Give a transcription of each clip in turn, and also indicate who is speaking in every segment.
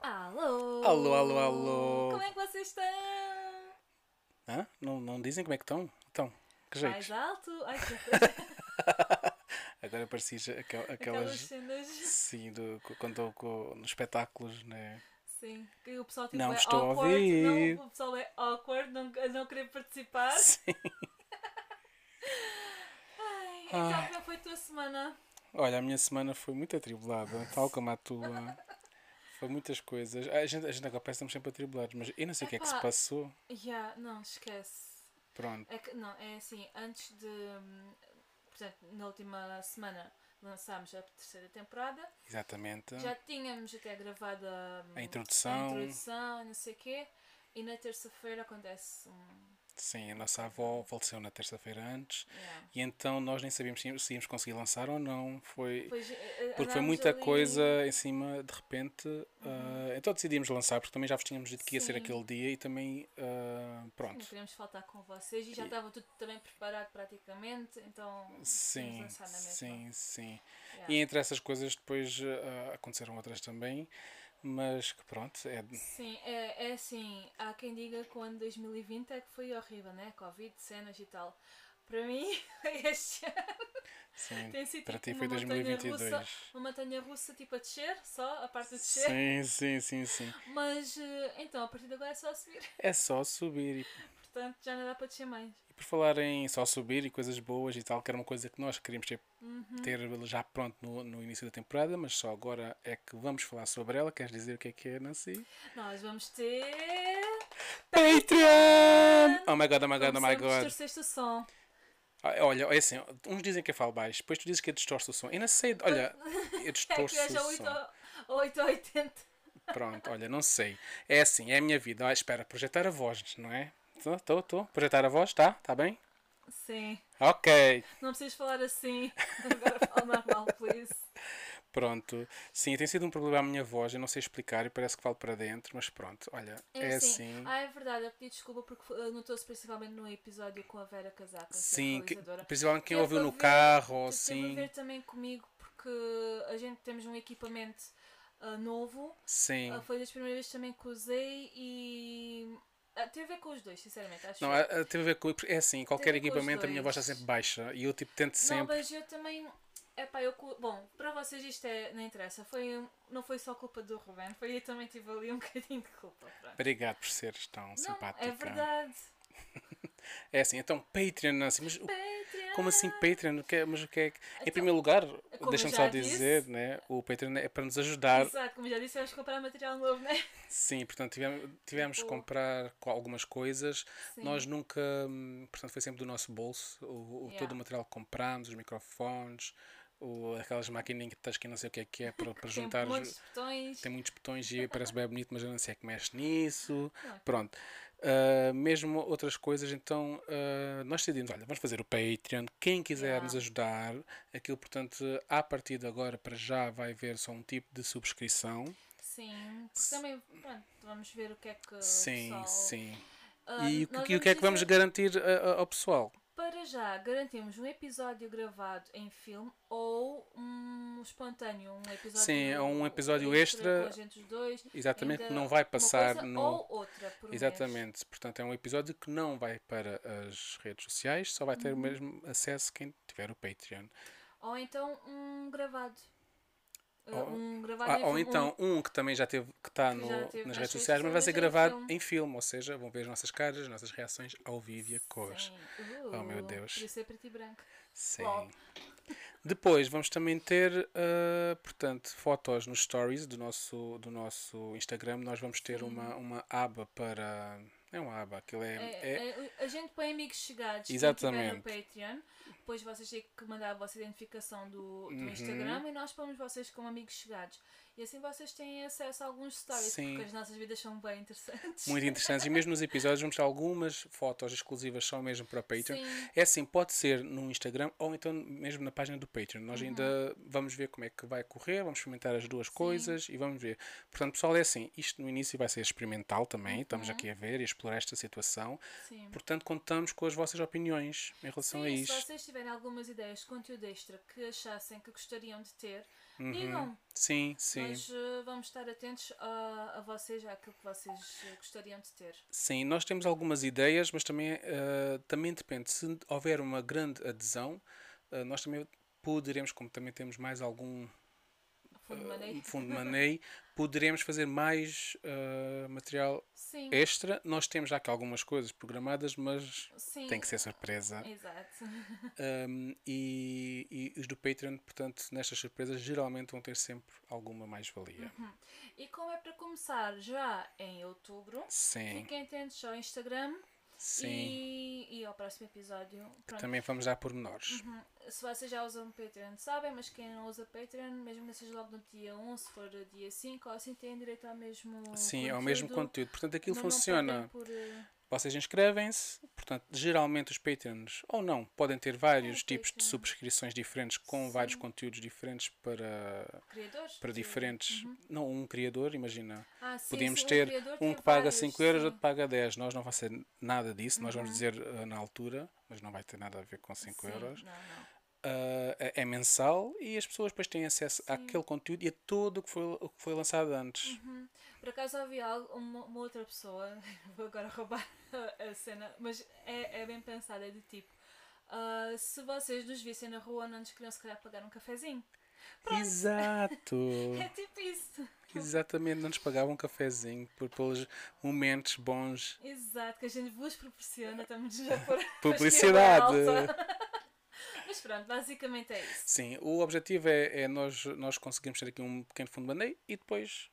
Speaker 1: Alô!
Speaker 2: Alô, alô, alô!
Speaker 1: Como é que vocês estão?
Speaker 2: Hã? Não, não dizem como é que estão? Então, que
Speaker 1: Mais
Speaker 2: jeito.
Speaker 1: alto? Ai, que
Speaker 2: Agora parecias aquel-
Speaker 1: aquelas
Speaker 2: aquelas.
Speaker 1: cenas.
Speaker 2: Sim, do, co- quando estou co- nos espetáculos, né?
Speaker 1: Sim, que o pessoal tipo,
Speaker 2: Não
Speaker 1: é
Speaker 2: estou a
Speaker 1: awkward.
Speaker 2: ouvir.
Speaker 1: Não, o pessoal é awkward, não, não querer participar.
Speaker 2: Sim.
Speaker 1: Ai, então, como é que foi a tua semana?
Speaker 2: Olha, a minha semana foi muito atribulada, tal como a tua. Foi muitas coisas. A gente, a gente agora parece que estamos sempre atribulados, mas eu não sei o que é que se
Speaker 1: Epá.
Speaker 2: passou.
Speaker 1: Yeah, não, esquece.
Speaker 2: Pronto.
Speaker 1: É que, não, é assim, antes de. hum, Portanto, na última semana lançámos a terceira temporada.
Speaker 2: Exatamente.
Speaker 1: Já tínhamos até gravado hum, a,
Speaker 2: Tá. A
Speaker 1: a
Speaker 2: introdução.
Speaker 1: introdução, não sei o quê. E na terça-feira acontece um.
Speaker 2: Sim, a nossa avó faleceu na terça-feira antes.
Speaker 1: yeah.
Speaker 2: E então nós nem sabíamos se íamos- se íamos conseguir lançar ou não. Foi.
Speaker 1: Pois, eh,
Speaker 2: Porque foi
Speaker 1: andámos
Speaker 2: muita
Speaker 1: ali-
Speaker 2: coisa em cima, de repente. ah, então decidimos lançar, porque também já vos tínhamos dito que ia ser
Speaker 1: Uhum. Sim.
Speaker 2: aquele dia e também. ah,
Speaker 1: Não
Speaker 2: pronto.
Speaker 1: queríamos faltar com vocês e já
Speaker 2: E-
Speaker 1: estava tudo também preparado praticamente, então tínhamos
Speaker 2: Sim,
Speaker 1: lançado na mesma.
Speaker 2: sim, sim.
Speaker 1: Yeah.
Speaker 2: E entre essas coisas depois ah, aconteceram outras também, mas que pronto, é.
Speaker 1: Sim, é, é assim, há quem diga que o ano 2020 é que foi horrível, né? Covid, cenas e tal. Para mim, este ano
Speaker 2: Sim,
Speaker 1: tem sido
Speaker 2: para ti
Speaker 1: tipo
Speaker 2: foi
Speaker 1: uma montanha
Speaker 2: 2022.
Speaker 1: russa, uma montanha russa tipo a descer, só a parte de descer,
Speaker 2: Sim, sim, sim, sim.
Speaker 1: mas eh, então a partir de agora é só a subir,
Speaker 2: É só subir. E,
Speaker 1: portanto já não dá para descer mais.
Speaker 2: e por falar em só subir e coisas boas e tal, que era uma coisa que nós queríamos ter,
Speaker 1: Uhum.
Speaker 2: ter já pronto no, no início da temporada, mas só agora é que vamos falar sobre ela. Queres dizer o que é que é, Nancy?
Speaker 1: Nós vamos ter.
Speaker 2: Patreon! Oh my god, oh my god, oh
Speaker 1: Como
Speaker 2: my
Speaker 1: sempre,
Speaker 2: god.
Speaker 1: distorceste o som.
Speaker 2: Ah, Olha, é assim, uns dizem que eu falo baixo, depois tu dizes que eu distorço o som. Eu não sei, olha, eu
Speaker 1: É
Speaker 2: distorço
Speaker 1: que és a
Speaker 2: o
Speaker 1: 8
Speaker 2: som.
Speaker 1: ou 8 ou 80.
Speaker 2: Pronto, olha, não sei. É assim, é a minha vida. Ah, espera, projetar a voz, não é? Estou, estou, estou. Projetar a voz, tá? Tá bem?
Speaker 1: Sim.
Speaker 2: Ok,
Speaker 1: Não precisas falar assim. Agora fala normal, please.
Speaker 2: pronto. Sim, tem sido um problema a minha voz, eu não sei explicar e parece que falo para dentro, mas pronto, olha, é assim.
Speaker 1: Ah, é verdade. Eu pedi desculpa porque eh, notou-se principalmente no episódio com a Vera Casaca. que é a
Speaker 2: Sim, que-
Speaker 1: realizadora.
Speaker 2: principalmente quem
Speaker 1: Teve
Speaker 2: ouviu
Speaker 1: a
Speaker 2: no
Speaker 1: ver-
Speaker 2: carro, ou
Speaker 1: Teve a
Speaker 2: assim.
Speaker 1: ver também comigo porque a gente temos um equipamento ah, novo.
Speaker 2: Sim.
Speaker 1: Ah, foi das primeiras vezes também que usei e. ah, tem a ver com os dois, sinceramente. Acho
Speaker 2: Não,
Speaker 1: eu.
Speaker 2: a- a- teve a ver com. É assim, qualquer
Speaker 1: Teve com os
Speaker 2: equipamento a minha voz está
Speaker 1: dois.
Speaker 2: sempre baixa e eu tipo tento
Speaker 1: Não,
Speaker 2: sempre.
Speaker 1: mas eu também. Epá, eu. cu- Bom, para vocês isto é, não interessa. Foi, um- não foi só culpa do Ruben, foi eu também tive ali um bocadinho de culpa. Pronto.
Speaker 2: Obrigado por seres tão
Speaker 1: Não,
Speaker 2: simpática.
Speaker 1: é verdade.
Speaker 2: É assim, então Patreon, Nancy, mas o-
Speaker 1: Patreon.
Speaker 2: como assim Patreon? O que é- mas o que é que. Em
Speaker 1: Então,
Speaker 2: primeiro lugar,
Speaker 1: como
Speaker 2: deixa-me
Speaker 1: eu
Speaker 2: só
Speaker 1: já disse-
Speaker 2: dizer, né? O Patreon é para nos ajudar.
Speaker 1: Exato, como já disse, vamos comprar material novo, né?
Speaker 2: Sim, portanto, tivemos, tivemos que
Speaker 1: Tipo-
Speaker 2: comprar co- algumas coisas.
Speaker 1: Sim.
Speaker 2: Nós nunca. hum, Portanto, foi sempre do nosso bolso. O, o- Todo
Speaker 1: Yeah.
Speaker 2: o material que comprámos, os microfones, o, aquelas maquininhas que não sei o que é que é para, para
Speaker 1: Tem
Speaker 2: juntar. os-
Speaker 1: muitos botões.
Speaker 2: tem muitos botões e parece bem bonito, mas eu não sei é que mexe nisso.
Speaker 1: Não.
Speaker 2: Pronto. Ah, mesmo outras coisas, então ah, nós decidimos, olha, vamos fazer o Patreon. Quem quiser
Speaker 1: Yeah.
Speaker 2: nos ajudar, aquilo, portanto, a partir de agora para já vai haver só um tipo de subscrição.
Speaker 1: Sim. Porque também, pronto, vamos ver o que é que. o
Speaker 2: sim,
Speaker 1: pessoal-
Speaker 2: sim.
Speaker 1: Ah,
Speaker 2: e o
Speaker 1: nós
Speaker 2: que, e o que é que vamos
Speaker 1: dizer-
Speaker 2: garantir a- a- ao pessoal?
Speaker 1: Para já, garantimos um episódio gravado em filme ou um espontâneo, um episódio
Speaker 2: Sim, ou um episódio extra.
Speaker 1: com a gente os dois.
Speaker 2: Exatamente, que
Speaker 1: ainda
Speaker 2: não vai
Speaker 1: uma
Speaker 2: passar
Speaker 1: coisa
Speaker 2: no.
Speaker 1: Ou outra, por mês.
Speaker 2: Exatamente, portanto é um episódio que não vai para as redes sociais, só vai
Speaker 1: Uhum.
Speaker 2: ter o mesmo acesso quem tiver o Patreon.
Speaker 1: Ou então um gravado. Uh,
Speaker 2: Ou-
Speaker 1: um gravado
Speaker 2: Ah,
Speaker 1: em
Speaker 2: ou
Speaker 1: filme,
Speaker 2: então um que também já teve que está
Speaker 1: Que já teve
Speaker 2: nas
Speaker 1: nas
Speaker 2: redes
Speaker 1: redes
Speaker 2: sociais, mas vai ser
Speaker 1: sociais, mas em
Speaker 2: gravado
Speaker 1: filme.
Speaker 2: em filme, ou seja, vão ver as nossas caras, as nossas reações ao vivo e a cores.
Speaker 1: Sim.
Speaker 2: Oh, meu
Speaker 1: Uh,
Speaker 2: Deus.
Speaker 1: Podia ser preto e branco.
Speaker 2: Sim.
Speaker 1: Uau.
Speaker 2: Depois vamos também ter, ah, portanto, fotos nos stories do nosso, do nosso Instagram. Nós vamos ter uma, uma aba para. É uma aba, aquilo é. é-
Speaker 1: É, é, a gente põe amigos chegados quem
Speaker 2: Exatamente.
Speaker 1: tiver no Patreon. Depois vocês têm que mandar a vossa identificação do,
Speaker 2: Uhum.
Speaker 1: do Instagram e nós pomos vocês como amigos chegados. E assim vocês têm acesso a alguns stories,
Speaker 2: Sim.
Speaker 1: porque as nossas vidas são bem interessantes.
Speaker 2: Muito interessantes. E mesmo nos episódios vamos ter algumas fotos exclusivas só mesmo para o Patreon.
Speaker 1: Sim.
Speaker 2: É assim, pode ser no Instagram ou então mesmo na página do Patreon. Nós ainda
Speaker 1: Uhum.
Speaker 2: vamos ver como é que vai correr, vamos experimentar as duas coisas e vamos ver. Portanto, pessoal, é assim, isto no início vai ser experimental também, estamos
Speaker 1: Uhum.
Speaker 2: aqui a ver e a explorar esta situação.
Speaker 1: Sim.
Speaker 2: Portanto, contamos com as vossas opiniões em relação a
Speaker 1: Sim, se
Speaker 2: isto.
Speaker 1: vocês tiverem algumas ideias de conteúdo extra que achassem que gostariam de ter,
Speaker 2: Uhum.
Speaker 1: Digam.
Speaker 2: Sim, sim.
Speaker 1: Nós eh, vamos estar atentos a, a vocês, àquilo que vocês eh, gostariam de ter.
Speaker 2: Sim, nós temos algumas ideias, mas também, eh, também depende. Se houver uma grande adesão, eh, nós também poderemos, como também temos mais algum
Speaker 1: Fundo de
Speaker 2: eh,
Speaker 1: maneira.
Speaker 2: fundo de maneio, poderemos fazer mais eh, material
Speaker 1: Sim.
Speaker 2: extra. Nós temos já aqui algumas coisas programadas, mas
Speaker 1: Sim. É.
Speaker 2: tem que ser surpresa.
Speaker 1: Exato.
Speaker 2: Um, e, e os do Patreon, portanto, nestas surpresas, geralmente vão ter sempre alguma mais-valia.
Speaker 1: Uhum. E como é para começar já em outubro,
Speaker 2: Sim,
Speaker 1: fiquem atentos ao Instagram
Speaker 2: sim.
Speaker 1: e, e ao próximo episódio. Pronto. Uhum,
Speaker 2: Também vamos dar pormenores.
Speaker 1: Se vocês já usam Patreon, sabem, mas quem não usa Patreon, mesmo que seja logo no dia 1, se for dia 5, ou assim, têm direito ao mesmo.
Speaker 2: Sim, é o mesmo conteúdo. Portanto, aquilo
Speaker 1: Não- não perdem
Speaker 2: funciona.
Speaker 1: por, eh,
Speaker 2: Vocês inscrevem-se, portanto, geralmente os Patreons, ou não, podem ter vários
Speaker 1: É,
Speaker 2: tipos de
Speaker 1: Patreon.
Speaker 2: subscrições diferentes com vários conteúdos diferentes para,
Speaker 1: criadores?
Speaker 2: para
Speaker 1: de-
Speaker 2: diferentes. Não, um criador, imagina.
Speaker 1: Ah, Uhum. sim,
Speaker 2: Podíamos
Speaker 1: sim, o
Speaker 2: ter
Speaker 1: criador
Speaker 2: um
Speaker 1: tem
Speaker 2: que paga
Speaker 1: vários,
Speaker 2: 5 euros,
Speaker 1: sim. Uhum.
Speaker 2: outro paga 10. Nós não vai ser nada disso, nós vamos dizer ah, na altura, mas não vai ter nada a ver com 5
Speaker 1: Sim,
Speaker 2: euros.
Speaker 1: Não, não.
Speaker 2: Ah, é- é mensal e as pessoas depois têm acesso àquele conteúdo e a tudo o que foi, o que foi lançado antes.
Speaker 1: Uhum. Por acaso ouvi algo, uma, uma outra pessoa, vou agora roubar a- a cena, mas é, é bem pensada, é do tipo, ah, se vocês nos vissem na rua não nos queriam se calhar pagar um cafezinho.
Speaker 2: Exato!
Speaker 1: É tipo isso.
Speaker 2: Exatamente, não nos pagavam um cafezinho por pelos momentos bons.
Speaker 1: Exato, que a gente vos proporciona, estamos já por
Speaker 2: Publicidade.
Speaker 1: Mas pronto, basicamente é isso.
Speaker 2: Sim, o objetivo é, é nós, nós conseguirmos ter aqui um pequeno fundo de bandeio e depois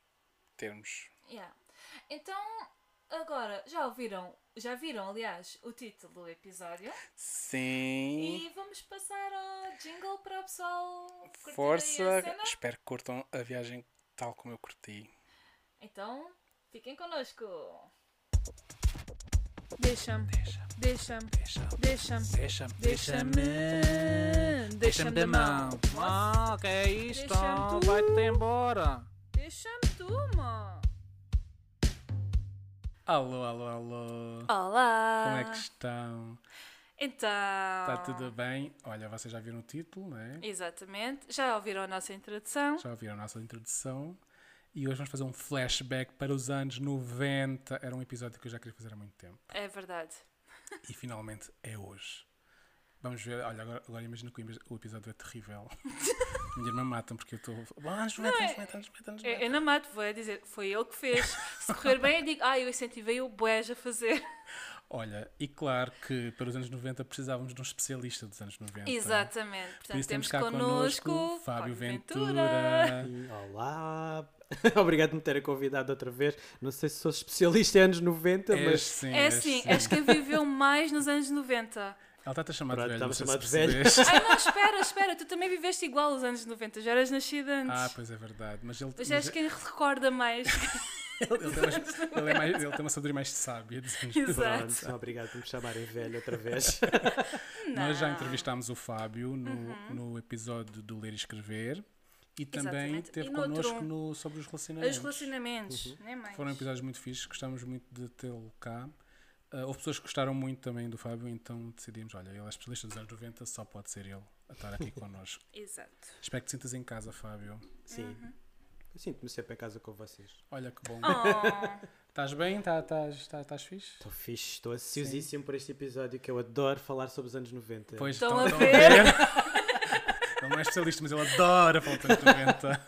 Speaker 2: termos.
Speaker 1: Yeah. Então, agora, já ouviram, já viram, aliás, o título do episódio?
Speaker 2: Sim.
Speaker 1: E vamos passar ao jingle para o pessoal curtir aí a
Speaker 2: Força,
Speaker 1: cena.
Speaker 2: espero que curtam a viagem tal como eu curti.
Speaker 1: Então, fiquem connosco. Deixa-me, deixa-me, deixa-me,
Speaker 3: Deixa-me,
Speaker 1: Deixa-me.
Speaker 3: deixa-me, deixa-me da mão. Ah, que é isto?
Speaker 2: então,
Speaker 1: Deixa-me tu.
Speaker 3: Vai-te embora.
Speaker 1: deixa-me tu, mó.
Speaker 2: Alô, alô, alô.
Speaker 1: Olá.
Speaker 2: Como é que estão?
Speaker 1: Então.
Speaker 2: Está tudo bem? Olha, vocês já viram o título, né?
Speaker 1: Exatamente. Já ouviram a nossa introdução?
Speaker 2: Já ouviram a nossa introdução. E hoje vamos fazer um flashback para os anos 90. Era um episódio que eu já queria fazer há muito tempo.
Speaker 1: É verdade.
Speaker 2: E finalmente é hoje. Vamos ver, olha, agora, agora imagino que o epi- o episódio é terrível. Minha irmã mata porque eu estou. Ah, anos 90, anos 90, anos 90, anos 90.
Speaker 1: Eu, eu não mato, vou é dizer, foi ele que fez. Se correr bem, eu digo, ah, eu incentivei o Boés a fazer.
Speaker 2: Olha, e claro que para os anos 90 precisávamos de um especialista dos anos 90.
Speaker 1: Exatamente. Portanto,
Speaker 2: É Por isso
Speaker 1: temos
Speaker 2: temos cá
Speaker 1: connosco,
Speaker 2: connosco Fábio
Speaker 1: Ventura.
Speaker 2: Ventura.
Speaker 4: E Olá! Obrigado por me terem convidado outra vez. Não sei se sou especialista em anos 90,
Speaker 2: És
Speaker 4: mas.
Speaker 2: sim,
Speaker 1: É
Speaker 2: és
Speaker 1: assim,
Speaker 2: sim.
Speaker 1: és quem viveu mais nos anos 90.
Speaker 2: Ela está-te a chamar de
Speaker 4: Pronto,
Speaker 2: velho, não sei
Speaker 4: está-me
Speaker 2: se
Speaker 4: a chamar de velho.
Speaker 2: percebeste.
Speaker 1: Ai, não, espera, espera, tu também viveste igual os anos 90, já eras nascida antes.
Speaker 2: Ah, pois é verdade. Mas ele,
Speaker 1: Mas és
Speaker 2: mas é
Speaker 1: quem recorda mais.
Speaker 2: ele, ele, tem mais- ele é mais- ele tem uma sabedoria mais sábia. assim. dos anos 90.
Speaker 1: Exato.
Speaker 4: Pronto, obrigado por me chamarem velho outra vez.
Speaker 2: Nós já
Speaker 1: Não. Uhum.
Speaker 2: entrevistámos o Fábio no, no episódio do Ler e Escrever e também
Speaker 1: Exatamente.
Speaker 2: teve
Speaker 1: E no outro
Speaker 2: connosco
Speaker 1: um.
Speaker 2: no, sobre os relacionamentos.
Speaker 1: Os relacionamentos, nem mais.
Speaker 2: Uhum. Foram episódios muito fixos, gostamos muito de tê-lo cá. Ah, houve pessoas que gostaram muito também do Fábio, então decidimos: olha, ele é especialista dos anos 90, só pode ser ele a estar aqui connosco.
Speaker 1: Exato.
Speaker 2: Espero que te sintas em casa, Fábio.
Speaker 4: Sim.
Speaker 2: Uhum.
Speaker 4: Eu sinto-me sempre em casa com vocês.
Speaker 2: Olha que bom.
Speaker 1: Oh,
Speaker 2: Estás bem? Tá- Estás estás- estás fixe?
Speaker 4: Estou fixe, estou ansiosíssimo por este episódio que eu adoro falar sobre os anos 90.
Speaker 2: Pois
Speaker 1: Estão a
Speaker 2: ele não é especialista, mas ele adora falar de anos 90.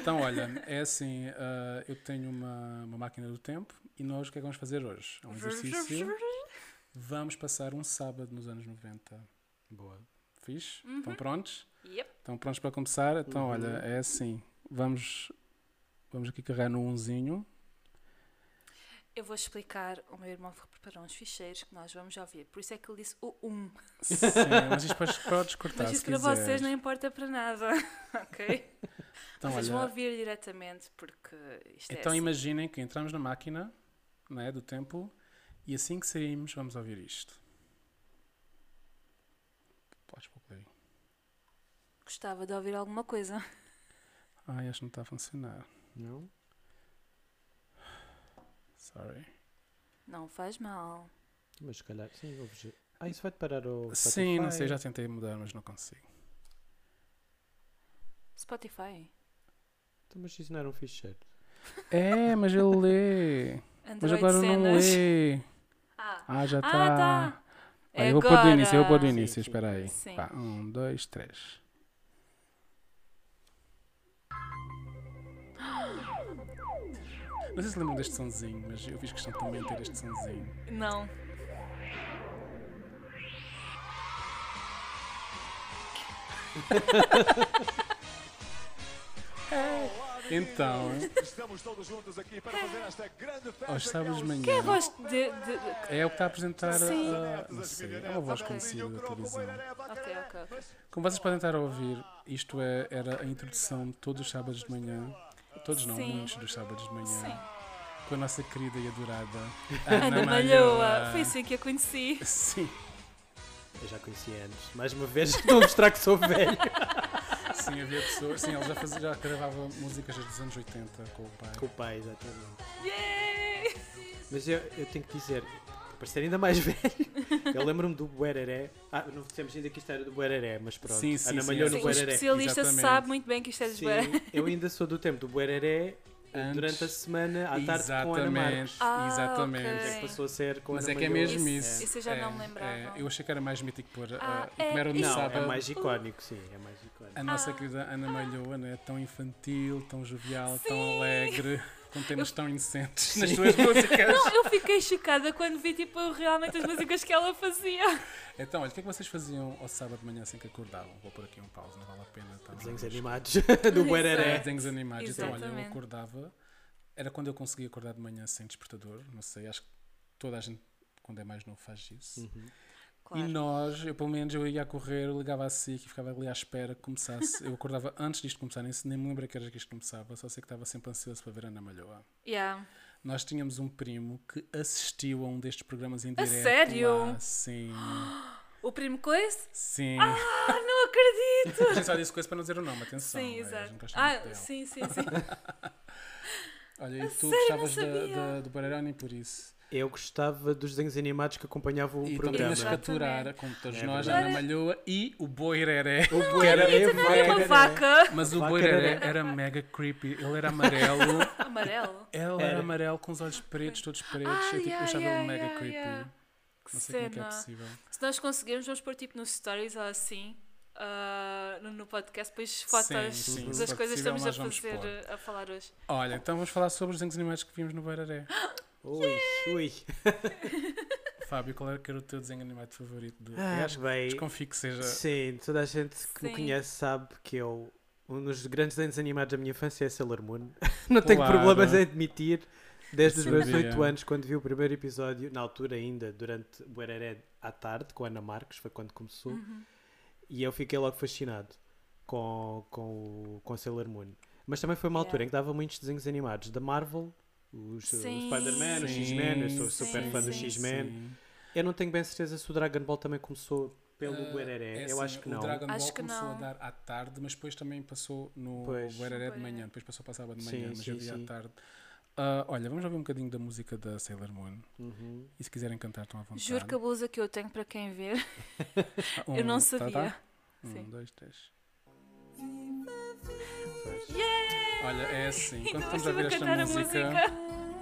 Speaker 2: Então, olha, é assim: ah, eu tenho uma, uma máquina do tempo e nós o que é que vamos fazer hoje? É um exercício. Vamos passar um sábado nos anos 90.
Speaker 4: Boa.
Speaker 2: Fixe? Estão prontos?
Speaker 1: Uhum. yep.
Speaker 2: Estão prontos para começar? Então, olha, é assim. Vamos, vamos aqui carregar no unzinho.
Speaker 1: Eu vou explicar. O meu irmão preparou uns ficheiros que nós vamos ouvir. Por isso é que ele disse o 1.
Speaker 2: Sim, mas isto depois podes cortar
Speaker 1: Mas
Speaker 2: se
Speaker 1: isso para
Speaker 2: quiseres.
Speaker 1: vocês não importa para nada. ok?
Speaker 2: Então,
Speaker 1: vocês
Speaker 2: olha,
Speaker 1: vão um ouvir diretamente porque isto é.
Speaker 2: Então
Speaker 1: assim.
Speaker 2: imaginem que entramos na máquina não é, do tempo e assim que saímos vamos ouvir isto. Podes pôr play.
Speaker 1: Gostava de ouvir alguma coisa.
Speaker 2: Ai, acho que não está a funcionar.
Speaker 4: Não?
Speaker 2: Sorry.
Speaker 1: Não faz mal.
Speaker 4: Mas se calhar. Sim, vou vos- Ah, isso vai-te parar o.
Speaker 2: Sim, não sei,
Speaker 4: Spotify?
Speaker 2: já tentei mudar, mas não consigo.
Speaker 1: Spotify.
Speaker 4: Então, mas isso não era um ficheiro.
Speaker 2: É, mas ele lê. Mas
Speaker 1: Android
Speaker 2: agora não
Speaker 1: Então é
Speaker 2: é.
Speaker 1: cenas.
Speaker 2: lê.
Speaker 1: Ah,
Speaker 2: Ah, já
Speaker 1: Ah,
Speaker 2: está.
Speaker 1: tá.
Speaker 2: Ah, eu vou pôr do início, eu vou pôr do
Speaker 1: Agora.
Speaker 2: início,
Speaker 4: Sim, sim.
Speaker 2: espera aí.
Speaker 1: Sim.
Speaker 2: Vá, um, dois, três. Não sei se lembram deste sonzinho, mas eu fiz questão de também ter este sonzinho.
Speaker 1: não.
Speaker 2: Então,
Speaker 5: Estamos todos juntos aqui para fazer esta grande festa.
Speaker 2: aos sábados de
Speaker 1: Que
Speaker 2: manhã,
Speaker 1: é voz de. de- de-
Speaker 2: é o que está a apresentar
Speaker 1: Sim.
Speaker 2: a... Não sei, é uma voz conhecida da televisão.
Speaker 1: Ok, ok, ok.
Speaker 2: Como vocês podem estar a ouvir, isto é, era a introdução de todos os sábados de manhã. Todos não,
Speaker 1: Sim.
Speaker 2: muitos dos sábados de manhã.
Speaker 1: Sim.
Speaker 2: Com a nossa querida e adorada é
Speaker 1: Ana Malhoa. Foi assim que a conheci.
Speaker 2: Sim,
Speaker 4: Eu já conhecia antes. Mais uma vez, estou a mostrar que sou velho.
Speaker 2: sim, havia pessoas. Sim, ela já, fazia, já gravava músicas dos anos 80 com o pai.
Speaker 4: Com o pai, exatamente.
Speaker 1: Yay!
Speaker 4: Mas eu, eu tenho que dizer, para parecer ainda mais velho, eu lembro-me do Bueraré. Ah, não dissemos ainda que isto era do Bueraré, mas pronto.
Speaker 2: Sim, sim,
Speaker 4: Ana
Speaker 2: sim,
Speaker 4: Malhou
Speaker 2: sim.
Speaker 1: Sim,
Speaker 4: no
Speaker 1: o
Speaker 4: Bueraré.
Speaker 1: especialista
Speaker 2: Exatamente.
Speaker 1: sabe muito bem que isto é de
Speaker 4: Sim,
Speaker 1: Bueraré.
Speaker 4: eu ainda sou do tempo do Bueraré
Speaker 2: Antes.
Speaker 4: durante a semana, à tarde com a Ana Marques.
Speaker 2: Exatamente,
Speaker 1: Ah,
Speaker 2: exatamente.
Speaker 1: ok.
Speaker 4: é Que passou a ser com a
Speaker 2: Mas
Speaker 4: Ana
Speaker 2: é que é
Speaker 4: Malhoa.
Speaker 2: mesmo
Speaker 1: Isso-
Speaker 2: isso.
Speaker 1: isso eu já
Speaker 2: É,
Speaker 1: não me lembrava.
Speaker 2: é, eu achei que era mais mítico pôr. uh,
Speaker 1: Ah,
Speaker 2: e como
Speaker 1: é,
Speaker 2: era no
Speaker 1: isso-
Speaker 4: Não, é
Speaker 2: sábado,
Speaker 4: mais icónico, sim, é mais icónico.
Speaker 2: a nossa
Speaker 1: Ah.
Speaker 2: querida Ana Malhoa não é tão infantil, tão jovial,
Speaker 1: Sim.
Speaker 2: tão alegre, com temas tão inocentes nas suas músicas.
Speaker 1: Não, eu fiquei chocada quando vi tipo realmente as músicas que ela fazia.
Speaker 2: Então, olha, o que é que vocês faziam ao sábado de manhã assim que acordavam? Vou pôr aqui um pause, não vale a pena. estamos
Speaker 4: Desenhos
Speaker 2: a-
Speaker 4: animados do Bueraré.
Speaker 2: Desenhos animados. Então, olha, eu
Speaker 1: É. Exatamente.
Speaker 2: acordava. Era quando eu conseguia acordar de manhã sem despertador. Não sei, acho que toda a gente, quando é mais novo, faz isso. E nós, eu pelo menos, eu ia a correr, eu ligava a SIC e ficava ali à espera que começasse. Eu acordava antes disto começar, nem, nem me lembro a que era que isto começava, só sei que estava sempre ansioso para ver a Ana Malhoa.
Speaker 1: Yeah.
Speaker 2: Nós tínhamos um primo que assistiu a um destes programas em direto.
Speaker 1: sério?
Speaker 2: lá. Sim,
Speaker 1: O primo Coice?
Speaker 2: sim.
Speaker 1: Ah, não acredito!
Speaker 2: A gente só disse coisa para não dizer o nome, atenção.
Speaker 1: sim,
Speaker 2: é, a
Speaker 1: exato.
Speaker 2: gente gosta muito
Speaker 1: Ah,
Speaker 2: dela.
Speaker 1: sim, sim, sim.
Speaker 2: Olha, e tu
Speaker 1: sério, não
Speaker 2: gostavas da,
Speaker 1: sabia.
Speaker 2: da, do Barará nem por isso.
Speaker 4: Eu gostava dos desenhos animados que acompanhavam o
Speaker 2: E
Speaker 4: Um programa.
Speaker 2: também capturar, como todos
Speaker 4: É
Speaker 2: nós, a
Speaker 1: verdade.
Speaker 2: Ana Malhoa e o é Boireré.
Speaker 4: O
Speaker 1: E tu não era é né? uma vaca
Speaker 2: Mas o
Speaker 4: Vaca
Speaker 2: Boireré
Speaker 4: era-
Speaker 2: era mega creepy. Ele era amarelo.
Speaker 1: amarelo.
Speaker 2: Ele era
Speaker 4: Era.
Speaker 2: amarelo com os olhos pretos, todos pretos.
Speaker 1: Ah,
Speaker 2: eu tipo,
Speaker 1: yeah,
Speaker 2: achava
Speaker 1: yeah,
Speaker 2: ele mega
Speaker 1: yeah,
Speaker 2: creepy.
Speaker 1: yeah. Que
Speaker 2: Não sei como é que é
Speaker 1: cena.
Speaker 2: possível.
Speaker 1: Se nós conseguirmos, vamos pôr tipo nos stories ou assim. ah, no, no podcast, depois fotos
Speaker 2: Sim, sim, se
Speaker 1: das coisas que
Speaker 2: for possível,
Speaker 1: estamos a
Speaker 2: nós vamos
Speaker 1: fazer,
Speaker 2: pôr.
Speaker 1: a falar hoje.
Speaker 2: Olha, então vamos falar sobre os desenhos animais que vimos no Boireré.
Speaker 4: Ui, ui.
Speaker 2: Fábio, qual era que era o teu desenho animado favorito? Do...
Speaker 4: Ah,
Speaker 2: eu acho
Speaker 4: bem.
Speaker 2: desconfio que seja.
Speaker 4: Sim, toda a gente que me
Speaker 1: Sim.
Speaker 4: conhece sabe que eu. Um dos grandes desenhos animados da minha infância é Sailor Moon. Não tenho
Speaker 2: Claro.
Speaker 4: problemas em admitir. Desde os
Speaker 2: Sim.
Speaker 4: meus
Speaker 2: Sabia.
Speaker 4: 8 anos, quando vi o primeiro episódio, na altura ainda, durante o Araré à tarde, com a Ana Marques, foi quando começou.
Speaker 1: Uhum.
Speaker 4: E eu fiquei logo fascinado com, com, o- com Sailor Moon. Mas também foi uma
Speaker 1: Yeah.
Speaker 4: altura em que dava muitos desenhos animados da Marvel, os, o
Speaker 1: Sim.
Speaker 4: Spider-Man, os
Speaker 2: Sim,
Speaker 4: X-Men. Eu sou
Speaker 1: sim,
Speaker 4: super fã do
Speaker 1: sim.
Speaker 4: X-Men.
Speaker 2: Sim.
Speaker 4: Eu não tenho bem certeza se o Dragon Ball também começou pelo
Speaker 2: Ah,
Speaker 4: Guerreré.
Speaker 2: é assim,
Speaker 4: eu acho que
Speaker 2: o
Speaker 4: não.
Speaker 2: Dragon Ball
Speaker 1: Acho que
Speaker 2: começou
Speaker 1: não.
Speaker 2: a dar à tarde, mas depois também passou no
Speaker 4: Pois.
Speaker 2: Guerreré de
Speaker 1: Pois.
Speaker 2: manhã, depois passou para sábado de manhã,
Speaker 4: Sim,
Speaker 2: mas
Speaker 4: sim,
Speaker 2: eu vi à
Speaker 4: sim.
Speaker 2: tarde. Ah, olha, vamos ouvir um bocadinho da música da Sailor Moon.
Speaker 4: Uhum.
Speaker 2: E se quiserem cantar, estão à vontade.
Speaker 1: Juro que a blusa que eu tenho para quem ver,
Speaker 2: um,
Speaker 1: eu não
Speaker 2: tá, tá?
Speaker 1: sabia.
Speaker 2: Um,
Speaker 1: Sim.
Speaker 2: dois, três.
Speaker 1: Yeah!
Speaker 2: Olha, é assim,
Speaker 1: E
Speaker 2: quando
Speaker 1: nós
Speaker 2: estamos a ver
Speaker 1: a
Speaker 2: esta
Speaker 1: cantar a
Speaker 2: música,
Speaker 1: música.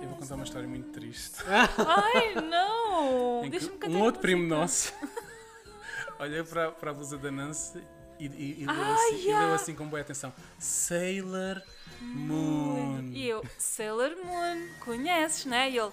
Speaker 2: eu vou contar uma história muito triste.
Speaker 4: Ah,
Speaker 1: Ai, não!
Speaker 2: em que
Speaker 1: Deixa-me cantar.
Speaker 2: um
Speaker 1: a
Speaker 2: outro primo
Speaker 1: música.
Speaker 2: nosso olhou para, para a blusa da Nancy e, e, e, leu,
Speaker 1: Ah,
Speaker 2: assim, e leu
Speaker 1: yeah.
Speaker 2: assim com boa atenção: Sailor Moon.
Speaker 1: E eu, Sailor Moon, conheces, né? E ele,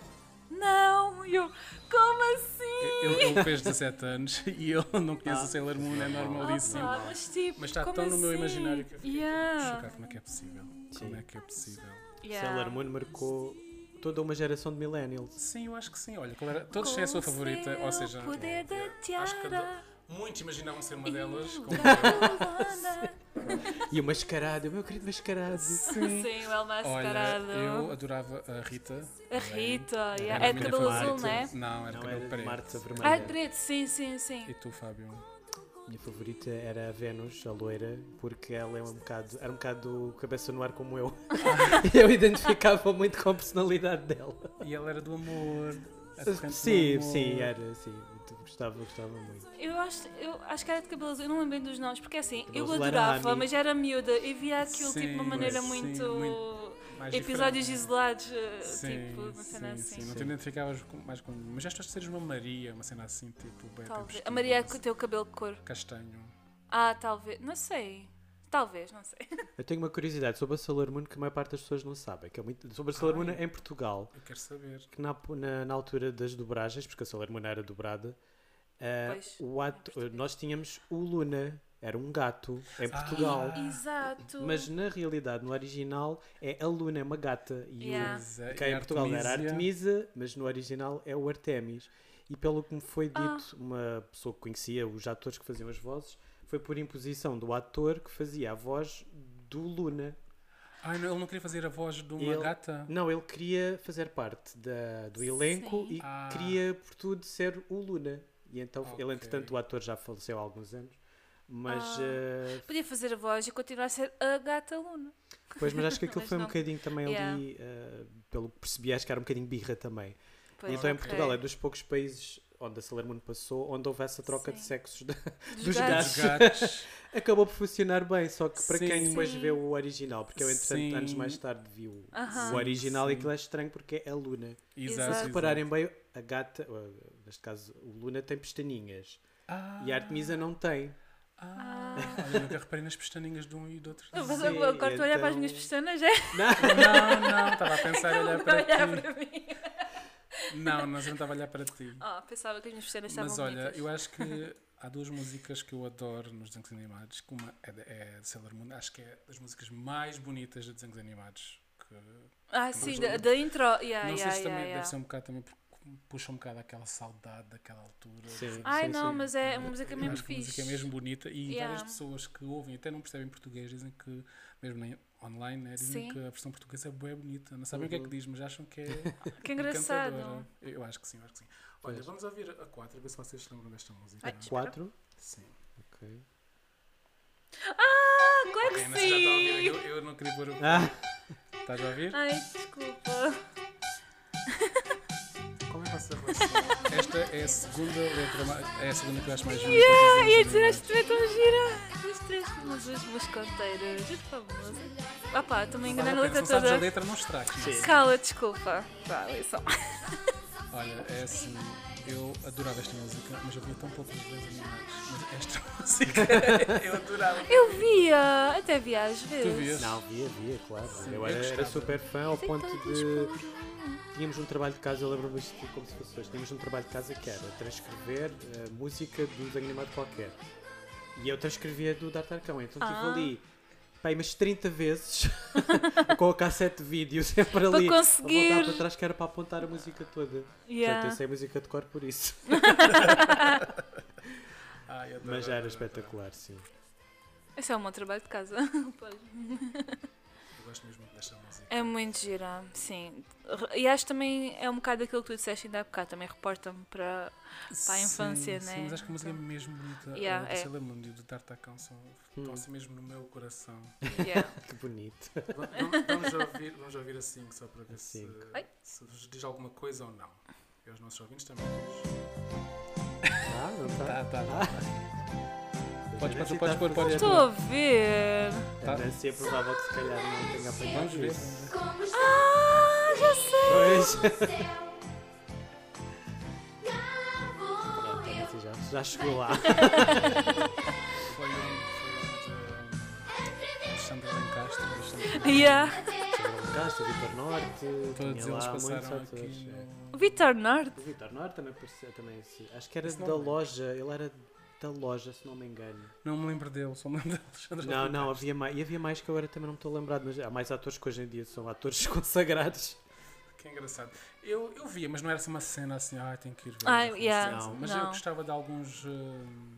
Speaker 1: não! E eu, como assim?
Speaker 2: Ele, ele fez 17 anos e eu não conheço
Speaker 4: Ah,
Speaker 2: o Sailor Moon, é normalíssimo.
Speaker 1: Opa, mas tipo,
Speaker 2: Mas está
Speaker 1: como
Speaker 2: tão no meu
Speaker 1: assim?
Speaker 2: imaginário que eu fiquei
Speaker 1: Yeah.
Speaker 2: chocado. Como é que é possível? Como é que é possível?
Speaker 1: Yeah.
Speaker 4: Sailor Moon marcou toda uma geração de millennials.
Speaker 2: Sim, eu acho que sim. Olha, qual era- todos têm a sua
Speaker 1: Com
Speaker 2: favorita,
Speaker 1: seu
Speaker 2: ou seja, é, né,
Speaker 1: poder da
Speaker 2: acho que
Speaker 1: tiara. tá
Speaker 2: muitos imaginavam ser uma
Speaker 1: e
Speaker 2: delas.
Speaker 1: o
Speaker 2: Como eu.
Speaker 1: Garuanda.
Speaker 4: E o mascarado, o meu querido mascarado.
Speaker 1: Sim, o El
Speaker 2: Olha,
Speaker 1: Mascarado.
Speaker 2: eu adorava a Rita.
Speaker 1: A Rita,
Speaker 2: Era
Speaker 1: yeah. é
Speaker 2: a
Speaker 1: de
Speaker 2: minha
Speaker 1: cabelo
Speaker 2: favorita.
Speaker 1: azul, né?
Speaker 2: Não, era
Speaker 4: Não,
Speaker 2: cabelo
Speaker 4: era de
Speaker 2: preto.
Speaker 4: Marte
Speaker 1: Ah,
Speaker 4: Vermelha.
Speaker 1: preto, sim, sim, sim.
Speaker 2: E tu, Fábio?
Speaker 4: Minha favorita era a Venus, a loira, porque ela é um bocado, era um bocado cabeça no ar como eu. eu identificava muito com a personalidade dela.
Speaker 2: E ela era do amor. a corrente do
Speaker 4: Sim,
Speaker 2: amor.
Speaker 4: sim, era, sim. muito muito, gostava, gostava muito.
Speaker 1: Eu acho, eu acho que era de cabelo azul, eu não lembro bem dos nomes, porque assim, eu
Speaker 4: Cabelo azul era
Speaker 1: adorava,
Speaker 4: Ami.
Speaker 1: mas era miúda e via aquilo tipo de uma
Speaker 2: Sim,
Speaker 1: maneira
Speaker 2: sim,
Speaker 1: muito.
Speaker 2: muito Mais
Speaker 1: episódios
Speaker 2: É diferente.
Speaker 1: isolados, eh,
Speaker 2: Sim,
Speaker 1: tipo, uma
Speaker 2: sim,
Speaker 1: cena
Speaker 2: sim,
Speaker 1: assim.
Speaker 2: Não te identificavas com- mais com. Mas já estás a seres uma Maria, uma cena assim, tipo, bem
Speaker 1: Talvez.
Speaker 2: bem
Speaker 1: A Maria é com o
Speaker 2: vestida,
Speaker 1: teu cabelo de cor.
Speaker 2: Castanho.
Speaker 1: Ah, talvez. Não sei. Talvez, não sei.
Speaker 4: Eu tenho uma curiosidade sobre a Sailor Moon que a maior parte das pessoas não sabe. Que é muito... Sobre a Sailor Moon em Portugal,
Speaker 2: Eu quero saber.
Speaker 4: que na, na, na altura das dobragens, porque a Sailor Moon era dobrada, eh,
Speaker 1: Pois,
Speaker 4: o ato-
Speaker 1: português.
Speaker 4: nós tínhamos o Luna, era um gato, em
Speaker 2: Ah.
Speaker 4: Portugal.
Speaker 6: Exato.
Speaker 4: Mas na realidade, no original, é a Luna, é uma gata. E
Speaker 1: Yeah.
Speaker 4: o...
Speaker 2: Pois é,
Speaker 4: Cá
Speaker 2: e
Speaker 4: em Portugal era
Speaker 2: Artemisia-
Speaker 4: Artemisa, mas no original é o Artemis. E pelo que me foi
Speaker 1: Ah.
Speaker 4: dito, uma pessoa que conhecia os atores que faziam as vozes, foi por imposição do ator que fazia a voz do Luna.
Speaker 2: Ai, não, ele não queria fazer a voz de uma
Speaker 4: Ele-
Speaker 2: gata.
Speaker 4: Não, ele queria fazer parte da, do elenco e
Speaker 2: Ah.
Speaker 4: queria, por tudo, ser o Luna. E então, ele,
Speaker 2: Ok.
Speaker 4: entretanto, o ator já faleceu há alguns anos. Mas,
Speaker 1: Ah.
Speaker 4: eh,
Speaker 1: Podia fazer a voz e continuar a ser a gata Luna.
Speaker 4: pois, mas acho que aquilo
Speaker 1: Mas
Speaker 4: foi um
Speaker 1: não-
Speaker 4: bocadinho também
Speaker 1: Yeah.
Speaker 4: ali, eh, pelo que percebi, acho que era um bocadinho birra também.
Speaker 1: Pois,
Speaker 4: então, em
Speaker 1: ok.
Speaker 4: Portugal, é dos poucos países onde a Sailor Moon passou, onde houve essa troca de
Speaker 1: Sim.
Speaker 4: sexos. de-
Speaker 1: Dos
Speaker 4: dos
Speaker 1: gatos.
Speaker 2: Os gatos.
Speaker 4: Acabou por funcionar bem, só que para
Speaker 2: Sim.
Speaker 4: quem depois
Speaker 1: Sim.
Speaker 4: vê o original, porque eu, entretanto,
Speaker 2: Sim.
Speaker 4: anos mais tarde vi o,
Speaker 1: Aham.
Speaker 4: o original e
Speaker 2: Sim.
Speaker 4: aquilo é estranho porque é a Luna.
Speaker 2: Exato.
Speaker 4: Se
Speaker 1: Exato.
Speaker 2: exato.
Speaker 4: repararem bem, a gata, ou, neste caso, o Luna tem pestaninhas
Speaker 2: Ah,
Speaker 4: e a Artemisa não tem.
Speaker 2: ah. Olha, eu nunca reparei nas pestaninhas de um e do outro.
Speaker 1: Eu
Speaker 2: não,
Speaker 1: vou- eu vou- Agora estou a olhar para as
Speaker 4: então-
Speaker 1: minhas pestanas, é?
Speaker 2: não, estava a pensar a olhar
Speaker 1: Não
Speaker 2: para
Speaker 1: olhar
Speaker 2: ti.
Speaker 1: para mim.
Speaker 2: Não, mas eu não estava a olhar para ti.
Speaker 1: Oh, pensava que as minhas pestanas estavam
Speaker 2: Mas olha,
Speaker 1: bonitas.
Speaker 2: eu acho que há duas músicas que eu adoro nos desenhos animados. que Uma é de, é de Sailor Moon, acho que é das músicas mais bonitas de desenhos animados. que-
Speaker 1: Ah,
Speaker 2: Mas
Speaker 1: sim,
Speaker 2: não-
Speaker 1: da, da intro. Yeah, yeah,
Speaker 2: não sei se também
Speaker 1: yeah, yeah.
Speaker 2: deve ser um bocado também porque puxa um bocado aquela saudade daquela altura.
Speaker 4: Sim.
Speaker 1: Ai
Speaker 4: Sim,
Speaker 1: não,
Speaker 4: sim.
Speaker 1: mas é uma música
Speaker 2: Eu
Speaker 1: mesmo
Speaker 2: assim. acho que a
Speaker 1: fixe.
Speaker 2: música é mesmo bonita e
Speaker 1: Yeah.
Speaker 2: várias pessoas que ouvem até não percebem português dizem que, mesmo na- online, né, dizem
Speaker 1: Sim.
Speaker 2: que a versão portuguesa é bem bonita. Não sabem o que é que diz, mas acham que é
Speaker 1: Que engraçado.
Speaker 2: encantadora. Eu acho que sim, eu acho que sim. Olha, vamos ouvir a 4 e ver se vocês se lembram desta música.
Speaker 1: Ai, desculpa.
Speaker 4: Quatro.
Speaker 2: sim.
Speaker 4: Ok.
Speaker 1: Ah, claro
Speaker 2: É,
Speaker 1: que
Speaker 2: mas já está a ouvir,
Speaker 1: sim!
Speaker 2: eu, eu não queria pôr o.
Speaker 4: Ah,
Speaker 2: Estás a ouvir?
Speaker 1: Ai, desculpa.
Speaker 2: Como é que você Esta é a segunda letra, ma- é a segunda que eu acho mais bonita.
Speaker 1: Yeah,
Speaker 2: dos
Speaker 1: ia
Speaker 2: desenhos
Speaker 1: dizer
Speaker 2: animados.
Speaker 1: esta também é tão gira. As três famosas mascoteiras. Muito famosa. Ah pá, estou-me a
Speaker 2: Mas
Speaker 1: enganar na
Speaker 2: não
Speaker 1: letra
Speaker 2: penses, não sabes a
Speaker 1: toda.
Speaker 2: letra, não estragues. não é?
Speaker 1: Cala, desculpa. Vá, olha só.
Speaker 2: Olha, é assim, eu adorava esta música, mas eu vi tão poucos desenhos animados. Mas esta música eu adorava.
Speaker 1: Eu via, até via às vezes.
Speaker 2: Tu vias?
Speaker 4: Não, via, via, claro.
Speaker 2: Sim, eu
Speaker 4: eu era, era
Speaker 2: gostava.
Speaker 4: super fã ao
Speaker 2: um
Speaker 1: Sei
Speaker 4: ponto
Speaker 1: tanto
Speaker 4: de.
Speaker 1: escuro.
Speaker 4: Tínhamos um trabalho de casa, eu lembro-me isto como se fosse hoje. Tínhamos um trabalho de casa que era transcrever eh, música de um desenho animado qualquer. E eu transcrevia do D'Artagnan. Então estive
Speaker 1: Ah.
Speaker 4: ali, pai, mas 30 vezes com a cassete de vídeo, sempre
Speaker 1: Para
Speaker 4: ali. a
Speaker 1: conseguir.
Speaker 4: voltar para trás que era para apontar a música toda. Portanto, eu
Speaker 1: Yeah.
Speaker 4: sei música de cor por isso.
Speaker 2: Ai, eu adorava,
Speaker 4: Mas já era
Speaker 2: adorava.
Speaker 4: espetacular, sim.
Speaker 1: Esse é o meu trabalho de casa. Pois.
Speaker 2: Eu gosto mesmo muito desta música.
Speaker 1: É muito gira, sim. E acho também é um bocado aquilo que tu disseste ainda há bocado, também reporta-me para. para a infância,
Speaker 2: sim,
Speaker 1: né?
Speaker 2: Sim, mas acho que a música é mesmo bonita.
Speaker 1: Yeah,
Speaker 2: a do
Speaker 1: é.
Speaker 2: Sailor Moon e do Tartacão são, estão
Speaker 4: Hum.
Speaker 2: assim mesmo no meu coração.
Speaker 1: Yeah.
Speaker 4: Que bonito.
Speaker 2: Va- va- Vamos ouvir, vamos ouvir a 5 só para ver
Speaker 4: A
Speaker 2: se,
Speaker 4: cinco.
Speaker 1: Ai.
Speaker 2: se vos diz alguma coisa ou não. E aos nossos ouvintes também.
Speaker 4: Ah, não
Speaker 2: Tá,
Speaker 4: está?
Speaker 2: tá, tá. Podes pôr,
Speaker 4: Nancy
Speaker 2: podes
Speaker 4: tá
Speaker 2: pôr, Tá.
Speaker 4: a
Speaker 2: podes
Speaker 1: Estou a ver.
Speaker 4: A Nancy é provável que se calhar não tenha apanhado
Speaker 2: Vamos ver.
Speaker 4: isso.
Speaker 1: Ah, já sei!
Speaker 4: Pois. Pronto, a Nancy já, já chegou lá.
Speaker 2: Foi um. Foi um de Alexandre Lencastre. Alexandre-
Speaker 1: Yeah.
Speaker 4: Castro, Vitor Norte,
Speaker 2: Todos
Speaker 4: tinha lá
Speaker 2: eles
Speaker 4: muitos
Speaker 2: passaram
Speaker 4: atores,
Speaker 2: aqui.
Speaker 4: é.
Speaker 2: no-
Speaker 1: O Vitor Norte?
Speaker 4: O Vitor Norte também apareceu, também, se- acho que era
Speaker 2: Esse é- não
Speaker 4: da
Speaker 2: me lembro.
Speaker 4: loja, ele era da loja, se não me engano.
Speaker 2: Não me lembro dele, só me lembro de Alexandre
Speaker 4: Não,
Speaker 2: Lencastre.
Speaker 4: não, havia mais, e havia mais que agora também não me estou lembrado, mas há mais atores que hoje em dia são atores consagrados.
Speaker 2: Que engraçado. Eu, eu via, mas não era assim uma cena assim, ai, tenho que ir ver.
Speaker 1: Ai,
Speaker 2: não
Speaker 1: Ah,
Speaker 2: sei
Speaker 1: yeah,
Speaker 2: se-
Speaker 4: não.
Speaker 2: Mas eu
Speaker 1: não.
Speaker 2: gostava de alguns. hum,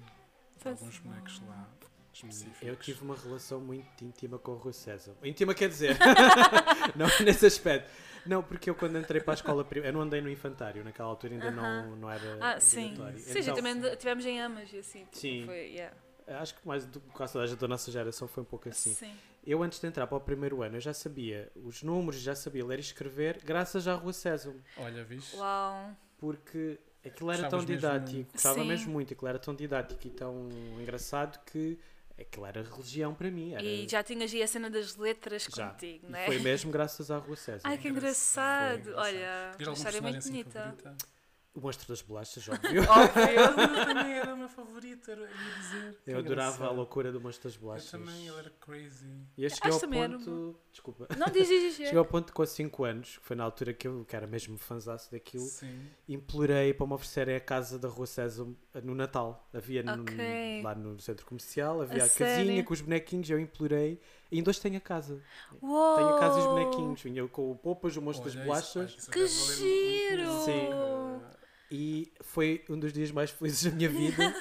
Speaker 2: de
Speaker 1: Pois
Speaker 2: alguns é bonecos lá específicos.
Speaker 4: Eu tive uma relação muito íntima com o Rui César. Íntima quer dizer, não nesse aspecto. Não, porque eu quando entrei para a escola, prim- eu não andei no infantário, naquela altura ainda não, não era
Speaker 1: Ah, sim.
Speaker 4: obrigatório.
Speaker 1: Sim, já
Speaker 4: Então,
Speaker 1: também estivemos em Amas e assim. tipo,
Speaker 4: Sim.
Speaker 1: Foi, yeah.
Speaker 4: Acho que mais do que quase toda a gente da nossa geração foi um pouco assim.
Speaker 1: Sim.
Speaker 4: Eu, antes de entrar para o primeiro ano, eu já sabia os números, já sabia ler e escrever, graças à Rua Sésamo.
Speaker 2: Olha, viste?
Speaker 1: Uau.
Speaker 4: Porque Aquilo era
Speaker 2: Gostavas
Speaker 4: tão
Speaker 2: mesmo-
Speaker 4: didático, gostava
Speaker 1: Sim.
Speaker 4: mesmo muito, aquilo era tão didático e tão engraçado que aquilo era religião para mim. Era...
Speaker 1: E já tinhas aí a cena das letras
Speaker 4: já.
Speaker 1: contigo,
Speaker 4: E
Speaker 1: não é?
Speaker 4: Foi mesmo graças à Rua César.
Speaker 1: Ai, É que
Speaker 2: engraçado.
Speaker 1: engraçado.
Speaker 2: Foi
Speaker 1: Olha,
Speaker 2: Tens
Speaker 1: uma
Speaker 2: algum
Speaker 1: história é
Speaker 2: personagem
Speaker 1: muito
Speaker 2: assim
Speaker 1: bonita.
Speaker 2: favorita?
Speaker 4: O Monstro das Bolachas, óbvio.
Speaker 1: Óbvio.
Speaker 2: Ele também era o meu favorito, era- eu ia dizer. Que
Speaker 4: Eu adorava a
Speaker 2: engraçado.
Speaker 4: loucura do Monstro das
Speaker 2: Eu
Speaker 4: Bolachas.
Speaker 2: também, ele era crazy.
Speaker 4: E eu cheguei ao
Speaker 1: também era
Speaker 4: ponto. Desculpa.
Speaker 1: Não diz, diz, diz.
Speaker 4: Cheguei ao ponto que com 5 anos, que foi na altura que eu que era mesmo fanzaço daquilo,
Speaker 2: Sim.
Speaker 4: implorei para me oferecerem a casa da Rua César no Natal. Havia no-
Speaker 1: Ok.
Speaker 4: lá no centro comercial, havia a,
Speaker 1: sério?
Speaker 4: casinha com os bonequinhos, eu implorei. E ainda hoje tenho a casa.
Speaker 1: Uou!
Speaker 4: Tenho a casa e os bonequinhos. Vinha eu com o Poupas, o Monstro
Speaker 2: Oh. Olha,
Speaker 4: das
Speaker 2: isso-
Speaker 4: Bolachas.
Speaker 2: olha, isso
Speaker 1: Que
Speaker 2: deve valer muito.
Speaker 1: giro!
Speaker 4: Sim. E foi um dos dias mais felizes da minha vida.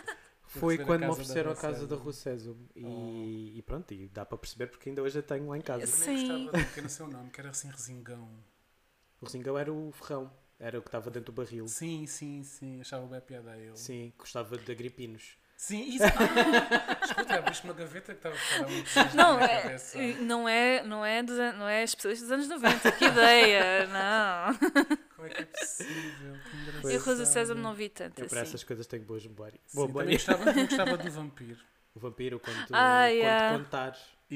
Speaker 4: Foi
Speaker 2: Receber a
Speaker 4: quando
Speaker 2: casa da
Speaker 4: me
Speaker 2: Oh.
Speaker 4: ofereceram a
Speaker 2: Rua
Speaker 4: casa da
Speaker 2: Sésamo.
Speaker 4: Rua Sésamo. E, e pronto, e dá para perceber porque ainda hoje a tenho lá em casa.
Speaker 1: Sim.
Speaker 2: Eu também gostava do que era seu nome, que era assim resingão.
Speaker 4: O Ringão era o ferrão, era o que estava dentro do barril.
Speaker 2: Sim, sim, sim, achava bem a piada a ele.
Speaker 4: Sim, gostava de agripinos.
Speaker 2: Sim, isso. Ah, escuta, abriste uma gaveta que estava a falar muito
Speaker 1: Não,
Speaker 2: na
Speaker 1: é,
Speaker 2: cabeça.
Speaker 1: não é, não é, dos, an- não é especialista dos anos 90, que ideia, não.
Speaker 2: Como é que é possível? Que engraçado.
Speaker 1: Eu, Rosa César, não vi tanto
Speaker 4: né? Eu para
Speaker 1: assim.
Speaker 4: essas coisas tenho boas memórias.
Speaker 2: Sim,
Speaker 4: Boa
Speaker 2: também
Speaker 4: memória.
Speaker 2: gostava, também gostava do vampiro.
Speaker 4: O vampiro, quando,
Speaker 1: Ah,
Speaker 4: quando
Speaker 1: yeah.
Speaker 4: contar. Era o conto de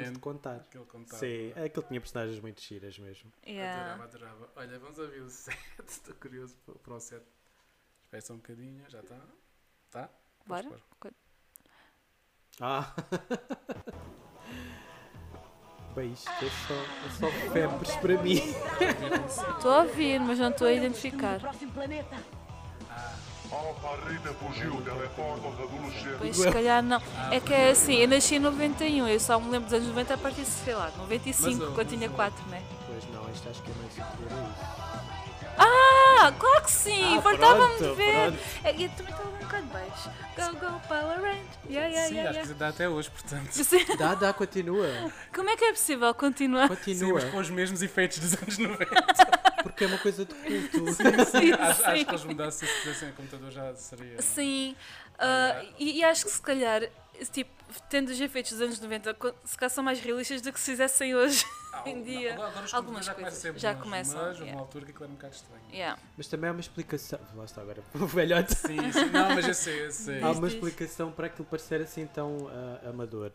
Speaker 2: Exatamente. Tá
Speaker 4: contar.
Speaker 2: Que ele contava.
Speaker 4: Sim, é que ele tinha personagens muito giras mesmo.
Speaker 1: Yeah.
Speaker 2: Adorava, adorava. Olha, vamos ouvir o 7. Estou curioso para- para o 7. Espera só um bocadinho, já está. Está?
Speaker 1: Bora?
Speaker 4: Ah! Bem, isto é só, é só febres para mim.
Speaker 1: Estou a ouvir, mas não estou a identificar.
Speaker 7: Ah, Alma Rita fugiu, teleporta os adolescentes.
Speaker 1: Pois se calhar não. É que é assim, eu nasci em 91, eu só me lembro dos anos 90 a partir de, sei lá, 95,
Speaker 2: Mas, oh,
Speaker 1: quando eu tinha
Speaker 2: mas, oh.
Speaker 1: 4, né?
Speaker 4: Pois não, isto acho que é mais anterior
Speaker 1: Ah, claro que sim!
Speaker 4: Ah,
Speaker 1: Fartava-me de
Speaker 4: pronto,
Speaker 1: ver!
Speaker 4: pronto.
Speaker 1: É, E eu também estava um bocado baixo. Go, go, Power Rangers! Yeah, yeah,
Speaker 2: Sim,
Speaker 1: yeah,
Speaker 2: acho
Speaker 1: yeah.
Speaker 2: que dá até hoje, portanto.
Speaker 1: Sim.
Speaker 4: a isso. Dá, dá, continua.
Speaker 1: Como é que é possível continuar?
Speaker 2: Sim,
Speaker 4: Continua.
Speaker 2: mas com os mesmos efeitos dos anos 90.
Speaker 4: Porque é uma coisa de culto.
Speaker 1: Sim,
Speaker 2: acho, acho que eles
Speaker 1: sim.
Speaker 2: mudassem, se fizessem o computador já seria.
Speaker 1: Sim, ah, e, e acho que se calhar, tipo, tendo os efeitos dos anos 90, co- se calhar são mais realistas do que se fizessem hoje.
Speaker 2: Ah,
Speaker 1: em dia,
Speaker 2: agora- agora os
Speaker 1: algumas
Speaker 2: computadores
Speaker 1: coisas
Speaker 2: já começam a ser
Speaker 1: já
Speaker 2: bons,
Speaker 1: começam,
Speaker 2: Mas houve
Speaker 1: yeah.
Speaker 2: uma altura que aquilo era um bocado estranho.
Speaker 1: Yeah.
Speaker 4: Mas também há uma explicação. Lá está agora o velhote.
Speaker 2: Sim, sim. Não, mas eu sei, eu sei.
Speaker 4: Há uma
Speaker 1: Diz, diz.
Speaker 4: explicação para aquilo parecer assim tão ah, amador.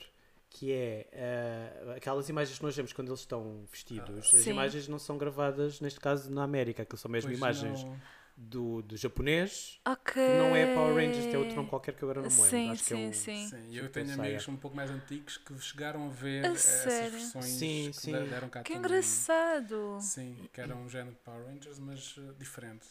Speaker 4: Que é ah, aquelas imagens que nós vemos quando eles estão vestidos. as
Speaker 1: Sim.
Speaker 4: imagens não são gravadas, neste caso, na América. Aquilo são mesmo
Speaker 2: Pois
Speaker 4: imagens
Speaker 2: não.
Speaker 4: do, do japonês.
Speaker 1: Ok.
Speaker 4: que Não é Power Rangers, tem outro nome qualquer que eu agora não me lembro.
Speaker 1: Sim,
Speaker 4: Acho que é
Speaker 1: sim,
Speaker 4: um-
Speaker 1: sim.
Speaker 2: Sim, eu
Speaker 4: Super
Speaker 2: tenho
Speaker 4: Saiyan.
Speaker 2: amigos um pouco mais antigos que chegaram a ver
Speaker 1: A
Speaker 2: eh, essas
Speaker 1: sério?
Speaker 2: versões
Speaker 4: Sim,
Speaker 2: que
Speaker 4: sim.
Speaker 2: da- deram cá
Speaker 1: Que
Speaker 2: também.
Speaker 1: engraçado!
Speaker 2: Sim, que era um género de Power Rangers, mas eh, diferente.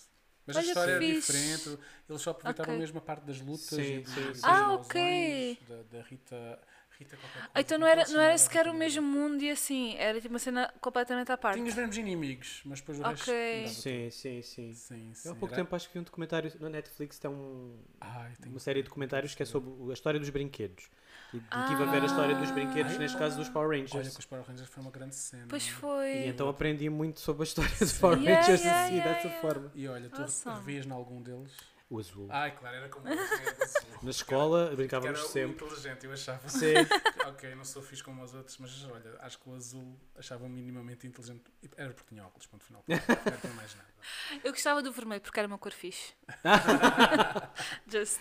Speaker 2: Mas
Speaker 1: Olha
Speaker 2: a
Speaker 1: que
Speaker 2: história era
Speaker 1: fixe.
Speaker 2: diferente, eles só aproveitaram
Speaker 1: Ok.
Speaker 2: mesmo a parte das lutas
Speaker 4: Sim,
Speaker 2: e
Speaker 4: sim,
Speaker 2: dos
Speaker 4: sim.
Speaker 1: Ah, ok.
Speaker 2: vilões, da, da Rita, Rita qualquer coisa.
Speaker 1: Ah, então não
Speaker 2: como é que
Speaker 1: era,
Speaker 2: ela se
Speaker 1: não era
Speaker 2: chamava,
Speaker 1: sequer o
Speaker 2: Rita
Speaker 4: tipo,
Speaker 1: mesmo mundo e assim, era tipo uma cena completamente à parte.
Speaker 2: Tinha os mesmos inimigos, mas depois o
Speaker 1: Ok.
Speaker 2: resto. mudava
Speaker 4: Sim, sim, sim.
Speaker 2: tudo. Sim, sim.
Speaker 4: Eu há pouco
Speaker 2: era-
Speaker 4: tempo acho que vi um documentário na Netflix, tem um,
Speaker 2: Ai, tenho
Speaker 4: uma série de documentários que é sobre o- a história dos brinquedos. E estive a
Speaker 1: Ah.
Speaker 4: ver a história dos brinquedos, neste caso dos Power
Speaker 2: Olha
Speaker 4: Rangers.
Speaker 2: que os Power Rangers foi uma grande cena. é?
Speaker 1: Pois
Speaker 4: E
Speaker 1: foi.
Speaker 4: então aprendi muito sobre a história dos Power
Speaker 1: Yeah,
Speaker 4: Rangers
Speaker 1: yeah,
Speaker 4: assim,
Speaker 1: yeah,
Speaker 4: dessa
Speaker 1: yeah. Ah,
Speaker 4: forma.
Speaker 2: E olha, tu
Speaker 1: Awesome.
Speaker 2: revias em algum deles?
Speaker 4: O azul.
Speaker 2: Ai, claro, era como eu rever o azul.
Speaker 4: Na escola
Speaker 2: Que
Speaker 4: brincávamos
Speaker 2: era o
Speaker 4: sempre.
Speaker 2: inteligente, eu achava.
Speaker 4: Sim,
Speaker 2: ok, não sou fixe como os outros, mas olha, acho que o azul achava minimamente inteligente. E Era porque tinha óculos, ponto final. Não era para mais nada.
Speaker 1: Eu gostava do vermelho porque era uma cor fixe. Just.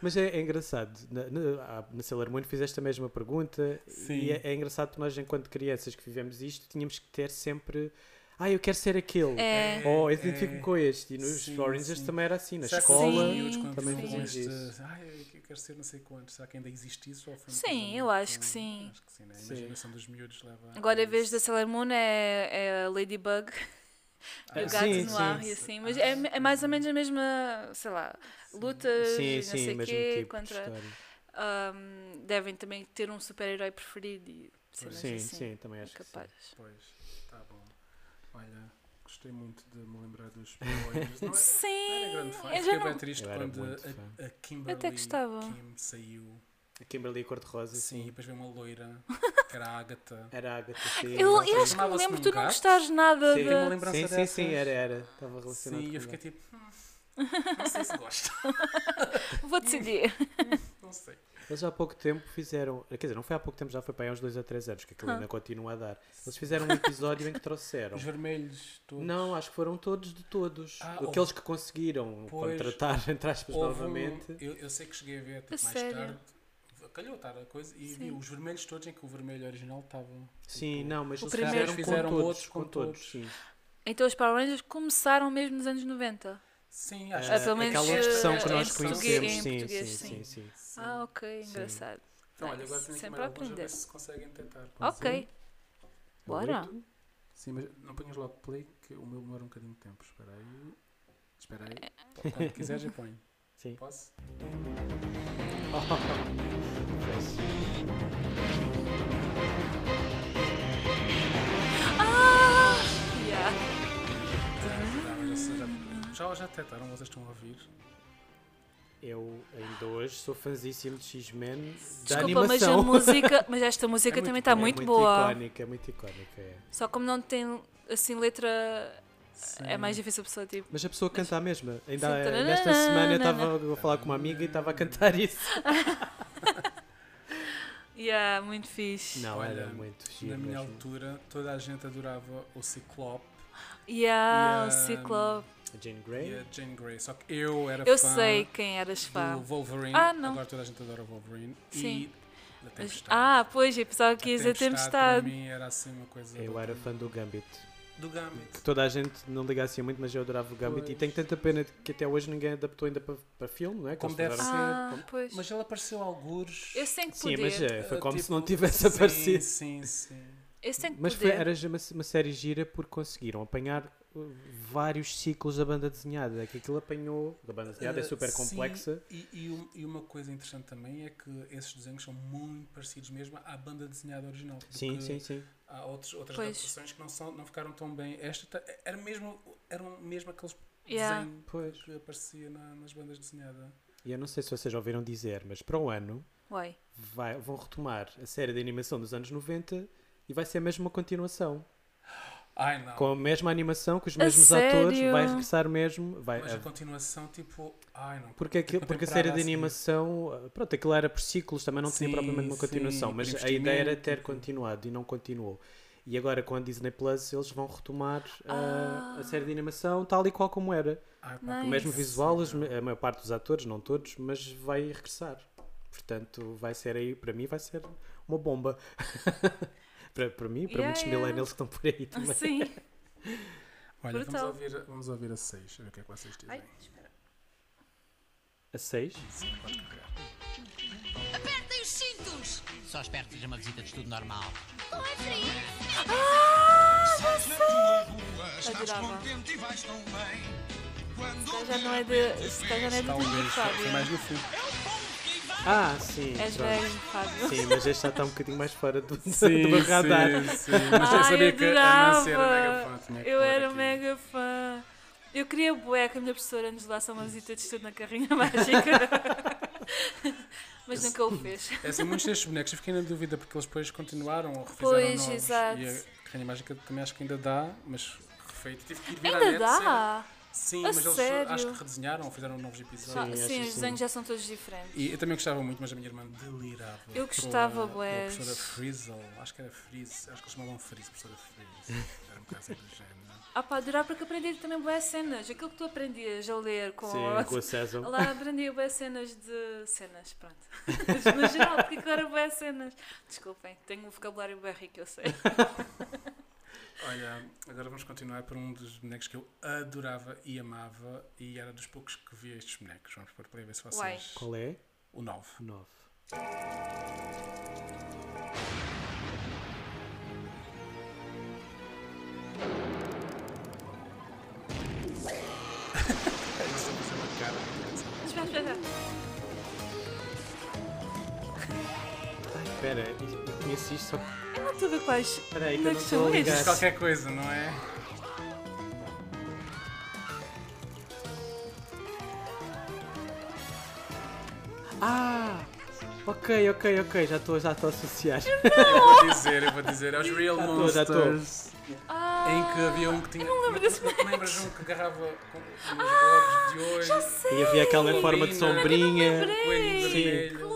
Speaker 4: mas é, é engraçado. Na, na, ah, na Sailor Moon fizeste a mesma pergunta
Speaker 2: Sim.
Speaker 4: e é, é engraçado que nós, enquanto crianças que vivemos isto, tínhamos que ter sempre. Ah, eu quero ser aquele.
Speaker 1: É.
Speaker 4: Ou eu identifico-me
Speaker 2: é.
Speaker 4: com este. E nos
Speaker 2: Sim,
Speaker 4: Power Rangers
Speaker 2: sim.
Speaker 4: também era assim. Na
Speaker 2: Será que
Speaker 4: escola.
Speaker 2: os miúdos, quando
Speaker 4: também
Speaker 2: faziam
Speaker 4: fazíamos
Speaker 2: este.
Speaker 4: isso.
Speaker 2: Ai, eu quero ser não sei quantos. Será que ainda existe isso? Ou foi uma
Speaker 1: Sim,
Speaker 2: coisa
Speaker 1: eu
Speaker 2: muito-
Speaker 1: acho que sim.
Speaker 2: Acho que sim, né? A
Speaker 4: Sim.
Speaker 2: imaginação dos miúdos leva.
Speaker 1: Agora,
Speaker 2: a
Speaker 1: em vez
Speaker 2: isso.
Speaker 1: da Sailor Moon, é, é a Ladybug,
Speaker 2: Ah,
Speaker 1: o gato
Speaker 4: sim,
Speaker 1: no
Speaker 4: sim.
Speaker 1: ar e assim. Mas é, é mais ou menos a mesma, sei lá, lutas, e
Speaker 4: Sim,
Speaker 1: não
Speaker 4: sim,
Speaker 1: sei
Speaker 4: mesmo
Speaker 1: quê,
Speaker 4: tipo de
Speaker 1: contra.
Speaker 4: história.
Speaker 1: Ahm, devem também ter um super-herói preferido e cenas
Speaker 4: Sim,
Speaker 1: assim.
Speaker 4: sim, também
Speaker 1: É
Speaker 4: acho que sim.
Speaker 1: capaz.
Speaker 2: Pois, tá bom. Olha, gostei muito de me lembrar dos Power Rangers. Não é- não era
Speaker 1: Sim,
Speaker 2: grande fã.
Speaker 1: eu
Speaker 2: Fiquei
Speaker 1: já não.
Speaker 2: bem triste
Speaker 4: Eu era
Speaker 2: quando
Speaker 4: muito
Speaker 2: a-
Speaker 4: fã.
Speaker 2: a, Kimberly
Speaker 1: Eu até gostava.
Speaker 2: Kim saiu.
Speaker 4: A Kimberly é Cor-de-Rosa.
Speaker 2: Sim, e
Speaker 4: Sim.
Speaker 2: depois veio uma loira, que era a Agatha.
Speaker 4: Era a Agatha. sim,
Speaker 1: Ah, Eu, eu acho que me
Speaker 2: Chamava-se
Speaker 1: lembro
Speaker 2: um
Speaker 1: tu não
Speaker 2: gato?
Speaker 1: gostares nada
Speaker 4: Sim.
Speaker 1: de.
Speaker 2: Tenho uma lembrança
Speaker 4: Sim, sim,
Speaker 2: dessas.
Speaker 4: sim, era, era. Estava relacionado
Speaker 2: Sim,
Speaker 4: com
Speaker 2: eu
Speaker 4: ela.
Speaker 2: fiquei tipo, "Hum, não sei se gosto,
Speaker 1: Vou decidir.
Speaker 2: não sei.
Speaker 4: Eles há pouco tempo fizeram, quer dizer, não foi há pouco tempo, já foi para aí há uns 2 a 3 anos, que aquilo
Speaker 1: Ah.
Speaker 4: ainda continua a dar. Eles fizeram um episódio em que trouxeram.
Speaker 2: Os vermelhos, todos.
Speaker 4: Não, acho que foram todos de todos.
Speaker 2: Ah,
Speaker 4: Aqueles
Speaker 2: houve-
Speaker 4: que conseguiram
Speaker 2: Pois,
Speaker 4: contratar, entre aspas,
Speaker 2: Houve um-
Speaker 4: novamente.
Speaker 2: eu, eu sei que cheguei a ver tipo,
Speaker 1: A
Speaker 2: mais
Speaker 1: sério?
Speaker 2: tarde. Calhou estar a coisa e vi os vermelhos todos em que o vermelho original estava.
Speaker 4: Sim,
Speaker 2: tipo,
Speaker 4: não, mas
Speaker 1: O
Speaker 4: eles
Speaker 1: primeiro-
Speaker 4: fizeram,
Speaker 2: Fizeram
Speaker 4: com todos,
Speaker 2: outros
Speaker 4: com,
Speaker 2: com
Speaker 4: todos.
Speaker 2: todos.
Speaker 4: Sim.
Speaker 1: Então os Power Rangers começaram mesmo nos anos 90.
Speaker 2: Sim, acho
Speaker 4: Ah,
Speaker 1: pelo menos,
Speaker 4: Aquela expressão
Speaker 1: eh,
Speaker 4: que
Speaker 1: em
Speaker 4: nós
Speaker 1: português-
Speaker 2: é
Speaker 4: conhecemos,
Speaker 1: em
Speaker 4: sim, sim,
Speaker 1: português,
Speaker 4: sim,
Speaker 1: sim.
Speaker 4: sim.
Speaker 1: Ah, ok, engraçado.
Speaker 2: Então, olha, agora
Speaker 1: Nice.
Speaker 2: tenho aqui
Speaker 1: Sempre
Speaker 2: mais
Speaker 1: a
Speaker 2: alguns a
Speaker 1: aprender.
Speaker 2: ver se conseguem tentar.
Speaker 4: é.
Speaker 1: Ok. Bora.
Speaker 2: Sim, mas não ponhas logo play, que o meu demora um bocadinho de tempo. Espera aí. Espera aí. Quando quiseres, eu ponho.
Speaker 4: Sim.
Speaker 2: Posso?
Speaker 1: Ah! Yeah.
Speaker 2: Já,
Speaker 4: Uhum.
Speaker 2: já, já, já tentaram, vocês estão a ouvir.
Speaker 4: Eu ainda hoje sou fãzíssimo de X-Men da
Speaker 1: Desculpa, mas a
Speaker 4: animação.
Speaker 1: música, mas esta música
Speaker 2: É
Speaker 1: também
Speaker 2: muito
Speaker 1: está
Speaker 2: boa, é
Speaker 1: Tá muito, boa.
Speaker 4: É muito icónica, é muito icónica, é.
Speaker 1: Só como não tem assim letra, é mais difícil a pessoa tipo.
Speaker 4: Mas a pessoa canta a mesma. Ainda
Speaker 1: Sim,
Speaker 4: eh, nesta
Speaker 1: tananana.
Speaker 4: semana eu estava a falar com uma amiga e estava a cantar isso.
Speaker 1: Yeah, muito fixe.
Speaker 4: Não,
Speaker 2: Olha,
Speaker 4: era muito
Speaker 2: Na
Speaker 4: giro
Speaker 2: minha
Speaker 4: mesmo.
Speaker 2: altura, toda a gente adorava o Ciclope
Speaker 1: Yeah,
Speaker 2: E,
Speaker 1: o
Speaker 2: um,
Speaker 1: Ciclope.
Speaker 4: A Jane
Speaker 2: e
Speaker 4: Grey?
Speaker 2: a Jane Grey. Só que eu era
Speaker 1: Eu
Speaker 2: fã
Speaker 1: sei quem eras fã.
Speaker 2: do Wolverine.
Speaker 1: Ah, não.
Speaker 2: Agora toda a gente adora o Wolverine.
Speaker 1: Sim.
Speaker 2: E da
Speaker 1: Mas-
Speaker 2: Tempestade.
Speaker 1: Ah, pois, eu pensava
Speaker 2: A
Speaker 1: que ias a
Speaker 2: Para
Speaker 1: tempestade.
Speaker 2: mim era assim uma coisa.
Speaker 4: Eu era fã do Gambit.
Speaker 2: do Gambit.
Speaker 4: Que toda a gente não ligasse muito, mas eu adorava o Gambit. E
Speaker 2: Pois.
Speaker 4: tenho tanta pena de que até hoje ninguém adaptou ainda para, para filme, não é? Que
Speaker 2: Como
Speaker 4: eles
Speaker 2: deve
Speaker 4: fizeram-
Speaker 1: Ah,
Speaker 2: Sim,
Speaker 1: pois.
Speaker 2: Mas ele apareceu alguns.
Speaker 1: Esse tem que
Speaker 4: Sim, mas
Speaker 1: Ah, poder.
Speaker 4: eh, foi
Speaker 2: eh,
Speaker 4: como se
Speaker 2: tipo,
Speaker 4: não tivesse
Speaker 2: sim,
Speaker 4: aparecido.
Speaker 2: Sim, sim.
Speaker 1: Esse tem que
Speaker 4: Mas foi,
Speaker 1: poder.
Speaker 4: era uma, uma série gira porque conseguiram apanhar uh, vários ciclos da banda desenhada. É Que aquilo apanhou. A banda desenhada é
Speaker 2: Eh,
Speaker 4: super
Speaker 2: sim,
Speaker 4: complexa.
Speaker 2: E, e um- e uma coisa interessante também é que esses desenhos são muito parecidos mesmo à banda desenhada original.
Speaker 4: Sim,
Speaker 2: porque
Speaker 4: sim, sim.
Speaker 2: Há outros, outras
Speaker 1: Pois.
Speaker 2: adaptações que não, são, não ficaram tão bem. Esta ta- era mesmo, eram mesmo aqueles
Speaker 1: Yeah.
Speaker 2: desenhos
Speaker 4: Pois.
Speaker 2: que aparecia na- nas bandas desenhadas.
Speaker 4: E eu não sei se vocês já ouviram dizer, mas para o ano
Speaker 1: Uai.
Speaker 4: vai- vão retomar a série de animação dos anos 90 e vai ser mesmo uma continuação.
Speaker 2: Ai não.
Speaker 4: Com a mesma animação, com os mesmos atores,
Speaker 1: sério?
Speaker 4: vai regressar mesmo. Vai,
Speaker 2: Mas a
Speaker 4: a-
Speaker 2: continuação, tipo, ai não.
Speaker 4: é.
Speaker 2: assim.
Speaker 4: porque, aquilo- porque a série de animação, uh, pronto, aquilo era por ciclos, também não tinha
Speaker 2: Sim,
Speaker 4: propriamente uma
Speaker 2: sim,
Speaker 4: continuação,
Speaker 2: por
Speaker 4: mas a ideia era
Speaker 2: investimento,
Speaker 4: ter
Speaker 2: sim.
Speaker 4: continuado e não continuou. E agora com a Disney Plus eles vão retomar uh, a
Speaker 1: Ah.
Speaker 4: série de animação tal e qual como era.
Speaker 1: Nice.
Speaker 4: O mesmo visual, as- a maior parte dos atores, não todos, mas vai regressar. Portanto, vai ser aí, para mim, vai ser uma bomba. para, para mim, e para
Speaker 1: Yeah,
Speaker 4: muitos
Speaker 1: yeah.
Speaker 4: millennials que estão por aí também.
Speaker 1: Sim.
Speaker 2: Olha, vamos
Speaker 1: brutal.
Speaker 2: ouvir, vamos ouvir a 6, ver o que é que vocês dizem.
Speaker 1: Ai,
Speaker 4: A 6?
Speaker 2: Pode carregar.
Speaker 8: Apertem os cintos!
Speaker 9: Só espero que seja uma visita de estudo normal.
Speaker 8: Não é frio!
Speaker 1: Adorava.
Speaker 7: contente e vais tão bem. Quando
Speaker 1: Se calhar já não é de. Se calhar já não é de
Speaker 2: Talvez
Speaker 1: Didi
Speaker 2: um foi mais
Speaker 1: Fábio.
Speaker 2: no fim.
Speaker 4: Ah, sim.
Speaker 1: És
Speaker 4: pronto.
Speaker 1: velho, Fábio.
Speaker 4: Sim, mas este já está um bocadinho mais fora do, do meu radar.
Speaker 2: sim. Mas eu
Speaker 1: Ai,
Speaker 2: sabia que a Nancy era
Speaker 1: adorava.
Speaker 2: mega fã. tinha que
Speaker 1: Eu
Speaker 2: pôr
Speaker 1: era
Speaker 2: aqui.
Speaker 1: mega fã. Eu queria bué que a minha professora nos lasse uma visita de estudo na carrinha mágica. Mas nunca o fez.
Speaker 2: É assim, muitos destes bonecos eu fiquei na dúvida porque eles depois continuaram ou refizeram
Speaker 1: Pois,
Speaker 2: novos.
Speaker 1: exato.
Speaker 2: E a Carrinha Mágica também acho que ainda dá, mas refeito. Tive que ir ver à
Speaker 1: Ainda
Speaker 2: net, sério.
Speaker 1: dá.
Speaker 2: Sim,
Speaker 1: A
Speaker 2: mas eles
Speaker 1: sério?
Speaker 2: acho que redesenharam ou fizeram novos
Speaker 1: Ah,
Speaker 2: episódios.
Speaker 1: Sim,
Speaker 4: acho que
Speaker 1: os
Speaker 4: sim.
Speaker 1: desenhos já são todos diferentes.
Speaker 2: E eu também gostava muito, mas a minha irmã delirava.
Speaker 1: Eu gostava,
Speaker 2: com a,
Speaker 1: bué.
Speaker 2: com a professora Frizzle, acho que era Frizz, acho que eles chamavam Frizz, professora Frizz. Era um bocado assim do género.
Speaker 1: Ah pá, adorava porque aprendi também boas cenas. Aquilo que tu aprendias a ler com...
Speaker 4: Sim, com a César.
Speaker 1: Lá aprendi boas cenas de... Cenas, pronto. Mas, no geral, porque agora boas cenas. Desculpem, tenho um vocabulário bem rico, eu sei.
Speaker 2: Olha, agora vamos continuar por um dos bonecos que eu adorava e amava e era dos poucos que via estes bonecos. Vamos pôr para ver se vocês.
Speaker 1: Uai.
Speaker 4: Qual é?
Speaker 2: O 9.
Speaker 4: 9.
Speaker 1: Mas vai espera.
Speaker 4: Espera, eu conheci isto só.
Speaker 1: Eu não estou a ver quais...
Speaker 4: Espera aí, que eu
Speaker 1: Não
Speaker 4: não estou a
Speaker 1: são
Speaker 4: ligar.
Speaker 1: estes.
Speaker 2: Qualquer coisa, não é?
Speaker 4: Ah! Ok, ok, ok, já estou já estou a associar.
Speaker 2: Eu vou dizer, eu vou dizer. Aos Real
Speaker 4: tô, já tô.
Speaker 2: Monsters.
Speaker 1: Ah,
Speaker 2: Em que havia um que tinha.
Speaker 1: não lembro desse
Speaker 2: te lembras um que agarrava com com uns blocos de olho?
Speaker 1: sei.
Speaker 4: E havia aquela em forma de
Speaker 2: Combina.
Speaker 4: sombrinha.
Speaker 1: Lembrei.
Speaker 2: Coelhinho
Speaker 4: Sim.
Speaker 2: vermelho.
Speaker 1: Claro!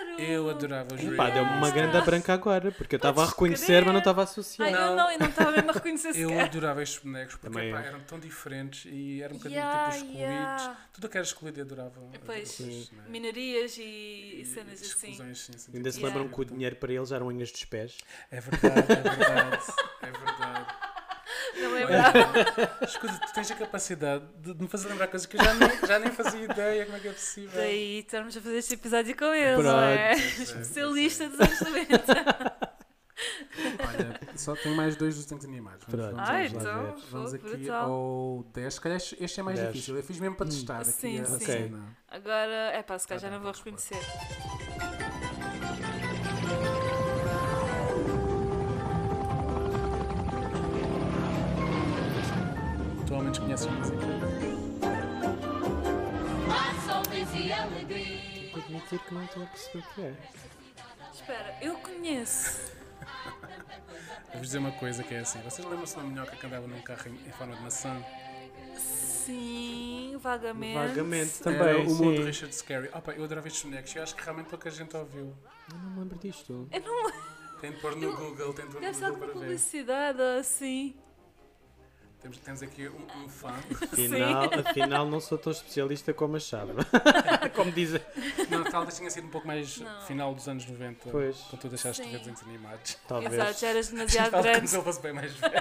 Speaker 6: adoro!
Speaker 2: Eu adorava os
Speaker 4: Pá, deu-me uma grande branca agora, porque eu estava a reconhecer, mas não estava a associar.
Speaker 1: Ai, eu não, eu não estava mesmo a reconhecer
Speaker 2: Eu
Speaker 1: sequer.
Speaker 2: adorava estes bonecos porque
Speaker 4: Também
Speaker 2: pá,
Speaker 4: eu.
Speaker 2: eram tão diferentes e eram um bocadinho
Speaker 1: Yeah,
Speaker 2: tipo excluídos.
Speaker 1: yeah.
Speaker 2: Tudo o que era excluído eu adorava.
Speaker 1: Pois,
Speaker 2: adorava estes bonecos.
Speaker 1: Minorias e, e cenas assim.
Speaker 2: exclusões, sim, sim,
Speaker 4: Ainda se
Speaker 2: tipo,
Speaker 4: lembram que o dinheiro para eles eram unhas dos pés.
Speaker 2: É verdade, é verdade. é verdade.
Speaker 1: Não é verdade?
Speaker 2: Olha, Escuta, tu tens a capacidade de de me fazer lembrar coisas que eu já nem, já nem fazia ideia como é que é possível.
Speaker 1: Daí estamos a fazer este episódio com ele,
Speaker 4: Pronto.
Speaker 1: não é?
Speaker 2: Pois é,
Speaker 1: Especialista dos anos 90.
Speaker 2: Olha, só tem mais dois desenhos animados. Vamos,
Speaker 4: Pronto.
Speaker 2: vamos,
Speaker 1: Ai,
Speaker 4: lá
Speaker 1: então,
Speaker 4: ver.
Speaker 2: vamos
Speaker 1: fogo,
Speaker 2: aqui
Speaker 1: brutal.
Speaker 2: ao 10. Se calhar este este é mais
Speaker 4: 10.
Speaker 2: difícil. Eu fiz mesmo
Speaker 4: Hum.
Speaker 2: para testar aqui
Speaker 1: Sim,
Speaker 2: a, a
Speaker 1: sim.
Speaker 2: cena.
Speaker 1: Agora, é pá, se calhar já
Speaker 2: Tá bem,
Speaker 1: não vou
Speaker 2: podes pôr.
Speaker 1: reconhecer.
Speaker 2: Tu ao menos conheces a música.
Speaker 4: Vou admitir que não estou a perceber o que é.
Speaker 1: Espera, eu conheço.
Speaker 2: Vou-vos dizer uma coisa que é assim. Vocês lembram-se da minhoca que andava num carro em em forma de maçã?
Speaker 1: Sim, vagamente.
Speaker 4: Vagamente
Speaker 2: Era
Speaker 4: também,
Speaker 2: o mundo
Speaker 4: sim.
Speaker 2: Richard Scary. Opa, eu adorava estes bonecos. Eu acho que realmente pouca gente ouviu.
Speaker 4: Eu não me lembro disto.
Speaker 1: Eu não
Speaker 2: Tem de pôr no Google, tem de pôr no
Speaker 1: deve ser
Speaker 2: Google
Speaker 1: alguma
Speaker 2: para ver.
Speaker 1: publicidade ou assim.
Speaker 2: Temos, temos aqui um, um fã.
Speaker 4: Afinal, afinal, não sou tão especialista como achava. como dizem.
Speaker 2: Não, talvez tenha sido um pouco mais final dos anos 90.
Speaker 4: Pois.
Speaker 2: Quando tu deixaste de ver
Speaker 1: Sim.
Speaker 2: desenhos animados.
Speaker 4: Talvez.
Speaker 1: Exato, já eras demasiado
Speaker 2: Talvez
Speaker 1: grande.
Speaker 2: como se eu fosse bem mais velho.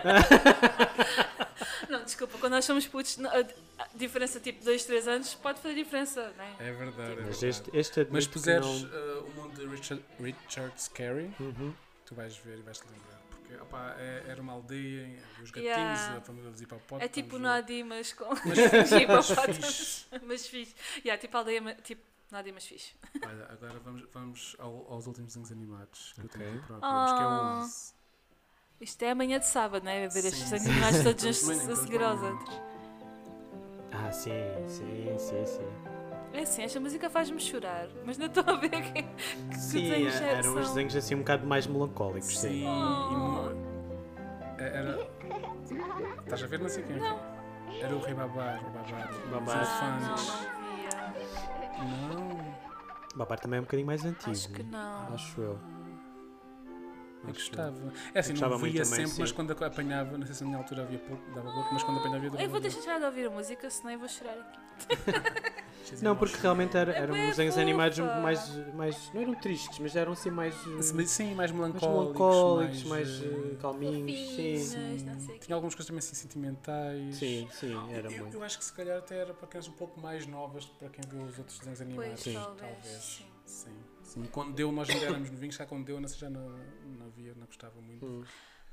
Speaker 1: Não, desculpa, quando nós somos putos, não, a a diferença tipo 2, 3 anos pode fazer diferença, não é?
Speaker 2: É verdade, é
Speaker 4: Mas
Speaker 2: verdade.
Speaker 4: este, este admito
Speaker 2: Mas
Speaker 4: que
Speaker 2: puseres
Speaker 4: não-
Speaker 2: eh, o mundo de Richard, Richard Scary,
Speaker 4: Uhum.
Speaker 2: tu vais ver e vais-te lembrar. Porque opa, é- era uma aldeia, havia os gatinhos,
Speaker 1: Yeah.
Speaker 2: a família dos hipopótamos.
Speaker 1: É tipo
Speaker 2: o-
Speaker 1: Nadi, mas com.
Speaker 2: Mas
Speaker 1: Sim,
Speaker 2: mas
Speaker 1: hipopótamos.
Speaker 2: fixe.
Speaker 1: mas fixe. Yeah, tipo aldeia, ma- tipo Nadi, mas fixe.
Speaker 2: Olha, agora vamos, vamos ao- aos últimos desenhos animados que eu tenho
Speaker 4: Ok.
Speaker 2: aqui para Vamos que é o
Speaker 1: Ah.
Speaker 2: 11.
Speaker 1: Isto é amanhã de sábado, não é? Beber
Speaker 2: Sim,
Speaker 1: estes
Speaker 2: sim,
Speaker 1: animais
Speaker 2: sim.
Speaker 1: todos
Speaker 2: Todos
Speaker 1: uns
Speaker 2: manhã,
Speaker 1: a
Speaker 2: todos
Speaker 1: seguir aos
Speaker 2: manhã.
Speaker 1: outros.
Speaker 4: Ah, sim, sim, sim, sim.
Speaker 1: É assim, esta música faz-me chorar, mas não estou a ver que, que
Speaker 4: Sim,
Speaker 1: desenhos é-
Speaker 4: eram uns
Speaker 1: são.
Speaker 4: desenhos assim um bocado mais melancólicos, sim.
Speaker 2: Sim, e mo- é- era. Estás a ver? Não sei quem é que é. Era o Rei Babar, o Babar, os
Speaker 4: Babar.
Speaker 2: elefantes.
Speaker 1: Ah, Não, não via.
Speaker 2: Não,
Speaker 4: Babar também é um bocadinho mais antigo.
Speaker 1: Acho que não.
Speaker 4: Acho eu.
Speaker 2: eu gostava. É assim,
Speaker 4: gostava
Speaker 2: não
Speaker 4: muito
Speaker 2: via
Speaker 4: também,
Speaker 2: sempre,
Speaker 4: sim.
Speaker 2: mas quando apanhava, não sei se na minha altura havia pouco, dava pouco, mas quando apanhava eu dava
Speaker 1: Eu vou deixar já de ouvir a música, senão eu vou chorar aqui.
Speaker 4: Não, porque realmente era, eram
Speaker 1: É bué
Speaker 4: uns desenhos animados
Speaker 1: fofa.
Speaker 4: mais, mais. Não eram tristes, mas eram assim mais. eh,
Speaker 2: Mas Sim, mais
Speaker 4: mais
Speaker 2: melancólicos.
Speaker 4: melancólicos, mais,
Speaker 2: eh,
Speaker 4: eh, calminhos. Sim.
Speaker 1: Mas não sei o quê.
Speaker 2: Tinha algumas coisas também assim sentimentais.
Speaker 4: Sim, sim, era
Speaker 2: eu,
Speaker 4: muito.
Speaker 2: eu acho que se calhar até era para crianças um pouco mais novas para quem viu os outros desenhos
Speaker 1: Pois,
Speaker 2: animados.
Speaker 4: Sim.
Speaker 1: talvez.
Speaker 2: Talvez.
Speaker 1: sim.
Speaker 2: Sim. Sim, Quando deu, nós ainda éramos novinhos, já quando deu, não sei, já não, não via, não gostava muito.
Speaker 4: Hum,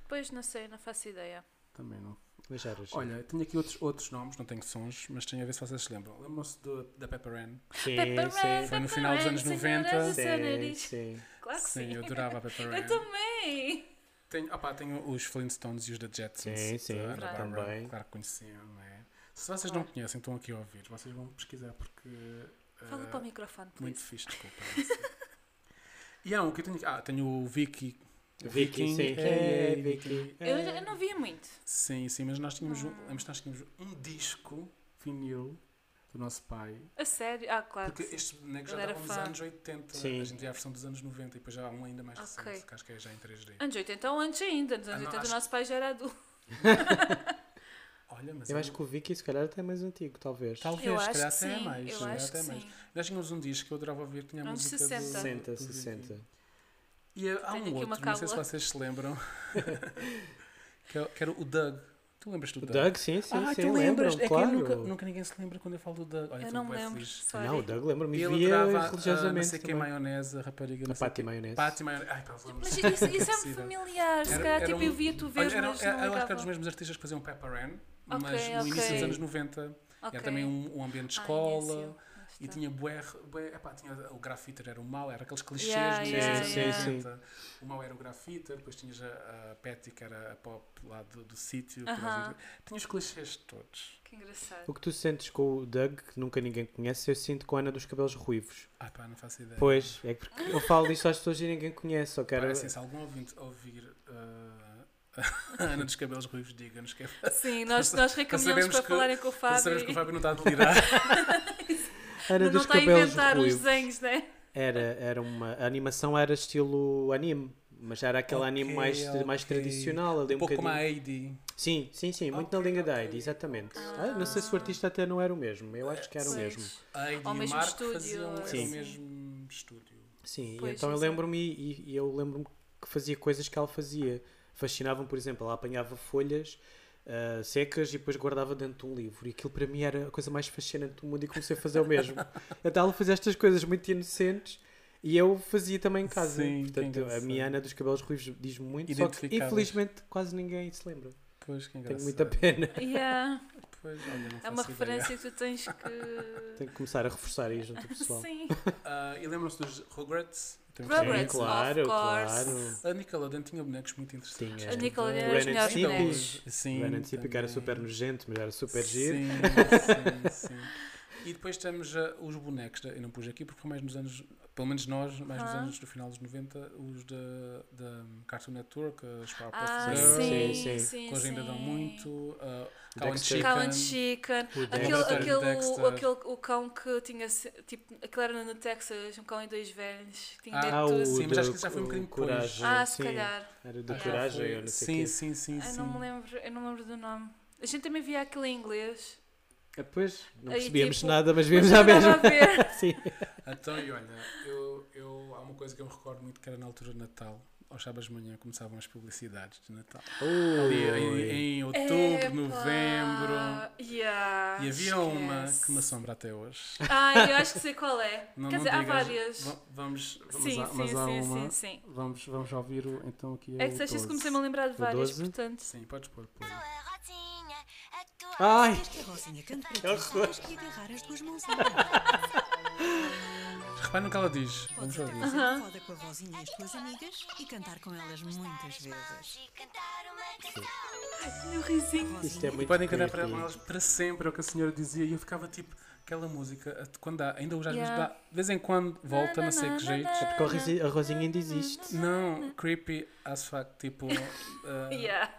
Speaker 1: Pois, não sei, não faço ideia.
Speaker 2: Também não.
Speaker 4: mas era giro.
Speaker 2: Olha, tenho aqui outros, outros nomes, não tenho sons, mas tenho a ver se vocês se lembram. Lembram-se do- da Pepper Ann?
Speaker 4: Sim,
Speaker 1: Pepper Ann,
Speaker 4: sim.
Speaker 2: Foi no final dos
Speaker 1: Pepper
Speaker 2: anos
Speaker 1: Ann, senhoras
Speaker 2: 90.
Speaker 1: do seu
Speaker 4: Sim,
Speaker 1: nariz.
Speaker 4: sim.
Speaker 1: Claro que Ah, sim.
Speaker 2: eu adorava a Pepper
Speaker 1: Eu
Speaker 2: Ann.
Speaker 1: também.
Speaker 2: Tenho, opá, tenho os Flintstones e os da Jetsons. eh,
Speaker 4: Sim, sim,
Speaker 2: da Hanna-Barbera,
Speaker 4: também.
Speaker 2: Claro que conheciam, não é? Se vocês não conhecem, estão aqui a ouvir, vocês vão pesquisar porque...
Speaker 1: Fala
Speaker 2: eh,
Speaker 1: para o microfone, por
Speaker 2: Muito
Speaker 1: isso.
Speaker 2: fixe, desculpa. não sei. e há um que eu tenho aqui. Ah, tenho o Vicky.
Speaker 4: Vicky, sim.
Speaker 2: é,
Speaker 4: É, Vicky.
Speaker 1: Eu, eu não via muito.
Speaker 2: Sim, sim, mas nós tínhamos, um,
Speaker 1: Ah.
Speaker 2: lembro-me que nós tínhamos um disco vinil do nosso pai.
Speaker 1: A sério? Ah, claro.
Speaker 2: Porque
Speaker 1: que sim.
Speaker 2: estes bonecos já
Speaker 1: Ele era
Speaker 2: davam dos
Speaker 1: fã.
Speaker 2: anos 80.
Speaker 4: Sim.
Speaker 2: A gente via a versão dos anos 90 e depois já há um ainda mais
Speaker 1: Ok. Ah.
Speaker 2: recente, que acho que é já em 3D.
Speaker 1: Anos 80 ou antes ainda. Nos
Speaker 2: Ah,
Speaker 1: anos
Speaker 2: não,
Speaker 1: 80 o
Speaker 2: acho-
Speaker 1: nosso pai já era adulto.
Speaker 2: Olha, mas
Speaker 4: Eu
Speaker 2: é-
Speaker 4: acho que o Vicky, se calhar, até é mais antigo, talvez.
Speaker 2: Talvez,
Speaker 1: Eu
Speaker 2: se
Speaker 1: acho
Speaker 2: calhar
Speaker 1: que
Speaker 2: até é
Speaker 1: sim.
Speaker 2: mais. se
Speaker 1: Eu
Speaker 2: calhar
Speaker 1: acho
Speaker 2: até
Speaker 1: que
Speaker 2: é mais.
Speaker 1: sim.
Speaker 2: Nós tínhamos um disco que eu adorava ouvir, tinha a
Speaker 1: Anos
Speaker 2: música
Speaker 1: 60.
Speaker 2: do...
Speaker 4: 60,
Speaker 2: do Vicky.
Speaker 4: 60.
Speaker 2: E eh, há
Speaker 1: Tenho
Speaker 2: um
Speaker 1: aqui uma
Speaker 2: outro, não sei se
Speaker 1: cábula.
Speaker 2: vocês se lembram, que, é- que era o Doug. Tu lembras do
Speaker 4: O
Speaker 2: Doug?
Speaker 4: Doug, sim, sim,
Speaker 2: ah,
Speaker 4: sim.
Speaker 2: tu lembras?
Speaker 4: lembram,
Speaker 2: é
Speaker 4: claro.
Speaker 2: que eu nunca, nunca ninguém se lembra quando eu falo do Doug. Olha,
Speaker 1: Eu
Speaker 2: tu
Speaker 1: não
Speaker 2: é
Speaker 1: me lembro.
Speaker 2: feliz.
Speaker 1: Sorry.
Speaker 4: Não, o Doug lembra-me.
Speaker 2: Ele
Speaker 4: Via
Speaker 2: adorava ah, não
Speaker 4: religiosamente.
Speaker 2: sei quem
Speaker 4: também.
Speaker 2: maionese, a rapariga.
Speaker 4: A
Speaker 2: não sei
Speaker 4: Patty
Speaker 2: quem.
Speaker 4: Maionese.
Speaker 2: Pátio maionese. Ai, pá, lembro-me.
Speaker 1: Mas isso, isso é
Speaker 2: Sim,
Speaker 1: me familiar. Se
Speaker 2: era-
Speaker 1: calhar,
Speaker 2: era
Speaker 1: tipo,
Speaker 2: um-
Speaker 1: eu via tu vês,
Speaker 2: Olha, era-
Speaker 1: mas
Speaker 2: era-
Speaker 1: não
Speaker 2: Eu acho que era
Speaker 1: ligava.
Speaker 2: dos mesmos artistas que faziam o Pepper Ann, mas
Speaker 1: Ok,
Speaker 2: no início dos
Speaker 1: ok.
Speaker 2: anos 90.
Speaker 1: Ok.
Speaker 2: Era também um, um ambiente de
Speaker 1: Ah,
Speaker 2: escola.
Speaker 1: início.
Speaker 2: e
Speaker 1: Está.
Speaker 2: tinha bué, bué epá, tinha o grafiter era o mau, era aqueles clichês
Speaker 1: Yeah,
Speaker 2: dos
Speaker 1: yeah,
Speaker 2: anos
Speaker 4: yeah.
Speaker 2: 60. O mau era o grafiter, depois tinhas a, a Patty, que era a pop lá do, do sítio. que
Speaker 1: Aham.
Speaker 2: nós- Tinha os clichês todos.
Speaker 1: Que engraçado.
Speaker 4: O que tu sentes com o Doug, que nunca ninguém conhece, eu sinto com a Ana dos cabelos ruivos.
Speaker 2: Ai Ah, pá, não faço ideia.
Speaker 4: Pois, é porque eu falo disto às pessoas e ninguém conhece, só
Speaker 2: Pá,
Speaker 4: quero.
Speaker 2: assim, se algum ouvinte ouvir ah, a Ana dos Cabelos Ruivos, diga-nos que é para
Speaker 1: Sim, nós, nós
Speaker 2: sabemos
Speaker 1: recaminhamos para
Speaker 2: que-
Speaker 1: falarem com o Fábio.
Speaker 2: sabermos que o
Speaker 1: e-
Speaker 2: Fábio não está a delirar.
Speaker 4: Ana
Speaker 1: Não
Speaker 4: dos
Speaker 1: está a
Speaker 4: cabelos
Speaker 1: inventar os
Speaker 4: ruivos.
Speaker 1: desenhos, né?
Speaker 4: Era, era uma. A animação era estilo anime, mas era aquele anime
Speaker 2: Ok,
Speaker 4: mais, mais
Speaker 2: ok.
Speaker 4: tradicional, ali um,
Speaker 2: Um pouco como a
Speaker 4: bocadinho.
Speaker 2: Heidi.
Speaker 4: Sim, sim, sim, muito na
Speaker 2: Ok,
Speaker 4: linha da
Speaker 2: ok.
Speaker 4: Heidi, exatamente. Ah, não sei se o artista até não era o mesmo, eu acho que era o mesmo.
Speaker 2: A Heidi
Speaker 1: Ao
Speaker 2: e o
Speaker 1: mesmo
Speaker 2: Marco
Speaker 1: estúdio,
Speaker 2: faziam era
Speaker 4: Sim.
Speaker 2: o mesmo estúdio.
Speaker 4: Sim, e
Speaker 1: Pois,
Speaker 4: então eu
Speaker 1: exato.
Speaker 4: lembro-me e, e eu lembro-me que fazia coisas que ela fazia. Fascinavam, por exemplo, ela apanhava folhas ah, secas e depois guardava dentro de um livro. E aquilo para mim era a coisa mais fascinante do mundo e comecei a fazer o mesmo. então ela fazia estas coisas muito inocentes e eu fazia também em casa.
Speaker 2: Sim, que
Speaker 4: Portanto, a
Speaker 2: engraçado.
Speaker 4: minha Ana dos cabelos ruivos diz-me muito, só que
Speaker 2: Identificavas.
Speaker 4: infelizmente quase ninguém se lembra.
Speaker 2: Pois, que
Speaker 4: Tenho
Speaker 2: engraçado.
Speaker 4: muita pena.
Speaker 1: Yeah,
Speaker 2: Pois, olha, não
Speaker 1: é uma
Speaker 2: faço ideia.
Speaker 1: referência que tu tens que.
Speaker 4: Tenho que começar a reforçar aí junto ao pessoal.
Speaker 1: Sim.
Speaker 2: Ah, e lembram-se dos Rugrats? Também
Speaker 1: Rugrats.
Speaker 2: tinha.
Speaker 1: Sim,
Speaker 4: claro,
Speaker 1: of course.
Speaker 4: claro.
Speaker 2: A Nickelodeon tinha bonecos muito interessantes. tipo
Speaker 4: Tinha.
Speaker 1: A Nickelodeon era
Speaker 4: Ren
Speaker 1: os
Speaker 4: and
Speaker 1: melhores
Speaker 4: Stimpy.
Speaker 1: bonecos.
Speaker 2: Sim.
Speaker 4: Ren and Stimpy, que era
Speaker 2: também.
Speaker 4: super nojento, mas era super giro.
Speaker 2: Sim, sim, sim. E depois temos ah, os bonecos, da- eu não pus aqui porque foi mais nos anos, pelo menos nós, mais nos
Speaker 1: Ah.
Speaker 2: anos do final dos 90, os da, da Cartoon Network, as Powerpuff
Speaker 1: Ah,
Speaker 2: Girls,
Speaker 1: sim,
Speaker 4: sim, sim.
Speaker 1: sim,
Speaker 2: que hoje ainda dão muito, ah, Cow and
Speaker 4: Dexter.
Speaker 2: Chicken,
Speaker 1: Cow and Chicken.
Speaker 4: O
Speaker 1: Aquele,
Speaker 4: Dexter.
Speaker 1: aquele,
Speaker 2: Dexter.
Speaker 1: aquele o cão que tinha, se- tipo, aquele era no Texas, um cão e dois velhos, que tinha
Speaker 2: Ah,
Speaker 1: dentro
Speaker 4: Ah, o
Speaker 1: tudo.
Speaker 2: Sim, mas acho
Speaker 4: da-
Speaker 2: que isso já foi um
Speaker 4: o
Speaker 2: bocadinho depois.
Speaker 4: coragem.
Speaker 1: Ah, se
Speaker 4: sim.
Speaker 1: calhar. Ah,
Speaker 4: Era do
Speaker 2: acho que
Speaker 4: coragem,
Speaker 2: foi-
Speaker 4: eu não sei
Speaker 2: Ah, sim,
Speaker 4: quê.
Speaker 2: sim, sim,
Speaker 1: Eu
Speaker 2: sim.
Speaker 1: não me lembro, eu não me lembro do nome. A gente também via aquele em inglês.
Speaker 4: Depois Ah, não
Speaker 1: Aí,
Speaker 4: percebíamos
Speaker 1: tipo,
Speaker 4: nada,
Speaker 1: Mas
Speaker 4: mas vimos
Speaker 1: não
Speaker 4: à
Speaker 1: dava
Speaker 4: mesma.
Speaker 1: a ver.
Speaker 4: Sim.
Speaker 2: Então, e olha, eu, eu, há uma coisa que eu me recordo muito que era na altura de Natal, aos sábados de manhã começavam as publicidades de Natal. Ali em, em outubro,
Speaker 1: Epá,
Speaker 2: novembro.
Speaker 1: yeah,
Speaker 2: E havia uma
Speaker 1: esquece.
Speaker 2: que me assombra até hoje.
Speaker 1: Ah, eu acho que sei qual é. Quer dizer, há
Speaker 2: digas.
Speaker 1: várias.
Speaker 2: Va- Vamos, vamos,
Speaker 1: sim,
Speaker 2: a-
Speaker 1: sim,
Speaker 2: mas há
Speaker 1: sim,
Speaker 2: uma.
Speaker 1: sim, sim.
Speaker 2: Vamos, vamos ouvir o- então aqui.
Speaker 1: É que
Speaker 2: o
Speaker 1: disseste isso
Speaker 2: 12.
Speaker 1: comecei-me a lembrar de várias,
Speaker 4: 12?
Speaker 1: portanto.
Speaker 2: Sim, podes pôr. pôr.
Speaker 4: Ai,
Speaker 10: Rosinha, canto para ti, só tens que lhe agarrar as duas mãozinhas.
Speaker 2: Repara no que ela diz. Vamos
Speaker 10: Podes ter
Speaker 2: ouvir.
Speaker 10: uma foda com a Rosinha e as tuas amigas e cantar com elas muitas vezes.
Speaker 1: Meu risinho.
Speaker 4: isto é
Speaker 2: E
Speaker 4: muito
Speaker 2: podem cantar para
Speaker 4: creepy.
Speaker 2: elas para sempre, é o que a senhora dizia. E eu ficava tipo, aquela música, a- quando dá, ainda hoje às
Speaker 1: Yeah.
Speaker 2: vezes dá, de vez em quando volta, não sei que jeito.
Speaker 4: É
Speaker 2: Tipo,
Speaker 4: Porque a Rosi- a Rosinha
Speaker 1: Uhum.
Speaker 4: ainda existe.
Speaker 2: Não, creepy as fuck, tipo. ah,
Speaker 1: Yeah.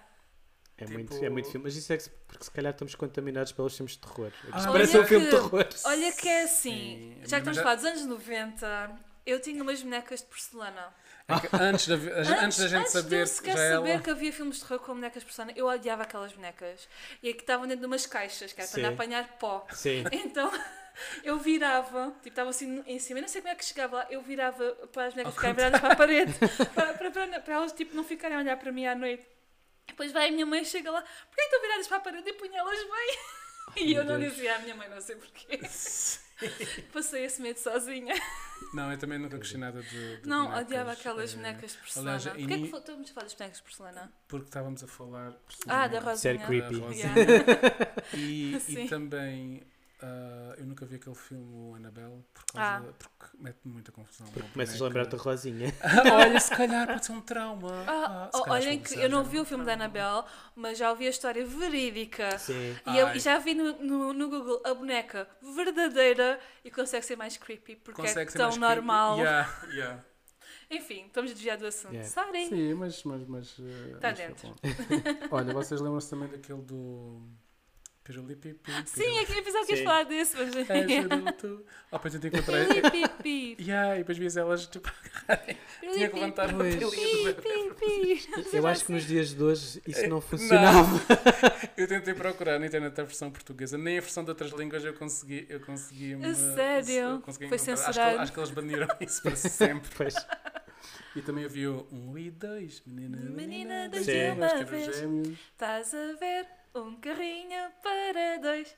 Speaker 4: É,
Speaker 2: Tipo-
Speaker 4: muito, é muito filme. Mas isso é que se- porque se calhar estamos contaminados pelos filmes de terror. É que Isto
Speaker 2: Ah,
Speaker 4: parece
Speaker 1: olha
Speaker 4: um filme de
Speaker 1: que-
Speaker 4: terror.
Speaker 1: Olha que é assim,
Speaker 2: Sim,
Speaker 1: já que
Speaker 2: mas
Speaker 1: estamos a
Speaker 2: já-
Speaker 1: falar dos anos 90, eu tinha umas bonecas de porcelana.
Speaker 2: é que antes, da, vi- antes, da gente
Speaker 1: antes de
Speaker 2: saber
Speaker 1: eu
Speaker 2: que
Speaker 1: sequer
Speaker 2: já é ela.
Speaker 1: saber que havia filmes de terror com bonecas de porcelana, eu odiava aquelas bonecas. E aqui estavam dentro de umas caixas, que era para
Speaker 4: Sim.
Speaker 1: não apanhar pó.
Speaker 4: Sim.
Speaker 1: Então eu virava, tipo, estava assim em cima, eu não sei como é que chegava lá, eu virava para as bonecas ficarem viradas para a parede, para, para, para, para elas tipo, não ficarem a olhar para mim à noite. Depois vai a minha mãe, chega lá, porquê estão viradas para a parede e punha elas bem? E eu não dizia à minha mãe, não sei porquê. Passei esse medo sozinha.
Speaker 2: Não, eu também nunca gostei nada de. de
Speaker 1: Não,
Speaker 2: bonecas,
Speaker 1: odiava aquelas
Speaker 2: eh,
Speaker 1: bonecas de porcelana.
Speaker 2: aliás,
Speaker 1: Porquê é
Speaker 2: ini-
Speaker 1: que fo- estamos a falar das bonecas de porcelana?
Speaker 2: Porque estávamos a falar.
Speaker 1: Ah, da
Speaker 2: precisamente
Speaker 1: Rosinha.
Speaker 4: Sério creepy.
Speaker 2: da Rosinha.
Speaker 1: Yeah.
Speaker 2: E, e
Speaker 1: Sim.
Speaker 2: também. ah, eu nunca vi aquele filme, o Annabelle, por
Speaker 1: Ah.
Speaker 2: causa, porque mete-me muita confusão. Porque
Speaker 4: Começas a lembrar-te da Rosinha.
Speaker 2: Olha, se calhar pode ser um trauma.
Speaker 1: Ah,
Speaker 2: se
Speaker 1: oh,
Speaker 2: calhar
Speaker 1: olhem
Speaker 2: foi
Speaker 1: que
Speaker 2: um
Speaker 1: eu não
Speaker 2: exagero.
Speaker 1: vi o filme da Annabelle, mas já ouvi a história verídica.
Speaker 4: Sim.
Speaker 1: E eu
Speaker 2: Ai.
Speaker 1: e já vi no, no, no Google a boneca verdadeira e consegue ser mais creepy porque é
Speaker 2: Consegue ser
Speaker 1: tão
Speaker 2: mais creepy.
Speaker 1: normal.
Speaker 2: Yeah, yeah.
Speaker 1: Enfim, estamos a desviar do assunto.
Speaker 4: Yeah.
Speaker 1: Sorry.
Speaker 2: Sim, mas. mas, mas eh,
Speaker 1: Tá
Speaker 2: mas foi
Speaker 1: dentro.
Speaker 2: bom. Olha, vocês lembram-se também daquele do. Pirulipi, pirulipi.
Speaker 1: Sim, é que eu pensava que ias
Speaker 4: Sim.
Speaker 1: falar desse, mas.
Speaker 2: É, Ajuda-me tu. Ah, depois eu te encontrei.
Speaker 1: Pi, pi,
Speaker 2: Yeah, e depois vias elas tipo. Tinha que levantar a
Speaker 4: Pois.
Speaker 2: pelinha do
Speaker 1: pi,
Speaker 2: bebê.
Speaker 1: pi, pi.
Speaker 4: Eu acho que nos dias de hoje isso Eh, não funcionava.
Speaker 2: Eu tentei procurar na internet a versão portuguesa, nem a versão de outras línguas eu consegui. Eu consegui
Speaker 1: A sério? Foi
Speaker 2: Acho
Speaker 1: censurado.
Speaker 2: que, acho que eles baniram isso para sempre.
Speaker 4: Pois.
Speaker 2: E também havia o um e dois, menina.
Speaker 1: Menina,
Speaker 2: dois
Speaker 4: dois
Speaker 2: gêmeos,
Speaker 1: uma
Speaker 2: que eram
Speaker 1: vez.
Speaker 2: gêmeos.
Speaker 1: Estás a ver um carrinho para dois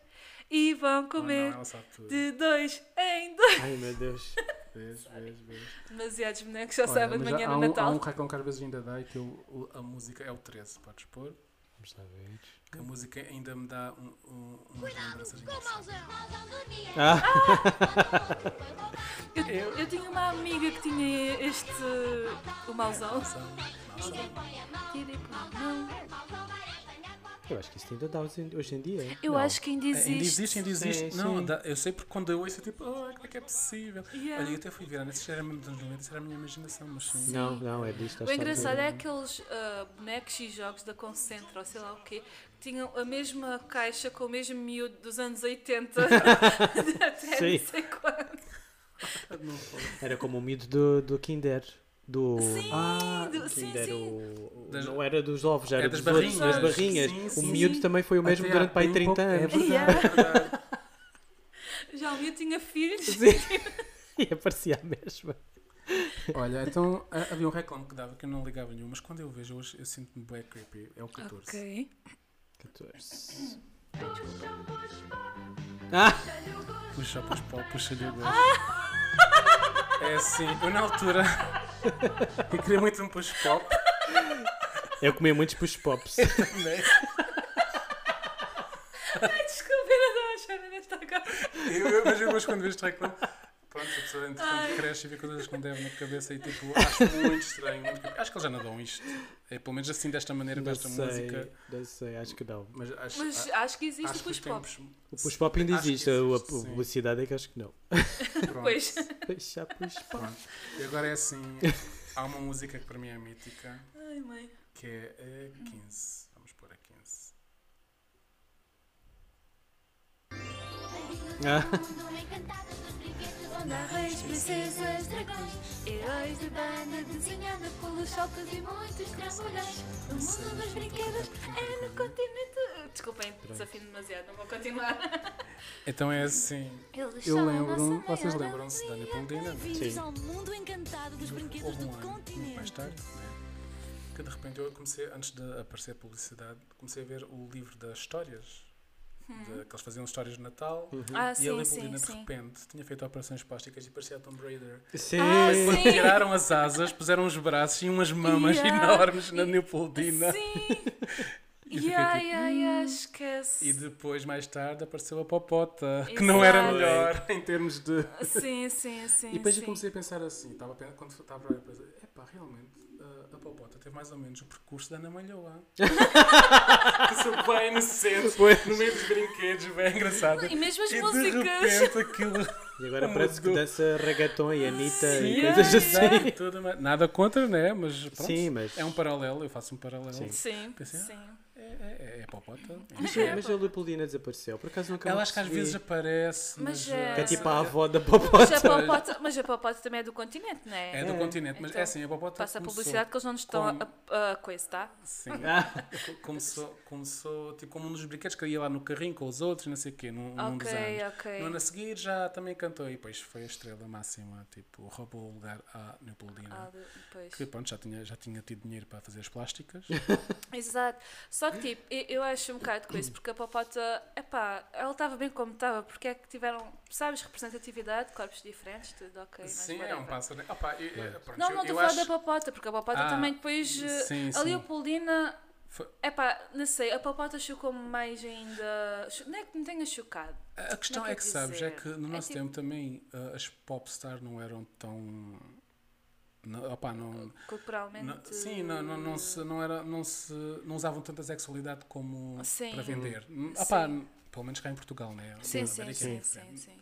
Speaker 1: e vão
Speaker 2: Oh, não,
Speaker 1: comer
Speaker 2: ela sabe tudo.
Speaker 1: de dois em dois.
Speaker 4: Ai meu Deus.
Speaker 2: Vês, vês, vês.
Speaker 1: Demasiados bonecos já
Speaker 2: Olha,
Speaker 1: sabem de
Speaker 2: mas
Speaker 1: manhã
Speaker 2: há
Speaker 1: no
Speaker 2: um-
Speaker 1: Natal.
Speaker 2: Há um racão que às vezes ainda dá e que eu- o- a música é o 13, podes pôr.
Speaker 4: Vamos lá ver.
Speaker 2: Que a música ainda me dá um, um, umas lembranças engraçadas.
Speaker 4: Ah,
Speaker 1: Eu, eu tinha uma amiga que tinha este. o mauzão.
Speaker 4: eu acho que isso ainda dá hoje em- hoje em dia.
Speaker 1: Eu
Speaker 4: Não.
Speaker 1: acho que ainda existe.
Speaker 2: Ainda existe, ainda existe.
Speaker 4: Sim,
Speaker 2: não,
Speaker 4: sim.
Speaker 2: dá- eu sei porque quando eu ouço, eu tipo, oh, como é que é possível?
Speaker 1: Yeah.
Speaker 2: Olha, eu até fui virar, nesse era mesmo dos anos 90, isso era a minha imaginação, mas sim.
Speaker 4: Não, não, é disto.
Speaker 1: O engraçado é aqueles ah, bonecos e jogos da Concentra, ou sei lá o quê, que tinham a mesma caixa com o mesmo miúdo dos anos 80 até
Speaker 4: Sim.
Speaker 1: não sei quando.
Speaker 4: Era como o miúdo do, do Kinder. Do.
Speaker 1: Sim,
Speaker 4: ah,
Speaker 1: do-
Speaker 4: o
Speaker 1: sim,
Speaker 4: Kinder,
Speaker 1: sim.
Speaker 4: o- o-
Speaker 2: Das-
Speaker 4: não era dos ovos, já era
Speaker 2: É das
Speaker 4: dos outros,
Speaker 2: barrinhas.
Speaker 4: das barrinhas.
Speaker 2: Sim,
Speaker 4: o
Speaker 2: sim,
Speaker 4: miúdo
Speaker 1: sim.
Speaker 4: também foi o mesmo
Speaker 2: Até há
Speaker 4: durante para aí
Speaker 2: bem
Speaker 4: 30
Speaker 2: pouco- é
Speaker 4: anos.
Speaker 1: Yeah.
Speaker 2: verdade.
Speaker 1: Já o meu tinha filhos.
Speaker 4: E aparecia a mesma.
Speaker 2: Olha, então ah, havia um reclame que dava que eu não ligava nenhum, mas quando eu vejo hoje eu sinto-me bem creepy. É o 14.
Speaker 1: Ok.
Speaker 4: 14.
Speaker 2: Puxa para os pau, puxa-lhe o gosto.
Speaker 1: Ah!
Speaker 2: É assim, eu na altura. eu queria muito um push pop
Speaker 4: Eu comia muitos push pops.
Speaker 2: também.
Speaker 1: Ai, desculpa, eu não estava a chorar nesta agora.
Speaker 2: Eu, eu, mas eu hoje quando vejo este reclame. Pronto, a pessoa entretanto
Speaker 1: Ai.
Speaker 2: cresce e vê coisas que não devem na cabeça e tipo, acho muito estranho. muito creepy. Acho que eles já não dão isto. É, pelo menos assim, desta maneira, com
Speaker 4: Não
Speaker 2: esta
Speaker 4: sei,
Speaker 2: música.
Speaker 4: não sei, acho que não.
Speaker 2: Mas acho,
Speaker 1: Mas
Speaker 2: a-
Speaker 1: acho que existe
Speaker 2: acho
Speaker 1: o push
Speaker 2: que
Speaker 1: pop.
Speaker 2: temos.
Speaker 4: O push pop ainda
Speaker 2: Acho que
Speaker 4: existe, a-
Speaker 2: existe,
Speaker 4: a
Speaker 2: sim.
Speaker 4: publicidade é que acho que não.
Speaker 2: Pronto.
Speaker 1: Pois.
Speaker 4: Já push pop.
Speaker 2: Pronto. E agora é assim, há uma música que para mim é mítica,
Speaker 1: Ai, mãe.
Speaker 2: que é a 15. Vamos pôr a 15.
Speaker 4: Ah,
Speaker 8: Reis, princesas, dragões, heróis de banda desenhada pelos saltos e muitos trambolhões. O mundo dos brinquedos é
Speaker 2: Uhum.
Speaker 8: no continente.
Speaker 1: Desculpem, desafio demasiado, não vou continuar.
Speaker 2: Então é assim,
Speaker 8: Eles
Speaker 2: eu
Speaker 8: são a
Speaker 2: lembro,
Speaker 8: nossa
Speaker 2: vocês
Speaker 8: maior
Speaker 2: lembram-se da
Speaker 8: alegria.
Speaker 2: Leopoldina? né?
Speaker 10: Vindos ao mundo encantado dos brinquedos
Speaker 2: Houve
Speaker 10: do
Speaker 2: um ano, muito mais
Speaker 10: continente.
Speaker 2: tarde, né? que de repente eu comecei, antes de aparecer a publicidade, comecei a ver o livro das histórias, de- que eles faziam histórias de Natal,
Speaker 1: Hum. Ah,
Speaker 2: e a
Speaker 1: sim, sim,
Speaker 2: Leopoldina de
Speaker 1: sim.
Speaker 2: repente tinha feito operações plásticas e parecia a Tomb Raider.
Speaker 4: sim.
Speaker 1: Ah, sim.
Speaker 2: Tiraram as asas, puseram os braços e umas mamas
Speaker 1: Yeah.
Speaker 2: enormes na
Speaker 1: E-
Speaker 2: Leopoldina.
Speaker 1: Sim!
Speaker 2: E fiquei
Speaker 1: yeah,
Speaker 2: tipo,
Speaker 1: yeah, yeah, esquece.
Speaker 2: E depois, mais tarde, apareceu a Popota, que não era
Speaker 1: Exato.
Speaker 2: melhor em termos de.
Speaker 1: Sim, sim, sim.
Speaker 2: E depois
Speaker 1: sim.
Speaker 2: eu comecei a pensar assim, estava a pen- quando estava a olhar, pensei, epá, realmente, uh, a Popota teve mais ou menos o percurso da Ana Malhoa. que sou bem inocente, no meio dos brinquedos, bem engraçado.
Speaker 1: E mesmo as
Speaker 2: E de
Speaker 1: músicas.
Speaker 2: repente aquilo.
Speaker 4: E agora parece que
Speaker 2: Mudou.
Speaker 4: dança reggaeton e Anitta e
Speaker 2: Sim, é
Speaker 4: coisas assim.
Speaker 2: exato, tudo mais- Nada contra, né? Mas pronto,
Speaker 4: Sim, mas-
Speaker 2: é um paralelo, eu faço um paralelo.
Speaker 4: Sim.
Speaker 1: Sim,
Speaker 2: Pensei, ah,
Speaker 1: sim.
Speaker 2: É, é, é a Popota.
Speaker 4: Mas, mas a Leopoldina desapareceu. Por acaso nunca
Speaker 2: Ela
Speaker 4: mais
Speaker 2: acho que às
Speaker 4: percebi.
Speaker 2: vezes aparece.
Speaker 1: Mas,
Speaker 2: Mas,
Speaker 1: eh,
Speaker 2: uh,
Speaker 4: Que é tipo a avó da Popó.
Speaker 1: Mas a Popota, mas a Popota também é do continente, não é?
Speaker 2: É do continente, mas
Speaker 1: Então,
Speaker 2: é assim, a Popota
Speaker 1: Passa a
Speaker 2: começou-
Speaker 1: publicidade que eles não nos estão
Speaker 2: com-
Speaker 1: a, a, a coisa, tá?
Speaker 2: Sim.
Speaker 4: Ah,
Speaker 2: Co- Começou, começou tipo como um dos brinquedos que ia lá no carrinho com os outros, não sei o quê, num, num dos
Speaker 1: Ok,
Speaker 2: anos.
Speaker 1: ok.
Speaker 2: No ano a seguir já também cantou e depois foi a estrela máxima, tipo, roubou o lugar à
Speaker 1: Ah,
Speaker 2: Leopoldina.
Speaker 1: de- pois.
Speaker 2: que pronto, já tinha, já tinha tido dinheiro para fazer as plásticas.
Speaker 1: Exato. Só que tipo, eu, eu acho um bocado com isso, porque a Popota, epá, ela estava bem como estava, porque é que tiveram, sabes, representatividade, corpos diferentes, tudo ok. mas
Speaker 2: Sim, é
Speaker 1: whatever.
Speaker 2: um pássaro. né? Opa, eu- eu- pronto,
Speaker 1: Não,
Speaker 2: eu-
Speaker 1: não
Speaker 2: eu
Speaker 1: estou a falar
Speaker 2: acho-
Speaker 1: da Popota, porque a Popota
Speaker 2: Ah,
Speaker 1: também depois. eh,
Speaker 2: sim,
Speaker 1: a
Speaker 2: sim.
Speaker 1: Leopoldina.
Speaker 2: Foi-
Speaker 1: Epá, não sei, a Popota chocou-me mais ainda. cho- Não é que me tenha chocado.
Speaker 2: A questão
Speaker 1: Como
Speaker 2: é
Speaker 1: é
Speaker 2: que
Speaker 1: que eu
Speaker 2: sabes, é
Speaker 1: dizer?
Speaker 2: que no
Speaker 1: É
Speaker 2: nosso
Speaker 1: tipo-
Speaker 2: tempo também ah, as popstars não eram tão. Não, opa, não,
Speaker 1: Culturalmente.
Speaker 2: Não- sim, não, não, não, se, não, era, não, se, não usavam tanta sexualidade como
Speaker 1: Sim.
Speaker 2: para vender.
Speaker 1: Sim.
Speaker 2: Ah pá, n- pelo menos cá em Portugal, né?
Speaker 1: Sim,
Speaker 2: Na
Speaker 1: sim,
Speaker 2: América é
Speaker 1: sim, sim,
Speaker 2: diferente.
Speaker 1: sim.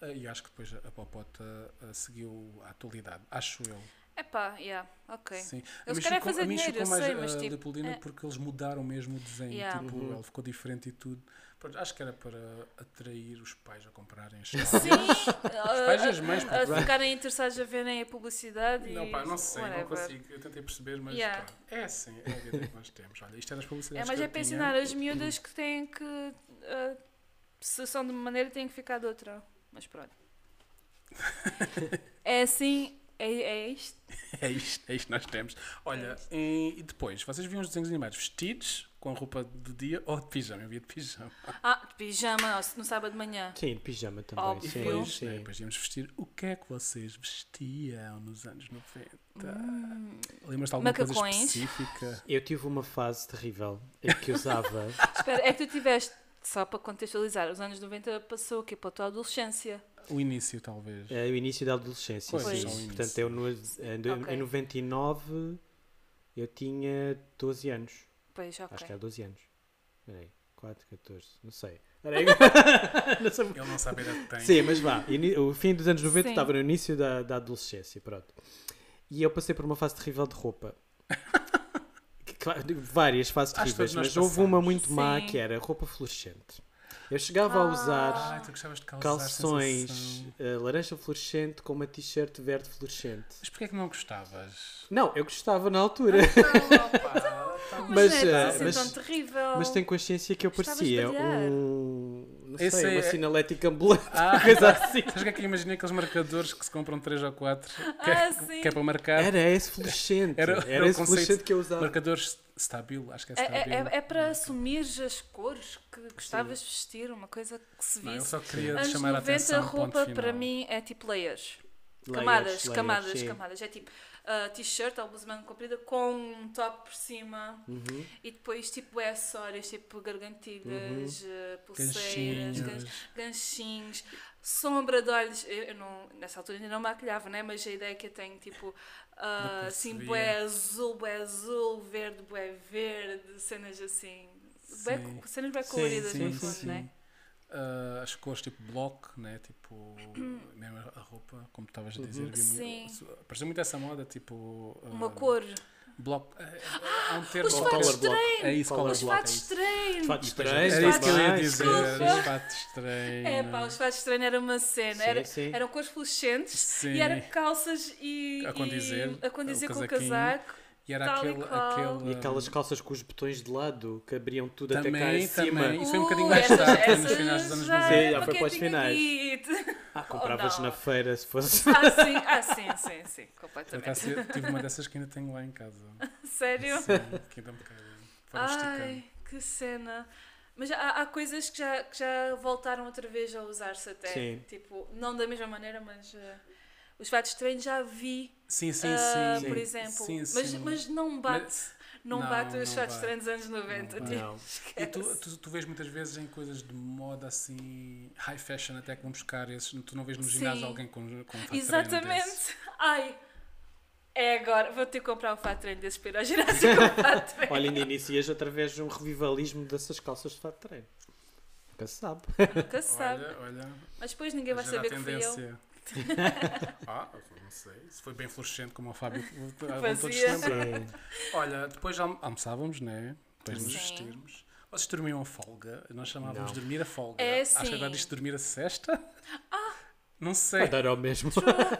Speaker 2: Ah, E acho que depois a Popota ah, seguiu a atualidade, acho eu.
Speaker 1: Epá, yeah, ok.
Speaker 2: Sim.
Speaker 1: Eles
Speaker 2: mim
Speaker 1: querem
Speaker 2: chocou-
Speaker 1: fazer
Speaker 2: mim
Speaker 1: dinheiro,
Speaker 2: chocou
Speaker 1: eu sei, mas
Speaker 2: a
Speaker 1: tipo,
Speaker 2: Leopoldina
Speaker 1: é.
Speaker 2: porque eles mudaram mesmo o desenho,
Speaker 1: Yeah. Uhum.
Speaker 2: tipo, ele ficou diferente e tudo. Pronto, acho que era para atrair os pais a comprarem as
Speaker 1: Sim, a-
Speaker 2: pais e as mães,
Speaker 1: a, a ficarem interessados a verem a publicidade e.
Speaker 2: Não, pá, não sei,
Speaker 1: whatever.
Speaker 2: não consigo. Eu tentei perceber, mas
Speaker 1: Yeah.
Speaker 2: pronto. É assim, é a vida que nós temos. Olha, isto era as
Speaker 1: É,
Speaker 2: publicidades.
Speaker 1: mas
Speaker 2: que
Speaker 1: é
Speaker 2: eu
Speaker 1: para
Speaker 2: tinha.
Speaker 1: ensinar as miúdas que têm que. ah, se são de uma maneira, têm que ficar de outra. Mas pronto. é assim, é, é isto.
Speaker 2: É isto, é isto que nós temos. Olha, e, e depois, vocês viam os desenhos animados vestidos, com a roupa do dia ou de pijama? Eu via de pijama.
Speaker 1: Ah, de pijama, ó, se- no sábado de manhã.
Speaker 4: Sim, de pijama também.
Speaker 1: Óbvio.
Speaker 2: E
Speaker 4: sim,
Speaker 2: depois,
Speaker 4: sim.
Speaker 2: né, depois íamos vestir. O que é que vocês vestiam nos anos 90? Hum. Lembras-te de alguma coisa
Speaker 1: Macacões.
Speaker 2: específica?
Speaker 4: Eu tive uma fase terrível em que usava.
Speaker 1: Espera, é que tu tiveste, só para contextualizar, os anos 90 passou aqui para a tua adolescência.
Speaker 2: O início, talvez.
Speaker 4: É o início da adolescência,
Speaker 2: Pois,
Speaker 4: sim.
Speaker 2: só o início.
Speaker 4: Portanto, eu no, em, do-
Speaker 1: Ok.
Speaker 4: em 99 eu tinha 12 anos.
Speaker 1: Pois, ok.
Speaker 2: é.
Speaker 4: Acho que era 12 anos. Peraí, 4, 14, não sei. Peraí. não sei.
Speaker 2: Ele não sabe a idade que tem.
Speaker 4: Sim, mas vá. ini- O fim dos anos 90
Speaker 1: Sim.
Speaker 4: estava no início da, da adolescência, pronto. E eu passei por uma fase terrível de roupa. Que, claro, várias fases
Speaker 2: Acho que
Speaker 4: terríveis,
Speaker 2: todos nós
Speaker 4: mas houve uma
Speaker 2: passamos.
Speaker 4: muito má
Speaker 1: Sim. Ah.
Speaker 4: que era roupa fluorescente. Eu chegava a usar
Speaker 2: Ai, tu gostavas de calçar
Speaker 4: calções
Speaker 2: sensação.
Speaker 4: eh, laranja fluorescente com uma t-shirt verde fluorescente.
Speaker 2: Mas porquê é que não gostavas?
Speaker 4: Não, eu gostava na altura,
Speaker 1: Mas,
Speaker 4: Mas,
Speaker 1: não é
Speaker 4: eh,
Speaker 1: assim
Speaker 4: mas-
Speaker 1: tão terrível.
Speaker 4: mas tenho consciência que eu
Speaker 1: Gostavas
Speaker 4: parecia
Speaker 1: de brilhar.
Speaker 4: um. Não
Speaker 2: Esse
Speaker 4: sei,
Speaker 2: é-
Speaker 4: uma sinalética ambulante,
Speaker 2: Ah.
Speaker 4: coisa assim.
Speaker 2: Sabes o que é que eu imaginei aqueles marcadores que se compram 3 ou 4 que,
Speaker 1: Ah,
Speaker 2: é,
Speaker 1: sim.
Speaker 2: que é para marcar?
Speaker 4: Era esse fluorescente.
Speaker 2: Era-
Speaker 4: Era,
Speaker 2: era o
Speaker 4: esse
Speaker 2: conceito-
Speaker 4: fluorescente que eu usava.
Speaker 2: Marcadores Stabilo, acho que é
Speaker 1: É,
Speaker 2: Stabilo.
Speaker 1: é- é- é para assumir as cores que gostavas de vestir, uma coisa que se
Speaker 2: Não, eu
Speaker 1: visse.
Speaker 2: só queria
Speaker 1: Anos
Speaker 2: chamar a
Speaker 1: 90,
Speaker 2: atenção.
Speaker 1: a
Speaker 2: no ponto
Speaker 1: roupa para
Speaker 2: final.
Speaker 1: mim é tipo layers.
Speaker 4: Layers,
Speaker 1: camadas,
Speaker 4: layers,
Speaker 1: camadas,
Speaker 4: sim.
Speaker 1: camadas. É tipo ah, t-shirt ou blusa de manga comprida com um top por cima
Speaker 4: Uhum.
Speaker 1: e depois tipo é acessórios, tipo gargantilhas,
Speaker 4: Uhum.
Speaker 1: ah, pulseiras,
Speaker 2: Ganchinhos.
Speaker 1: gan- ganchinhos, sombra de olhos. Eu, eu não, nessa altura ainda não maquilhava, né? mas a ideia que eu tenho tipo ah,
Speaker 2: percebia.
Speaker 1: assim, bué azul, bué azul, verde, bué verde, cenas assim. Bué,
Speaker 2: Sim.
Speaker 1: cenas bué
Speaker 4: Sim,
Speaker 1: coloridas
Speaker 4: sim,
Speaker 1: no fundo,
Speaker 2: sim.
Speaker 1: né?
Speaker 2: Ah, as cores tipo bloco, né? tipo mesmo a roupa, como tu estavas a dizer, vi
Speaker 1: Uhum. Sim.
Speaker 2: muito, pareceu muito essa moda, tipo ah,
Speaker 1: Uma cor.
Speaker 2: Bloco. Ah, ah, Há um termo
Speaker 1: os
Speaker 2: qualquer.
Speaker 1: fatos
Speaker 4: block.
Speaker 2: É isso, color
Speaker 1: Os
Speaker 2: block. é
Speaker 1: fatos
Speaker 2: isso.
Speaker 1: estranhos.
Speaker 4: Fatos
Speaker 2: E depois-
Speaker 4: estranhos,
Speaker 2: Era isso que eu ia
Speaker 4: fatos
Speaker 2: dizer,
Speaker 4: mais.
Speaker 2: os fatos estranhos.
Speaker 1: É pá, os fatos estranhos era uma cena.
Speaker 4: Sim,
Speaker 1: era,
Speaker 4: sim.
Speaker 1: Eram cores fluorescentes
Speaker 2: Sim.
Speaker 1: e eram calças e.
Speaker 2: A condizer,
Speaker 1: e- a condizer
Speaker 2: o
Speaker 1: com o
Speaker 2: casaquinho.
Speaker 1: casaco.
Speaker 2: E era
Speaker 1: tal e
Speaker 2: aquele.
Speaker 1: qual.
Speaker 2: aquele ah,
Speaker 4: E aquelas calças com os botões de lado que abriam tudo até cá
Speaker 2: Também,
Speaker 4: em cima.
Speaker 2: também. Isso foi um bocadinho
Speaker 1: Uh,
Speaker 2: mais
Speaker 1: essas-
Speaker 2: tarde, foi nos
Speaker 1: essas
Speaker 2: finais dos anos
Speaker 1: já
Speaker 2: 90.
Speaker 1: era
Speaker 4: Sim, já foi
Speaker 1: para
Speaker 4: para os
Speaker 1: quem tinha
Speaker 4: finais.
Speaker 1: guito.
Speaker 4: Ah, compravas
Speaker 1: Oh, não.
Speaker 4: na feira se fosse.
Speaker 1: Ah, sim, ah, sim, sim, sim,
Speaker 2: Por
Speaker 1: completamente.
Speaker 2: acaso, eu tive uma dessas que ainda tenho lá em casa.
Speaker 1: Sério?
Speaker 2: Tá Sim, que ainda é um me caiu. Foram esticando.
Speaker 1: Ai, que cena. Mas há, há coisas que já, que já voltaram outra vez a usar-se até.
Speaker 4: Sim.
Speaker 1: Tipo, não da mesma maneira, mas eh, os fatos de treino já vi,
Speaker 2: Sim, sim,
Speaker 1: ah,
Speaker 2: sim.
Speaker 1: por exemplo.
Speaker 2: Sim,
Speaker 1: Mas,
Speaker 2: sim.
Speaker 1: mas não bate,
Speaker 2: Mas-
Speaker 1: não,
Speaker 2: não,
Speaker 1: bate os
Speaker 2: não
Speaker 1: fatos de
Speaker 2: bate.
Speaker 1: treino dos anos 90.
Speaker 2: Né? Não
Speaker 1: tipo,
Speaker 4: Não.
Speaker 2: E tu,
Speaker 1: esquece.
Speaker 2: tu, tu vês muitas vezes em coisas de moda assim, high fashion até que vão buscar esses. Tu não vês no ginásio
Speaker 1: Sim.
Speaker 2: alguém com, com um fato de treino desse.
Speaker 1: Exatamente. Ai, é agora. Vou ter que comprar um fato de treino desse para ir ao ginásio com um fato de treino.
Speaker 4: Olha, ainda inicias através de um revivalismo dessas calças de fato de treino. Nunca se sabe.
Speaker 1: Nunca se sabe.
Speaker 2: Olha, olha.
Speaker 1: Mas depois ninguém vai
Speaker 2: já era
Speaker 1: saber que fui eu.
Speaker 2: ah, não sei. Se foi bem fluorescente como o Fábio. vão todos
Speaker 1: Fazia.
Speaker 2: lembrar. Olha, depois alm- almoçávamos, né? Depois nos
Speaker 1: Sim.
Speaker 2: vestirmos. Vocês dormiam a folga? Nós chamávamos de dormir a folga.
Speaker 1: É,
Speaker 2: Acho que agora
Speaker 1: sim. Ah!
Speaker 2: diz dormir a sesta? Não sei.
Speaker 4: Vai dar ao mesmo.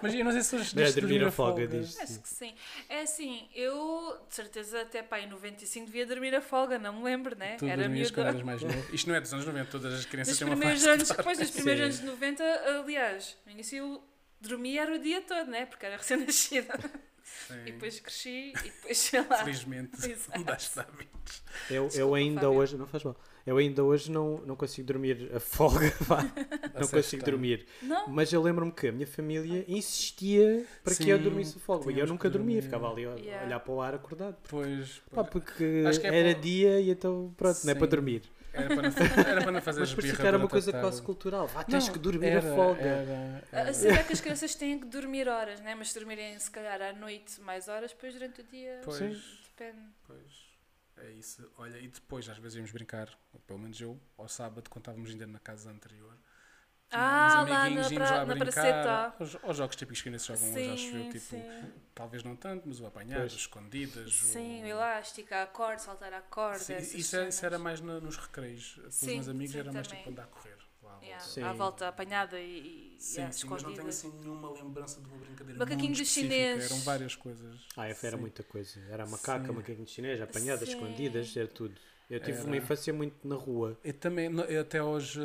Speaker 2: Mas eu não sei se hoje
Speaker 4: Não é
Speaker 2: diz
Speaker 4: dormir a folga, diz.
Speaker 1: Acho que sim. É assim, eu de certeza até pá, em 95 devia dormir a folga, não me lembro, né?
Speaker 2: Tu
Speaker 1: Era
Speaker 2: dormias quando eras
Speaker 1: miúdo.
Speaker 2: mais novo. Isto não é dos anos 90, todas as crianças
Speaker 1: Nos
Speaker 2: têm uma
Speaker 1: primeiros
Speaker 2: fase.
Speaker 1: anos, depois dos primeiros
Speaker 4: Sim.
Speaker 1: anos de 90, aliás, no início eu dormia era o dia todo, né? Porque era recém-nascida.
Speaker 2: Sim.
Speaker 1: E depois cresci e depois sei lá.
Speaker 2: eh, Felizmente,
Speaker 1: Exato.
Speaker 2: não dá hábitos.
Speaker 4: Eu, eu
Speaker 1: Desculpa,
Speaker 4: ainda
Speaker 1: Fábio.
Speaker 4: hoje. Não faz mal. Eu ainda hoje não, não consigo dormir a folga. Vá. Não consigo dormir.
Speaker 1: Não?
Speaker 4: Mas eu lembro-me que a minha família insistia para
Speaker 2: Sim,
Speaker 4: que eu dormisse a folga. E eu
Speaker 2: tínhamos
Speaker 4: nunca
Speaker 2: que dormir.
Speaker 4: dormia. Ficava ali a
Speaker 1: Yeah.
Speaker 4: olhar para o ar acordado.
Speaker 2: Pois,
Speaker 4: Pá,
Speaker 2: pois.
Speaker 4: porque
Speaker 2: Acho que é
Speaker 4: era
Speaker 2: para-
Speaker 4: dia e então, pronto, não é para
Speaker 2: Sim.
Speaker 4: dormir.
Speaker 2: era, para não, fa- era para não fazer
Speaker 4: Mas parecia
Speaker 2: esbirra
Speaker 4: que era uma
Speaker 2: durante a
Speaker 4: coisa
Speaker 2: tarde.
Speaker 4: quase cultural. Vá, tens
Speaker 2: Não,
Speaker 4: que dormir
Speaker 2: era,
Speaker 4: a folga.
Speaker 2: Era,
Speaker 1: A a
Speaker 2: era.
Speaker 1: cena é que as crianças têm que dormir horas, né? Mas se dormirem se calhar à noite mais horas, depois durante o dia
Speaker 2: Pois.
Speaker 1: depende.
Speaker 2: Pois, é isso. Olha, e depois às vezes íamos brincar, ou pelo menos eu, ao sábado, quando estávamos ainda na casa anterior.
Speaker 1: Ah,
Speaker 2: tínhamos
Speaker 1: lá
Speaker 2: amiguinhos,
Speaker 1: na
Speaker 2: íamos
Speaker 1: pra- na
Speaker 2: brincar.
Speaker 1: praceta.
Speaker 2: Os, os jogos típicos que ainda se jogam hoje, acho eu,
Speaker 1: Sim,
Speaker 2: tipo,
Speaker 1: sim.
Speaker 2: talvez não tanto, mas o apanhar,
Speaker 4: Pois.
Speaker 2: as escondidas.
Speaker 1: Sim,
Speaker 2: o...
Speaker 1: o elástico, a corda, saltar a corda.
Speaker 2: Sim,
Speaker 1: essas
Speaker 2: isso, é- isso
Speaker 1: cenas.
Speaker 2: era mais no- nos recreios. Com os
Speaker 1: Sim,
Speaker 2: meus amigos
Speaker 1: sim,
Speaker 2: era mais
Speaker 1: também.
Speaker 2: tipo andar a correr. Lá à volta.
Speaker 1: Yeah,
Speaker 4: Sim.
Speaker 1: à volta apanhada e, e
Speaker 2: Sim,
Speaker 1: yeah,
Speaker 2: sim, mas não tenho
Speaker 1: escondida.
Speaker 2: assim nenhuma lembrança de uma brincadeira
Speaker 1: Macaquinho
Speaker 2: muito
Speaker 1: dos
Speaker 2: específica.
Speaker 1: chinês.
Speaker 2: Eram várias coisas.
Speaker 4: Ah, era
Speaker 2: Sim.
Speaker 4: muita coisa. Era macaca,
Speaker 2: Sim.
Speaker 4: macaquinho chinês, apanhadas,
Speaker 1: Sim.
Speaker 4: escondidas, era tudo. Eu tive
Speaker 2: Era.
Speaker 4: uma infância muito na rua.
Speaker 2: Eu também, no- eu até aos eh,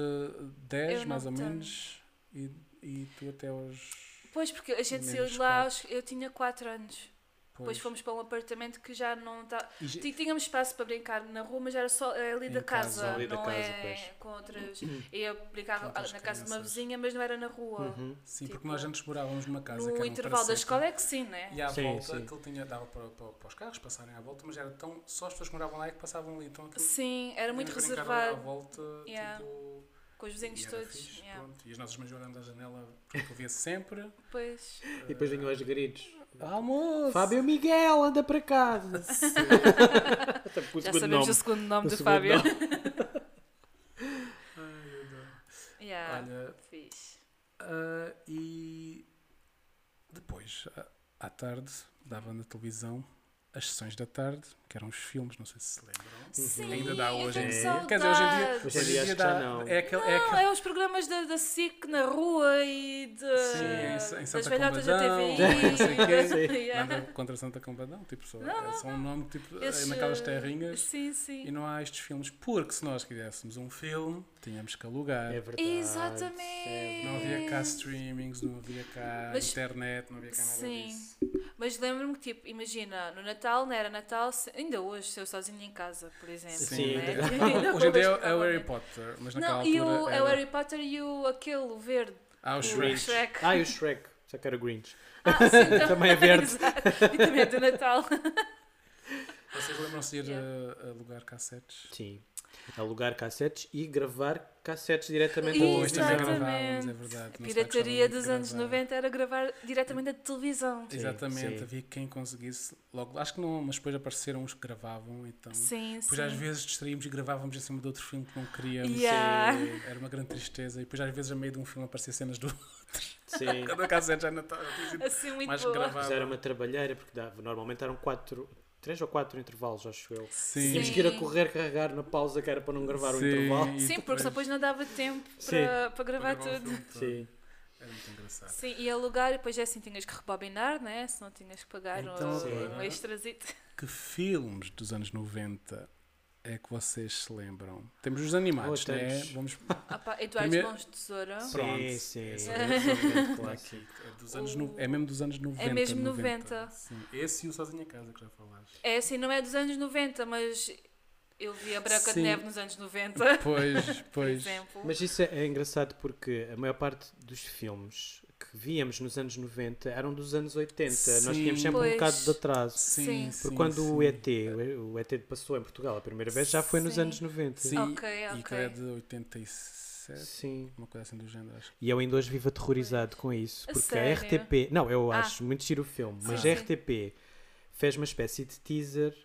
Speaker 2: 10,
Speaker 1: Eu não
Speaker 2: mais ou
Speaker 1: tanto.
Speaker 2: menos, e, e tu até aos...
Speaker 1: Pois, porque a gente saiu de
Speaker 2: Menos
Speaker 1: lá,
Speaker 2: quatro.
Speaker 1: aos- eu tinha 4 anos. Depois
Speaker 2: pois.
Speaker 1: fomos para um apartamento que já não estava.
Speaker 2: E já-
Speaker 1: Tínhamos espaço para brincar na rua, mas era só é ali
Speaker 2: Em
Speaker 1: da
Speaker 2: casa, Uhum.
Speaker 1: casa,
Speaker 4: ali da
Speaker 1: não
Speaker 4: casa,
Speaker 1: é
Speaker 4: pois.
Speaker 1: com outras. E eu brincava
Speaker 2: Com outras
Speaker 1: na casa de uma
Speaker 2: crianças. Uhum.
Speaker 1: vizinha, mas não era na rua.
Speaker 2: Sim, porque
Speaker 1: Tipo,
Speaker 2: nós antes morávamos numa casa que
Speaker 1: No
Speaker 2: era um
Speaker 1: intervalo da
Speaker 2: paraceto,
Speaker 1: escola é que sim, né?
Speaker 2: E à
Speaker 4: Sim,
Speaker 2: volta,
Speaker 4: sim.
Speaker 2: aquilo tinha, dava para, para, para os carros passarem à volta, mas era tão, só as pessoas que moravam lá é que passavam ali. Então aquilo
Speaker 1: Sim, era muito
Speaker 2: íamos brincar À
Speaker 1: reservado
Speaker 2: volta,
Speaker 1: Yeah.
Speaker 2: tipo.
Speaker 1: com os
Speaker 2: E,
Speaker 1: vizinhos
Speaker 2: era
Speaker 1: todos.
Speaker 2: fixe,
Speaker 1: yeah.
Speaker 2: pronto. e as nossas mães olhando da janela, porque eu via sempre.
Speaker 1: Pois.
Speaker 4: E depois vinham os gritos.
Speaker 2: Almoço!
Speaker 4: Fábio Miguel, anda para casa. Até porque o
Speaker 1: Já
Speaker 4: segundo
Speaker 1: sabemos
Speaker 4: nome-
Speaker 1: o segundo nome
Speaker 4: o
Speaker 1: do
Speaker 4: segundo
Speaker 1: Fábio.
Speaker 4: nome.
Speaker 1: Yeah,
Speaker 2: Olha,
Speaker 1: fixe.
Speaker 2: Ah, e depois, à- à tarde, dava na televisão as sessões da tarde, que eram os filmes, não sei se se lembram.
Speaker 1: Sim,
Speaker 2: Ainda dá
Speaker 1: eu
Speaker 2: hoje em
Speaker 1: tenho
Speaker 2: dia. Quer dizer, hoje em dia,
Speaker 1: saudades.
Speaker 4: Hoje em dia acho que já não.
Speaker 2: É aquele, é
Speaker 1: Não,
Speaker 2: aquele,
Speaker 1: é os programas da, da SIC na rua e de,
Speaker 2: Sim, em- em
Speaker 1: das
Speaker 2: Santa
Speaker 1: velhotas da
Speaker 2: Combadão,
Speaker 1: TVI.
Speaker 2: não sei o quê.
Speaker 1: Yeah.
Speaker 2: nada contra Santa Combadão, tipo, só,
Speaker 1: Não,
Speaker 2: é só um nome tipo, é
Speaker 1: Esses,
Speaker 2: naquelas
Speaker 1: eh,
Speaker 2: terrinhas.
Speaker 1: Sim,
Speaker 2: E
Speaker 1: sim.
Speaker 2: não há estes filmes, porque se nós quiséssemos um filme, tínhamos que alugar.
Speaker 4: É verdade.
Speaker 1: Exatamente.
Speaker 2: Não havia cá streamings, não havia cá
Speaker 1: Mas-
Speaker 2: internet, não havia cá nada
Speaker 1: Sim.
Speaker 2: disso.
Speaker 1: Mas lembro-me que, tipo, imagina, no Natal, não era Natal, se- ainda hoje, se eu sozinha em casa, por exemplo.
Speaker 4: Sim,
Speaker 1: né?
Speaker 4: ainda-
Speaker 1: Ainda
Speaker 2: Hoje em dia é o- é o
Speaker 1: provavelmente.
Speaker 2: Harry Potter, mas naquela
Speaker 1: Não,
Speaker 2: altura
Speaker 1: e o,
Speaker 2: era...
Speaker 1: é o Harry Potter e o aquele, o verde.
Speaker 2: Ah, o
Speaker 1: o
Speaker 2: Shrek.
Speaker 1: Shrek.
Speaker 4: Ah, e o Shrek. Só que era o Grinch.
Speaker 1: Ah, sim, então-
Speaker 4: Também é verde.
Speaker 1: Exato. E também é do Natal.
Speaker 2: Vocês lembram-se de ir a, a alugar cassetes?
Speaker 4: Sim. Alugar cassetes e gravar cassetes diretamente
Speaker 1: Isso,
Speaker 4: da
Speaker 2: Pois, também
Speaker 4: televisão.
Speaker 2: gravava. gravávamos,
Speaker 1: exatamente.
Speaker 2: é verdade.
Speaker 1: A
Speaker 2: Não se
Speaker 1: pirataria
Speaker 2: vai gostar
Speaker 1: dos
Speaker 2: de
Speaker 1: anos
Speaker 2: gravar.
Speaker 1: 90 era gravar diretamente da televisão.
Speaker 4: Sim,
Speaker 2: Exatamente,
Speaker 4: sim.
Speaker 2: havia quem conseguisse logo. Acho que não, mas depois apareceram os que gravavam, então.
Speaker 1: Sim,
Speaker 2: Depois
Speaker 1: sim.
Speaker 2: às vezes distraímos e gravávamos em cima de outro filme que não queríamos.
Speaker 1: Yeah.
Speaker 2: E Era uma grande tristeza. E depois às vezes a meio de um filme apareciam cenas do.
Speaker 4: Sim.
Speaker 2: Cada cassete já não estava. tinha sido
Speaker 1: Assim, muito
Speaker 2: Mais
Speaker 1: boa.
Speaker 4: Mas
Speaker 2: gravado.
Speaker 4: era uma trabalheira, porque dava, normalmente eram quatro, três ou quatro intervalos, acho eu.
Speaker 2: Sim.
Speaker 4: Tínhamos que ir a correr, carregar na pausa, que era para não gravar o
Speaker 2: Sim.
Speaker 4: intervalo.
Speaker 2: E
Speaker 1: Sim, porque só depois não dava tempo para,
Speaker 4: Sim.
Speaker 1: para
Speaker 2: para
Speaker 1: gravar
Speaker 2: gravar o
Speaker 1: tudo.
Speaker 2: filme todo.
Speaker 4: Sim.
Speaker 2: Era muito engraçado.
Speaker 1: Sim, e alugar, e depois é assim, tinhas que rebobinar, né? Senão tinhas que pagar
Speaker 2: Então,
Speaker 1: um,
Speaker 2: Sim.
Speaker 1: um extrasito.
Speaker 2: Que filmes dos anos 90 é que vocês se lembram? Temos os animados,
Speaker 4: Oh,
Speaker 2: né?
Speaker 4: temos.
Speaker 2: Vamos
Speaker 1: Ah pá, Eduardo
Speaker 2: Primeiro-
Speaker 1: Mãos de Tesoura.
Speaker 2: Pronto.
Speaker 4: Sim, sim.
Speaker 2: Esse
Speaker 4: sim.
Speaker 2: é
Speaker 4: É clássico.
Speaker 2: Aqui, é, dos anos no- é mesmo dos anos 90.
Speaker 1: mesmo 90.
Speaker 2: Sim. Esse e o Sozinho em Casa que já falaste.
Speaker 1: É assim, não é dos anos 90, mas eu vi a Branca de
Speaker 2: Sim.
Speaker 1: Neve nos anos 90,
Speaker 2: Pois,
Speaker 1: por
Speaker 2: pois.
Speaker 1: exemplo.
Speaker 4: Mas isso é, é engraçado porque a maior parte dos filmes que víamos nos anos 90 eram dos anos 80. Nós
Speaker 2: Sim.
Speaker 4: tínhamos sempre
Speaker 1: Pois.
Speaker 4: um bocado de atraso.
Speaker 2: Sim,
Speaker 1: Sim.
Speaker 2: sim.
Speaker 4: Porque quando
Speaker 2: sim.
Speaker 4: o ET, o ET passou em Portugal a primeira vez, já foi nos
Speaker 1: Sim.
Speaker 4: anos 90.
Speaker 2: Sim,
Speaker 1: Ok,
Speaker 2: e
Speaker 1: ok.
Speaker 2: que é de 87,
Speaker 4: Sim.
Speaker 2: uma coisa assim do género, acho.
Speaker 4: E eu ainda hoje vivo aterrorizado com isso.
Speaker 1: A
Speaker 4: Porque
Speaker 1: sério?
Speaker 4: a RTP. Não, eu
Speaker 1: Ah.
Speaker 4: acho muito giro o filme, mas
Speaker 1: sim.
Speaker 4: a RTP fez uma espécie de teaser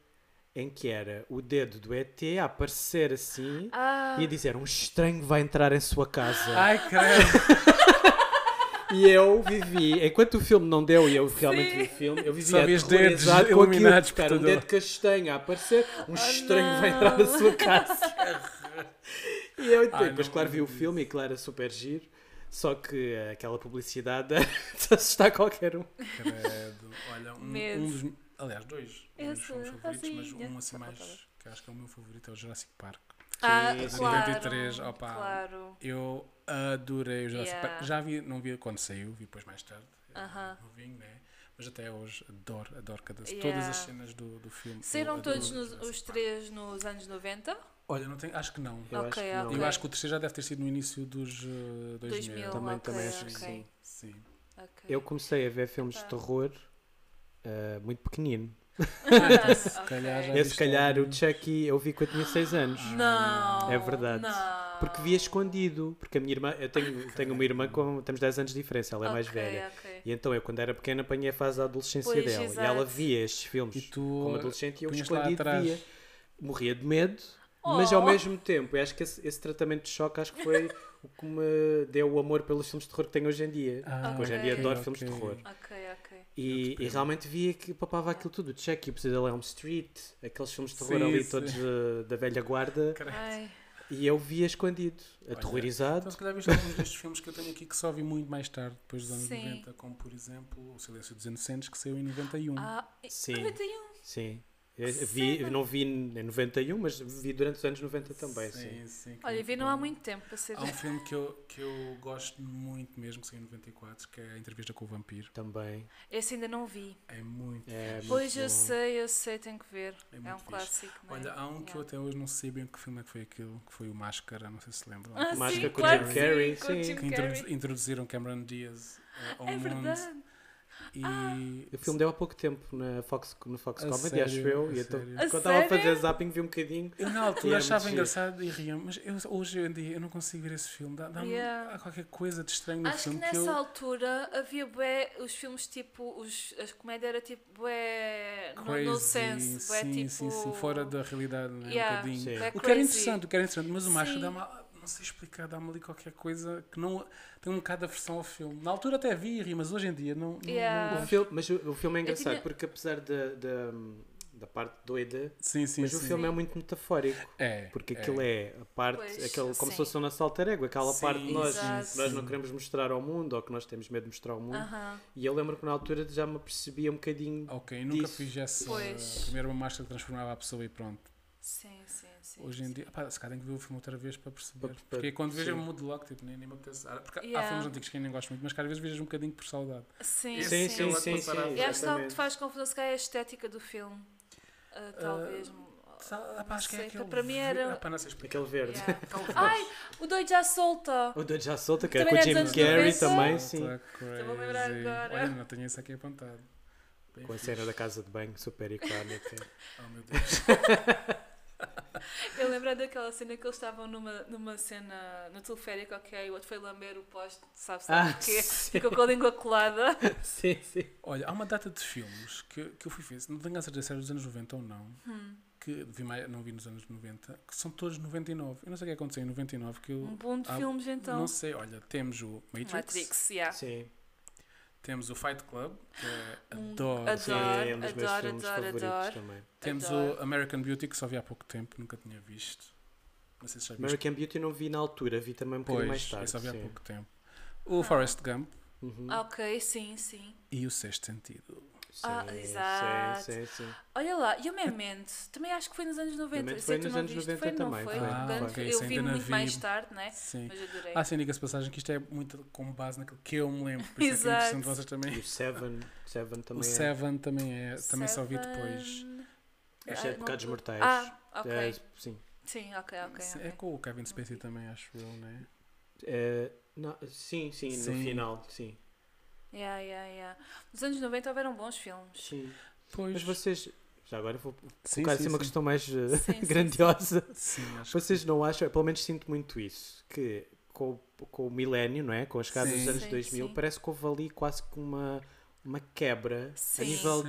Speaker 4: em que era o dedo do ET a aparecer assim
Speaker 1: Ah,
Speaker 4: e a dizer: Um estranho vai entrar em sua casa.
Speaker 2: Ai, credo!
Speaker 4: E eu vivi, enquanto o filme não deu e eu realmente vi o filme, eu vivi
Speaker 2: Só vi os dedos
Speaker 4: aterrorizado com aquilo.
Speaker 2: iluminados por
Speaker 4: Cara, um
Speaker 2: todo
Speaker 4: dedo
Speaker 2: lado.
Speaker 4: castanho a aparecer, um estranho
Speaker 1: Ah, não.
Speaker 4: vai entrar na sua casa. e eu
Speaker 2: Ai,
Speaker 4: depois,
Speaker 2: não
Speaker 4: claro, vi o
Speaker 2: acredito.
Speaker 4: filme e claro, era super giro. Só que eh, aquela publicidade assustar qualquer um.
Speaker 2: credo. Olha, um,
Speaker 1: Medo.
Speaker 2: um dos. Aliás, dois. Um dos
Speaker 1: Esse,
Speaker 2: filmes favoritos, mas
Speaker 1: Rosinha.
Speaker 2: um assim
Speaker 1: Só
Speaker 2: mais.
Speaker 1: faltava.
Speaker 2: que acho que é o meu favorito, é o Jurassic Park.
Speaker 1: ah,
Speaker 4: sim, sim.
Speaker 1: claro,
Speaker 2: 93, opa.
Speaker 1: claro.
Speaker 2: Eu adorei o Jurassic
Speaker 1: Yeah.
Speaker 2: Park. Já vi, não vi quando saiu, vi depois mais tarde. era
Speaker 1: Aham.
Speaker 2: Novinho, né? Mas até hoje adoro, adoro cada, todas
Speaker 1: Yeah.
Speaker 2: as cenas do, do filme. Eu
Speaker 1: Saíram
Speaker 2: adoro
Speaker 1: todos nos-
Speaker 2: Jurassic
Speaker 1: os
Speaker 2: Park.
Speaker 1: três nos anos 90?
Speaker 2: Olha, não tenho, acho que não.
Speaker 4: Eu acho que
Speaker 1: ok, ah,
Speaker 4: não.
Speaker 1: ok.
Speaker 2: Eu acho que o terceiro já deve ter sido no início dos eh, 2000.
Speaker 1: 2000,
Speaker 4: Também-
Speaker 1: ok,
Speaker 4: também
Speaker 2: acho que
Speaker 1: ok,
Speaker 4: sim.
Speaker 2: Sim.
Speaker 1: ok.
Speaker 4: Eu comecei a ver filmes de
Speaker 1: Tá.
Speaker 4: terror ah, muito pequenino.
Speaker 1: Ah,
Speaker 2: Se
Speaker 1: ok.
Speaker 2: calhar já
Speaker 4: Eu, se
Speaker 2: viste
Speaker 4: calhar, o
Speaker 2: alguns.
Speaker 4: Chucky eu vi quando eu tinha 6 anos.
Speaker 1: Não.
Speaker 4: É verdade.
Speaker 1: não.
Speaker 4: Porque via escondido. Porque a minha irmã, eu tenho, tenho uma irmã com. Temos 10 anos de diferença, ela é mais
Speaker 1: Ok,
Speaker 4: velha.
Speaker 1: ok.
Speaker 4: E então eu, quando era pequena, apanhei a fase da adolescência
Speaker 1: Pois,
Speaker 4: dela.
Speaker 1: exato.
Speaker 4: E ela via estes filmes
Speaker 2: E tu,
Speaker 4: como adolescente e eu
Speaker 2: punhas lá
Speaker 4: escondido
Speaker 2: atrás.
Speaker 4: via. Morria de medo, mas ao
Speaker 1: Oh.
Speaker 4: mesmo tempo, eu acho que esse, esse tratamento de choque acho que foi o que me deu o amor pelos filmes de terror que tenho hoje em dia.
Speaker 2: Ah,
Speaker 4: Porque hoje em
Speaker 1: ok.
Speaker 4: dia adoro
Speaker 2: ok.
Speaker 4: filmes de terror.
Speaker 1: Ok, ok.
Speaker 4: E, e realmente via que papava aquilo tudo. Check e o Pesadelo é um Street, aqueles filmes de terror
Speaker 2: Sim,
Speaker 4: ali
Speaker 2: sim.
Speaker 4: todos eh, da velha guarda.
Speaker 1: Ai,
Speaker 4: E eu via escondido, aterrorizado.
Speaker 2: Ah, Então, se calhar viste alguns destes filmes que eu tenho aqui que só vi muito mais tarde, depois dos anos
Speaker 1: Sim.
Speaker 2: 90, como por exemplo O Silêncio dos Inocentes, que saiu em 91.
Speaker 1: ah,
Speaker 4: Sim.
Speaker 1: 91.
Speaker 4: Sim. Eu vi, não vi em 91, mas vi durante os anos 90 também. Sim.
Speaker 2: sim. que é
Speaker 1: Olha,
Speaker 2: muito
Speaker 1: vi não há
Speaker 2: bom.
Speaker 1: muito tempo para ser.
Speaker 2: Há um filme que eu, que eu gosto muito mesmo, que saiu em 94, que é a entrevista com o vampiro.
Speaker 4: Também.
Speaker 1: Esse ainda não vi.
Speaker 2: É muito.
Speaker 4: É muito
Speaker 1: Pois
Speaker 4: bom.
Speaker 1: eu sei, eu sei, tenho que ver.
Speaker 2: um É
Speaker 1: É,
Speaker 2: muito
Speaker 1: um
Speaker 2: fixe.
Speaker 1: clássico, não é?
Speaker 2: Olha, há um que eu
Speaker 1: Yeah.
Speaker 2: até hoje não sei bem que filme é que foi aquilo, que foi o Máscara, não sei se lembram.
Speaker 1: Ah,
Speaker 4: Máscara
Speaker 1: sim,
Speaker 4: com
Speaker 1: claro
Speaker 4: Jim
Speaker 1: que
Speaker 4: Carrey,
Speaker 1: sim, com
Speaker 4: sim.
Speaker 1: Jim
Speaker 2: que
Speaker 1: Carrey.
Speaker 2: introdu- introduziram Cameron Diaz eh, ao
Speaker 1: É
Speaker 2: mundo.
Speaker 1: verdade. Ah.
Speaker 2: E
Speaker 4: O É filme deu há pouco tempo na Fox, no Fox
Speaker 2: A
Speaker 4: Comedy,
Speaker 2: sério?
Speaker 4: acho eu.
Speaker 2: A
Speaker 4: E então,
Speaker 2: sério?
Speaker 1: A
Speaker 4: quando estava a fazer
Speaker 1: sério?
Speaker 4: zapping, vi um bocadinho.
Speaker 2: Eu na
Speaker 4: E é
Speaker 2: altura
Speaker 4: era muito
Speaker 2: achava
Speaker 4: giro.
Speaker 2: engraçado e ria, mas eu, hoje em dia eu não consigo ver esse filme. Dá, dá-me-
Speaker 1: Yeah.
Speaker 2: há qualquer coisa de estranho no
Speaker 1: Acho que
Speaker 2: filme
Speaker 1: nessa
Speaker 2: eu.
Speaker 1: altura havia bué, os filmes tipo, os, as comédias era tipo bué no- no sense, bué
Speaker 2: sim,
Speaker 1: tipo...
Speaker 2: sim, sim, fora da realidade, né?
Speaker 1: Yeah,
Speaker 2: um bocadinho.
Speaker 1: bué
Speaker 2: O
Speaker 4: Sim.
Speaker 2: que era
Speaker 1: crazy.
Speaker 2: interessante, o que era interessante, mas o macho
Speaker 1: Sim.
Speaker 2: dá-me, não sei explicar, dá-me ali qualquer coisa que não tem um bocado de aversão ao filme. Na altura até vi e ri, mas hoje em dia não. não-
Speaker 1: Yeah.
Speaker 2: não
Speaker 4: O
Speaker 2: gosto.
Speaker 4: filme, mas o, o filme é
Speaker 1: Ah. Eu
Speaker 4: engraçado
Speaker 1: tinha-
Speaker 4: porque apesar da, da, da parte doida,
Speaker 2: Sim, sim,
Speaker 4: mas
Speaker 2: sim.
Speaker 4: o filme é muito metafórico.
Speaker 2: É,
Speaker 4: Porque
Speaker 2: é.
Speaker 4: aquilo é a parte,
Speaker 1: Pois,
Speaker 4: aquele, como
Speaker 1: sim.
Speaker 4: se fosse o nosso alter ego, aquela
Speaker 2: Sim,
Speaker 4: parte de nós
Speaker 1: exato. Ah.
Speaker 4: que nós não queremos mostrar ao mundo ou que nós temos medo de mostrar ao mundo. E eu lembro que na altura já me apercebia um bocadinho.
Speaker 2: Ok, nunca
Speaker 4: disso.
Speaker 2: fiz essa.
Speaker 1: Pois.
Speaker 2: Primeiro uma máscara que transformava a pessoa e pronto.
Speaker 1: Sim, sim, sim.
Speaker 2: Hoje em dia, pá, se calhar tenho que ver o filme outra vez para perceber.
Speaker 4: Para- para-
Speaker 2: Porque quando vejo
Speaker 4: sim.
Speaker 2: eu mudo logo, tipo, nem, nem me apetece. Ah, Porque há
Speaker 1: Yeah.
Speaker 2: filmes antigos que eu nem gosto muito, mas que às vezes vejo um bocadinho por saudade.
Speaker 1: Sim, sim.
Speaker 4: Sim, sim, sim. sim,
Speaker 2: Eu acho
Speaker 1: E acho que algo que
Speaker 4: é exatamente.
Speaker 1: te faz confusão se calhar é a estética do filme. Ah, talvez.
Speaker 2: Ah, pá, acho que é
Speaker 1: sei,
Speaker 2: aquele
Speaker 1: para mim era-
Speaker 2: ver- Ah, pá, não sei explicar.
Speaker 4: Aquele verde.
Speaker 1: Yeah. Ai, o doido já solta!
Speaker 4: O doido já solta, que era com
Speaker 1: Também
Speaker 4: o
Speaker 1: era
Speaker 4: Jim
Speaker 1: dos
Speaker 4: Carrey
Speaker 1: anos 90.
Speaker 4: também, sim.
Speaker 2: Tá
Speaker 1: vou lembrar
Speaker 2: crazy.
Speaker 1: agora.
Speaker 2: Olha, não tenho isso aqui apontado. Bem
Speaker 4: Com a
Speaker 2: fixe.
Speaker 4: cena da casa de banho, super icónica.
Speaker 2: Oh, meu Deus.
Speaker 1: Eu lembro daquela cena que eles estavam numa, numa cena no teleférico, ok, o outro foi lamber o poste, sabe-se lá
Speaker 4: Ah,
Speaker 1: porquê?
Speaker 4: sim.
Speaker 1: Ficou com a língua colada.
Speaker 4: sim, sim.
Speaker 2: Olha, há uma data de filmes que, que eu fui ver, não tenho a certeza se era dos anos 90 ou não,
Speaker 1: Hum.
Speaker 2: que vi mais, não vi nos anos 90, que são todos 99. Eu não sei o que aconteceu em 99, que eu
Speaker 1: Um bom de
Speaker 2: Ah,
Speaker 1: filmes então.
Speaker 2: não sei. Olha, temos o Matrix,
Speaker 1: Matrix, yeah.
Speaker 4: Sim.
Speaker 2: temos o Fight Club, que é
Speaker 1: Um-
Speaker 2: adoro.
Speaker 4: Sim,
Speaker 1: Adoro,
Speaker 4: é um dos meus
Speaker 1: adoro,
Speaker 4: filmes
Speaker 1: adoro,
Speaker 4: favoritos
Speaker 1: adoro.
Speaker 4: também.
Speaker 2: Temos
Speaker 1: adoro.
Speaker 2: o American Beauty, que só vi há pouco tempo, nunca tinha visto. Não sei se já viste.
Speaker 4: American Beauty não vi na altura, vi também um
Speaker 2: Pois,
Speaker 4: bocadinho mais tarde.
Speaker 2: eu só vi há
Speaker 4: sim.
Speaker 2: pouco tempo. O Forrest Gump
Speaker 4: Uhum.
Speaker 2: um,
Speaker 1: Ah, ok, sim, sim.
Speaker 2: e o Sexto Sentido.
Speaker 4: Sim,
Speaker 1: Ah,
Speaker 4: sim,
Speaker 1: exato.
Speaker 4: Sim, sim.
Speaker 1: Olha lá, e o Memento? Também acho que foi nos anos 90.
Speaker 4: Memento
Speaker 1: Isso aí
Speaker 4: foi
Speaker 1: tu
Speaker 4: nos
Speaker 1: não
Speaker 4: anos
Speaker 1: viste,
Speaker 4: 90
Speaker 1: foi, não
Speaker 4: também,
Speaker 1: foi?
Speaker 4: foi.
Speaker 2: Ah,
Speaker 1: Portanto,
Speaker 2: ok, isso
Speaker 1: eu vi
Speaker 2: ainda não
Speaker 1: muito
Speaker 2: vi.
Speaker 1: mais tarde, né?
Speaker 2: Sim.
Speaker 1: Mas adorei.
Speaker 2: Ah, sim, diga-se de passagem que isto é muito com base naquilo que eu me lembro. Por isso é que é
Speaker 1: Exato.
Speaker 2: interessante vocês também.
Speaker 4: E o Seven, Seven também
Speaker 2: o
Speaker 4: é.
Speaker 2: Seven também é, também só vi depois. um
Speaker 1: Seven.
Speaker 4: Os
Speaker 1: Ah,
Speaker 4: Sete
Speaker 1: não
Speaker 4: É Pecados
Speaker 1: tô-
Speaker 4: Mortais.
Speaker 1: Ah, ok.
Speaker 4: É, sim.
Speaker 1: Sim, ok, ok.
Speaker 2: Sim,
Speaker 1: ok. Uhum.
Speaker 2: É com o Kevin Spacey também, acho eu, né?
Speaker 4: É, não, sim, sim,
Speaker 2: Sim.
Speaker 4: no final, sim.
Speaker 1: Yeah, yeah, yeah. Nos anos 90 houveram bons filmes.
Speaker 4: sim.
Speaker 2: Pois.
Speaker 4: Mas vocês. Já agora vou
Speaker 2: sim,
Speaker 4: colocar assim uma é questão mais eh, grandiosa.
Speaker 2: Sim, acho que
Speaker 4: Vocês não acham, pelo menos sinto muito isso, que com, o- com o milénio, não é? Com as casas dos
Speaker 2: Sim.
Speaker 4: anos
Speaker 1: Sim,
Speaker 4: 2000,
Speaker 1: sim.
Speaker 4: parece que houve ali quase que uma, uma quebra
Speaker 1: Sim.
Speaker 4: a nível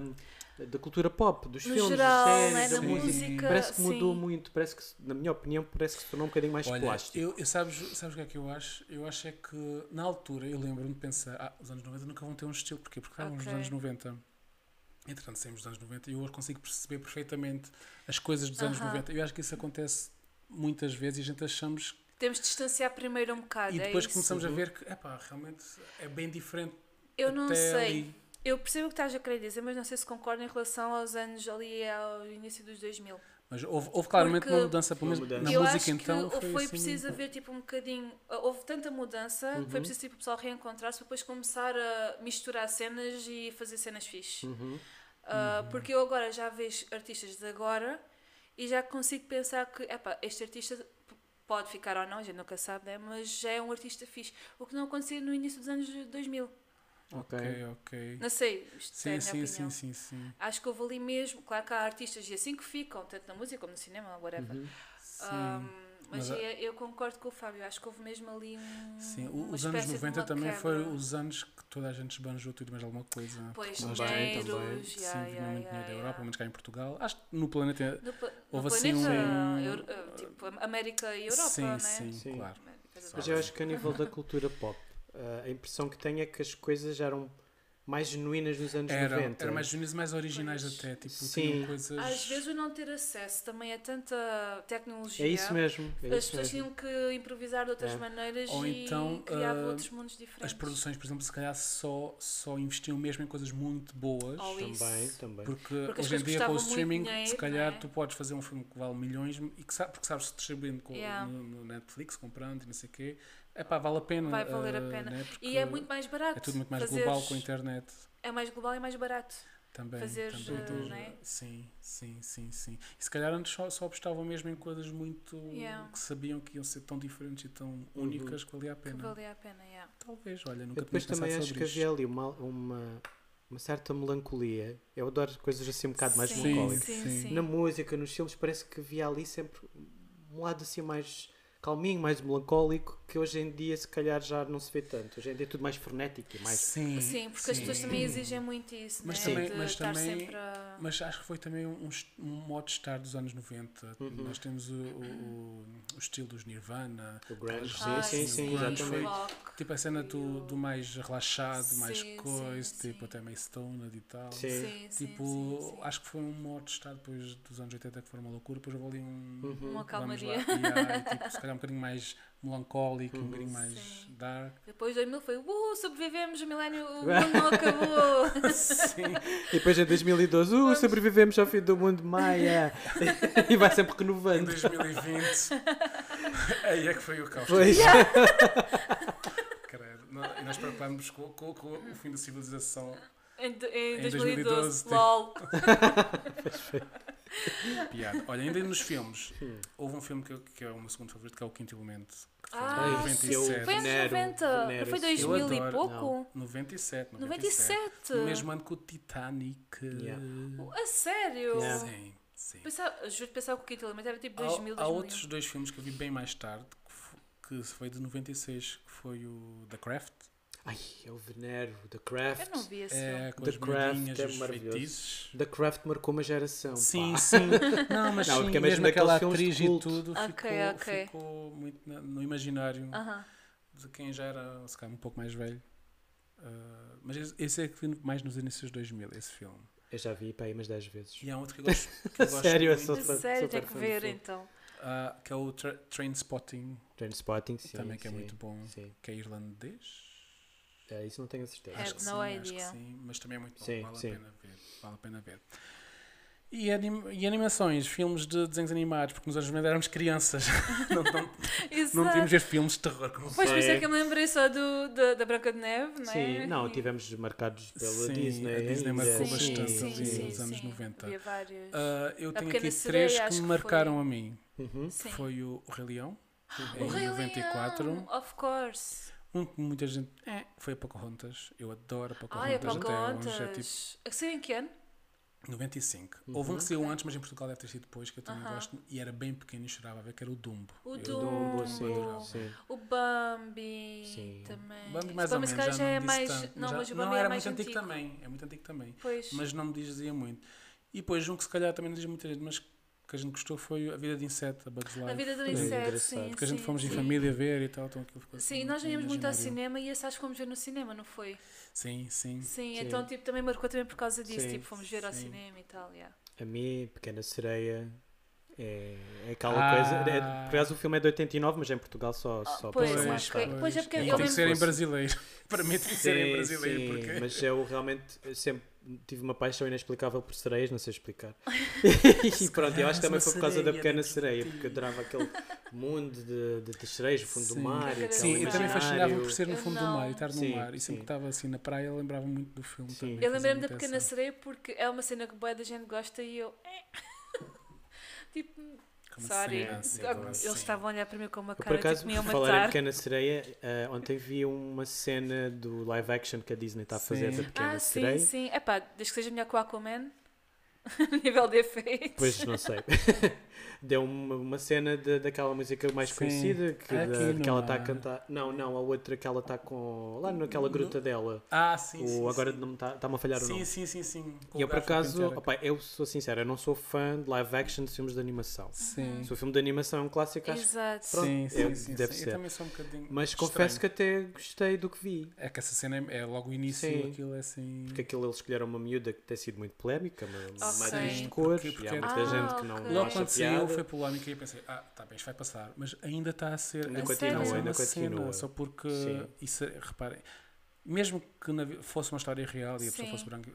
Speaker 4: da- da cultura pop, dos
Speaker 1: No
Speaker 4: filmes,
Speaker 1: geral,
Speaker 4: das séries,
Speaker 1: né,
Speaker 4: da
Speaker 1: na
Speaker 2: sim.
Speaker 4: música.
Speaker 1: música.
Speaker 4: Parece que
Speaker 1: sim.
Speaker 4: mudou muito, parece que, se- na minha opinião, parece que se tornou um bocadinho mais
Speaker 2: Olha,
Speaker 4: plástico.
Speaker 2: eu, eu sabes, sabes o que é que eu acho? Eu acho é que na altura eu lembro-me de pensar, ah, os anos 90 nunca vão ter um estilo, porquê? Porque estavam nos
Speaker 1: Ok.
Speaker 2: anos 90. Entretanto, saímos dos anos 90 e eu hoje consigo perceber perfeitamente as coisas dos anos
Speaker 1: Aham.
Speaker 2: 90. Eu acho que isso acontece muitas vezes e a gente achamos
Speaker 1: Temos de distanciar primeiro um bocado.
Speaker 2: e
Speaker 1: é
Speaker 2: depois
Speaker 1: isso.
Speaker 2: começamos a
Speaker 4: Uhum.
Speaker 2: ver que, epá, realmente é bem diferente.
Speaker 1: Eu não
Speaker 2: até
Speaker 1: sei.
Speaker 2: ali.
Speaker 1: Eu percebo o que estás a querer dizer, mas não sei se concordo em relação aos anos ali ao início dos 2000.
Speaker 2: Mas houve, houve claramente
Speaker 1: Porque
Speaker 2: uma mudança, pelo
Speaker 4: Uma
Speaker 2: menos
Speaker 4: mudança.
Speaker 2: na
Speaker 1: eu
Speaker 2: música
Speaker 1: acho
Speaker 2: então.
Speaker 1: que foi,
Speaker 2: assim-
Speaker 1: preciso haver tipo um bocadinho. Houve tanta mudança
Speaker 2: Uhum.
Speaker 1: que foi preciso tipo, o pessoal reencontrar-se para depois começar a misturar cenas e fazer cenas fixe.
Speaker 2: Uhum.
Speaker 1: Ah, Porque eu agora já vejo artistas de agora e já consigo pensar que epá, este artista p- pode ficar ou não, a gente nunca sabe, né? mas já é um artista fixe. O que não acontecia no início dos anos 2000.
Speaker 4: É.
Speaker 2: Ok, ok.
Speaker 1: Não sei, isto é a
Speaker 2: Sim,
Speaker 1: minha
Speaker 2: sim,
Speaker 1: opinião.
Speaker 2: sim, sim, sim.
Speaker 1: Acho que houve ali mesmo, claro que há artistas e assim que ficam, tanto na música como no cinema, whatever.
Speaker 2: Uhum. Sim.
Speaker 1: Ahm, mas
Speaker 2: Mas a-
Speaker 1: eu, eu concordo com o Fábio, acho que houve mesmo ali um.
Speaker 2: Sim, o-
Speaker 1: uma
Speaker 2: os anos
Speaker 1: espécie de
Speaker 2: 90
Speaker 1: uma
Speaker 2: também
Speaker 1: quebra.
Speaker 2: foram os anos que toda a gente esbanjou tudo e mais alguma coisa.
Speaker 1: Pois, é,
Speaker 2: Nós
Speaker 4: também,
Speaker 1: dinheiros,
Speaker 4: também.
Speaker 2: Sim,
Speaker 1: yeah,
Speaker 2: vinha
Speaker 1: yeah, yeah,
Speaker 2: muito dinheiro da Europa,
Speaker 1: yeah.
Speaker 2: pelo menos cá em Portugal. Acho que no planeta.
Speaker 1: No, pla-
Speaker 2: houve
Speaker 1: no
Speaker 2: assim um-
Speaker 1: planeta, Euro- ah, tipo, Am- América e Europa,
Speaker 2: sim,
Speaker 1: né?
Speaker 2: sim,
Speaker 4: Sim.
Speaker 2: claro.
Speaker 4: Mas eu acho que a nível da cultura pop, ah, a impressão que tenho é que as coisas eram mais genuínas nos anos
Speaker 2: Era,
Speaker 4: 90.
Speaker 2: era mais juniors, mais originais até. Tipo,
Speaker 4: Sim.
Speaker 2: tinham coisas.
Speaker 1: Às vezes o não ter acesso também a tanta tecnologia.
Speaker 4: É isso mesmo. É
Speaker 1: As
Speaker 4: isso
Speaker 1: pessoas tinham
Speaker 4: mesmo.
Speaker 1: que improvisar de outras
Speaker 4: É.
Speaker 1: maneiras
Speaker 2: Ou
Speaker 1: e
Speaker 2: então,
Speaker 1: criavam
Speaker 2: ah,
Speaker 1: outros mundos diferentes.
Speaker 2: As produções, por exemplo, se calhar só, só investiam mesmo em coisas muito boas.
Speaker 1: Ou isso.
Speaker 4: Também, também.
Speaker 2: Porque,
Speaker 1: as
Speaker 2: hoje em
Speaker 1: coisas
Speaker 2: dia, com
Speaker 1: custavam
Speaker 2: o
Speaker 1: muito
Speaker 2: streaming,
Speaker 1: dinheiro,
Speaker 2: se calhar
Speaker 1: não é?
Speaker 2: tu podes fazer um filme que vale milhões e que sabe, porque sabes distribuindo com,
Speaker 1: Yeah.
Speaker 2: no, no Netflix, comprando e não sei o quê. É pá, vale a pena.
Speaker 1: Vai valer a
Speaker 2: eh,
Speaker 1: pena.
Speaker 2: né?
Speaker 1: E é
Speaker 2: Porque
Speaker 1: muito mais barato.
Speaker 2: é tudo muito mais
Speaker 1: fazeres-
Speaker 2: global com a internet.
Speaker 1: É mais global e mais barato.
Speaker 2: Também,
Speaker 1: fazer,
Speaker 2: também,
Speaker 1: eh,
Speaker 2: também.
Speaker 1: não é?
Speaker 2: Sim, sim, sim, sim. E se calhar antes só, só apostavam mesmo em coisas muito
Speaker 1: Yeah.
Speaker 2: que sabiam que iam ser tão diferentes e tão
Speaker 4: Uhum.
Speaker 2: únicas que valia a
Speaker 1: Que
Speaker 2: pena.
Speaker 1: valia a pena, yeah.
Speaker 2: Talvez, olha,
Speaker 4: Eu
Speaker 2: nunca tinha
Speaker 4: depois
Speaker 2: pensado
Speaker 4: também acho que
Speaker 2: sobre
Speaker 4: havia
Speaker 2: isso.
Speaker 4: ali uma, uma, uma certa melancolia. Eu adoro coisas assim um bocado mais
Speaker 1: Sim,
Speaker 4: melancólicas.
Speaker 1: sim,
Speaker 2: Sim.
Speaker 1: sim.
Speaker 4: Na música, nos filmes, parece que havia ali sempre um lado assim mais calminho, mais melancólico, que hoje em dia se calhar já não se vê tanto. Hoje em dia é tudo mais frenético e mais.
Speaker 2: Sim,
Speaker 1: Sim, porque as pessoas também exigem muito isso,
Speaker 2: Mas
Speaker 1: né?
Speaker 2: também-
Speaker 1: de
Speaker 2: mas
Speaker 1: estar
Speaker 2: também-
Speaker 1: sempre a...
Speaker 2: Mas acho que foi também um, est- um modo de estar dos anos 90. Nós temos o, o- o estilo dos Nirvana,
Speaker 4: O grunge,
Speaker 2: aquelas
Speaker 1: Ai,
Speaker 4: sim,
Speaker 2: coisas,
Speaker 4: sim, sim,
Speaker 2: ah, o grunge foi-
Speaker 4: exatamente.
Speaker 1: rock.
Speaker 2: Tipo a cena do, do mais relaxado, mais
Speaker 1: Sim,
Speaker 2: coisa,
Speaker 1: sim,
Speaker 2: tipo até meio stoned e tal.
Speaker 4: Sim.
Speaker 1: Sim, sim,
Speaker 2: Tipo,
Speaker 1: sim, sim.
Speaker 2: acho que foi um modo de estar depois dos anos 80 que foi uma loucura, depois houve ali um.
Speaker 1: Uma
Speaker 2: vamos
Speaker 1: calmaria.
Speaker 2: Lá, yeah, e, tipo, se calhar um bocadinho mais melancólico, um bocadinho mais
Speaker 1: Sim.
Speaker 2: dark.
Speaker 1: Depois de 2000 foi, uh, sobrevivemos, o milénio, o mundo não acabou.
Speaker 2: Sim.
Speaker 4: E depois em 2012, uh, sobrevivemos ao fim do mundo, Maia! e vai sempre
Speaker 2: Em
Speaker 4: renovando.
Speaker 2: 2020. aí é que foi o caos.
Speaker 4: Pois.
Speaker 2: Credo. Não, e nós preocupámos com, com- com o fim da civilização.
Speaker 1: Em, do- em
Speaker 2: Em
Speaker 1: 2012,
Speaker 2: 2012, tipo-
Speaker 1: lol.
Speaker 2: Piada. Olha, ainda nos filmes, houve um filme que, eu- que é o meu segundo favorito, que é o Quinto Elemento. Que foi
Speaker 1: Ah,
Speaker 2: em
Speaker 4: eu-
Speaker 1: Foi
Speaker 2: 97.
Speaker 1: anos
Speaker 4: Venero,
Speaker 1: 90, não
Speaker 4: Venero,
Speaker 1: foi
Speaker 4: sim.
Speaker 1: 2000
Speaker 2: Eu
Speaker 1: e
Speaker 2: adoro,
Speaker 1: pouco?
Speaker 2: 97, 97.
Speaker 1: 97?
Speaker 2: No mesmo ano que o Titanic.
Speaker 4: Yeah.
Speaker 1: A sério?
Speaker 4: Yeah.
Speaker 2: Sim, sim.
Speaker 1: Pensava, juro que pensava que o quinto elemento era tipo
Speaker 2: Há-
Speaker 1: 2000,
Speaker 2: há,
Speaker 1: 2001.
Speaker 2: outros dois filmes que eu vi bem mais tarde, que f- que foi de 96, que foi o The Craft.
Speaker 4: Ai, é o Venero, The
Speaker 1: Eu não
Speaker 4: Craft.
Speaker 1: vi esse filme.
Speaker 2: É, com
Speaker 4: The
Speaker 2: as
Speaker 4: Craft
Speaker 2: miudinhas,
Speaker 4: é
Speaker 2: os
Speaker 4: maravilhoso.
Speaker 2: feitiços.
Speaker 4: The Craft marcou uma geração.
Speaker 2: Sim,
Speaker 4: pá.
Speaker 2: sim. Não, mas
Speaker 4: Não,
Speaker 2: sim,
Speaker 4: porque é mesmo
Speaker 2: mesmo
Speaker 4: daqueles
Speaker 2: aquela
Speaker 4: filmes de
Speaker 2: atriz e
Speaker 4: culto.
Speaker 2: tudo
Speaker 1: Ok,
Speaker 2: ficou,
Speaker 1: ok.
Speaker 2: ficou muito na- no imaginário
Speaker 1: Aham.
Speaker 2: de quem já era, se calhar, um pouco mais velho. Ah, mas esse- esse é que vi mais nos inícios de 2000, esse filme.
Speaker 4: Eu já vi para aí umas 10 vezes.
Speaker 2: E há outro que eu gosto, que eu gosto
Speaker 4: Sério, eu
Speaker 2: muito,
Speaker 4: sou
Speaker 1: A
Speaker 4: fã.
Speaker 1: sério,
Speaker 4: super
Speaker 1: tem que
Speaker 4: fã do
Speaker 1: ver
Speaker 4: filme.
Speaker 1: então.
Speaker 2: ah, que é o tra Train Spotting,
Speaker 4: Trainspotting, sim.
Speaker 2: também que é
Speaker 4: sim,
Speaker 2: muito bom,
Speaker 4: Sim.
Speaker 2: que é irlandês.
Speaker 4: É, isso não tenho a certeza.
Speaker 1: É.
Speaker 2: Acho que
Speaker 1: no
Speaker 2: sim, acho que
Speaker 1: idea.
Speaker 2: sim, mas também é muito bom,
Speaker 4: Sim,
Speaker 2: vale
Speaker 4: sim.
Speaker 2: a pena ver, vale a pena ver. E, anim- e animações, filmes de desenhos animados, porque nos anos 90 éramos crianças, não, não, não podíamos
Speaker 1: Exato.
Speaker 2: ver filmes de terror como
Speaker 1: Pois por isso
Speaker 4: É.
Speaker 1: é que eu me lembrei só do, da, da Branca de Neve, não é?
Speaker 4: Sim, não,
Speaker 1: E-
Speaker 4: tivemos marcados pela
Speaker 2: Sim,
Speaker 4: Disney.
Speaker 2: a Disney
Speaker 4: ainda,
Speaker 2: marcou
Speaker 4: sim,
Speaker 2: bastante
Speaker 4: sim,
Speaker 2: ali
Speaker 4: sim.
Speaker 2: nos anos 90.
Speaker 1: Havia vários.
Speaker 2: Ah, eu tenho
Speaker 1: Pequena
Speaker 2: aqui
Speaker 1: Sereia,
Speaker 2: três que
Speaker 1: acho
Speaker 2: me
Speaker 1: que
Speaker 2: marcaram
Speaker 1: foi.
Speaker 2: a mim.
Speaker 4: Uhum.
Speaker 1: Sim.
Speaker 2: que Foi o, o Rei Leão,
Speaker 1: O
Speaker 2: em
Speaker 1: Rei
Speaker 2: 94.
Speaker 1: Leão, of course.
Speaker 2: Um que muita gente... É, foi a Pocahontas. Eu adoro a Pocahontas.
Speaker 1: Ai, a
Speaker 2: Até hoje, é tipo
Speaker 1: Pocahontas. A que saiu em que ano?
Speaker 2: 95. Houve um que saiu antes, mas em Portugal deve ter sido depois, que eu também
Speaker 1: Aham.
Speaker 2: gosto. E era bem pequeno e chorava a ver, que era o Dumbo.
Speaker 1: O
Speaker 2: Eu- um
Speaker 4: Dumbo, sim,
Speaker 1: Dumbo.
Speaker 4: sim.
Speaker 1: O Bambi
Speaker 4: Sim.
Speaker 1: também.
Speaker 2: Bambi mais ou menos,
Speaker 1: se
Speaker 2: já
Speaker 1: calhar já é
Speaker 2: não me
Speaker 1: mais.
Speaker 2: disse tanto,
Speaker 1: não,
Speaker 2: já-
Speaker 1: mas o
Speaker 2: não,
Speaker 1: Bambi
Speaker 2: era
Speaker 1: é mais
Speaker 2: muito antigo. também, é muito antigo também,
Speaker 1: Pois.
Speaker 2: mas não me dizia muito. E depois um que se calhar também não diz muita gente, mas que a gente gostou foi A Vida de Inseto, a Bugs Life.
Speaker 1: a vida do
Speaker 4: é
Speaker 1: inseto,
Speaker 4: engraçado,
Speaker 1: sim.
Speaker 2: Porque a gente
Speaker 1: sim,
Speaker 2: fomos em
Speaker 1: sim.
Speaker 2: família ver e tal, então aquilo ficou
Speaker 1: Sim,
Speaker 2: assim
Speaker 1: nós íamos muito ao
Speaker 2: imaginário.
Speaker 1: cinema e esse acho que fomos ver no cinema, não foi?
Speaker 2: Sim, sim.
Speaker 1: Sim,
Speaker 4: Sim.
Speaker 1: então tipo, também marcou também por causa disso,
Speaker 4: Sim,
Speaker 1: tipo, fomos ver ao
Speaker 2: sim.
Speaker 1: cinema e tal, yeah.
Speaker 4: A mim, Pequena Sereia. É, é aquela
Speaker 2: Ah.
Speaker 4: coisa. É, por acaso o filme é de 89, mas em Portugal só, só
Speaker 1: pois,
Speaker 4: passou
Speaker 2: pois,
Speaker 4: mais
Speaker 1: que-
Speaker 4: tarde.
Speaker 1: pois é porque
Speaker 2: E
Speaker 1: eu
Speaker 2: tem que
Speaker 1: lembro-
Speaker 2: ser em brasileiro. Para mim tem que ser em
Speaker 4: Sim,
Speaker 2: brasileiro,
Speaker 4: sim,
Speaker 2: porque...
Speaker 4: Mas eu realmente eu sempre tive uma paixão inexplicável por sereias, não sei explicar. e pronto, eu acho que também foi por causa da
Speaker 2: sereia
Speaker 4: pequena
Speaker 2: dentro de
Speaker 4: sereia,
Speaker 2: ti.
Speaker 4: porque eu adorava aquele mundo de, de, de sereias, o fundo do
Speaker 2: Sim.
Speaker 4: mar. e
Speaker 2: Sim,
Speaker 4: aquele
Speaker 2: eu também
Speaker 1: imaginário.
Speaker 2: fascinava
Speaker 4: é um imaginário.
Speaker 2: por ser no
Speaker 1: Eu
Speaker 2: fundo do
Speaker 1: não.
Speaker 2: mar e estar no
Speaker 4: Sim,
Speaker 2: mar. E sempre
Speaker 4: sim.
Speaker 2: que estava assim na praia, eu lembrava muito do filme
Speaker 4: Sim.
Speaker 2: também.
Speaker 4: Eu
Speaker 2: fazia
Speaker 1: Eu lembrei-me da
Speaker 2: muito
Speaker 1: Pequena
Speaker 2: essa-
Speaker 1: Sereia porque é uma cena que boa da gente gosta e eu. eh. tipo,
Speaker 2: Como
Speaker 1: sorry.
Speaker 2: assim, assim, como
Speaker 1: Eles
Speaker 2: assim?
Speaker 1: estavam a olhar para mim com uma
Speaker 4: Eu, Por
Speaker 1: cara
Speaker 4: acaso,
Speaker 1: tipo, me iam
Speaker 4: falar em
Speaker 1: matar.
Speaker 4: Pequena Sereia, eh, ontem vi uma cena do live action que a Disney está a fazer
Speaker 2: Sim.
Speaker 4: da Pequena
Speaker 1: Ah, sim,
Speaker 4: Sereia.
Speaker 1: sim. É pá, desde que seja melhor que o Aquaman, a nível de efeitos.
Speaker 4: Pois não sei. Deu uma, uma cena de- daquela música mais
Speaker 2: Sim. É
Speaker 4: conhecida que, da-
Speaker 2: Aqui no
Speaker 4: que ela está a
Speaker 2: mar.
Speaker 4: cantar. Não, não, a outra que ela está com. lá naquela
Speaker 2: No-
Speaker 4: gruta dela.
Speaker 2: Ah, sim,
Speaker 4: o,
Speaker 2: sim.
Speaker 4: agora
Speaker 2: sim.
Speaker 4: não está- está-me a falhar o
Speaker 2: Sim,
Speaker 4: nome.
Speaker 2: sim, sim, sim. Com
Speaker 4: E eu
Speaker 2: o garfo
Speaker 4: por
Speaker 2: a
Speaker 4: acaso,
Speaker 2: pentear a-
Speaker 4: opá, eu sou sincero, eu não sou fã de live action de filmes de animação.
Speaker 2: Sim.
Speaker 4: Se o filme de animação é um clássico, acho.
Speaker 1: Exato.
Speaker 4: Pronto,
Speaker 2: sim, sim,
Speaker 4: é,
Speaker 2: sim,
Speaker 4: deve
Speaker 2: sim.
Speaker 4: ser.
Speaker 2: Eu também sou um bocadinho.
Speaker 4: Mas
Speaker 2: estranho.
Speaker 4: confesso que até gostei do que vi.
Speaker 2: É que essa cena é é logo o início,
Speaker 4: Sim.
Speaker 2: aquilo é assim.
Speaker 4: Porque aquilo eles escolheram uma miúda que tem sido muito polémica, uma, uma
Speaker 1: sim.
Speaker 4: atriz de
Speaker 1: Porque-
Speaker 4: cores,
Speaker 2: porque
Speaker 4: e há
Speaker 2: era-
Speaker 4: muita
Speaker 1: Ah,
Speaker 4: gente que não,
Speaker 1: ok.
Speaker 4: não
Speaker 2: Logo
Speaker 4: acha
Speaker 2: quando saiu
Speaker 4: piada.
Speaker 2: foi polémica e eu pensei, ah, tá bem, isto vai passar, mas ainda está a ser.
Speaker 4: Ainda
Speaker 2: é
Speaker 1: continua,
Speaker 2: uma
Speaker 1: ainda
Speaker 2: Cena,
Speaker 4: continua.
Speaker 2: só porque,
Speaker 4: Sim.
Speaker 2: isso, é, reparem, mesmo que na vi- fosse uma história real e a pessoa
Speaker 1: Sim.
Speaker 2: fosse branca,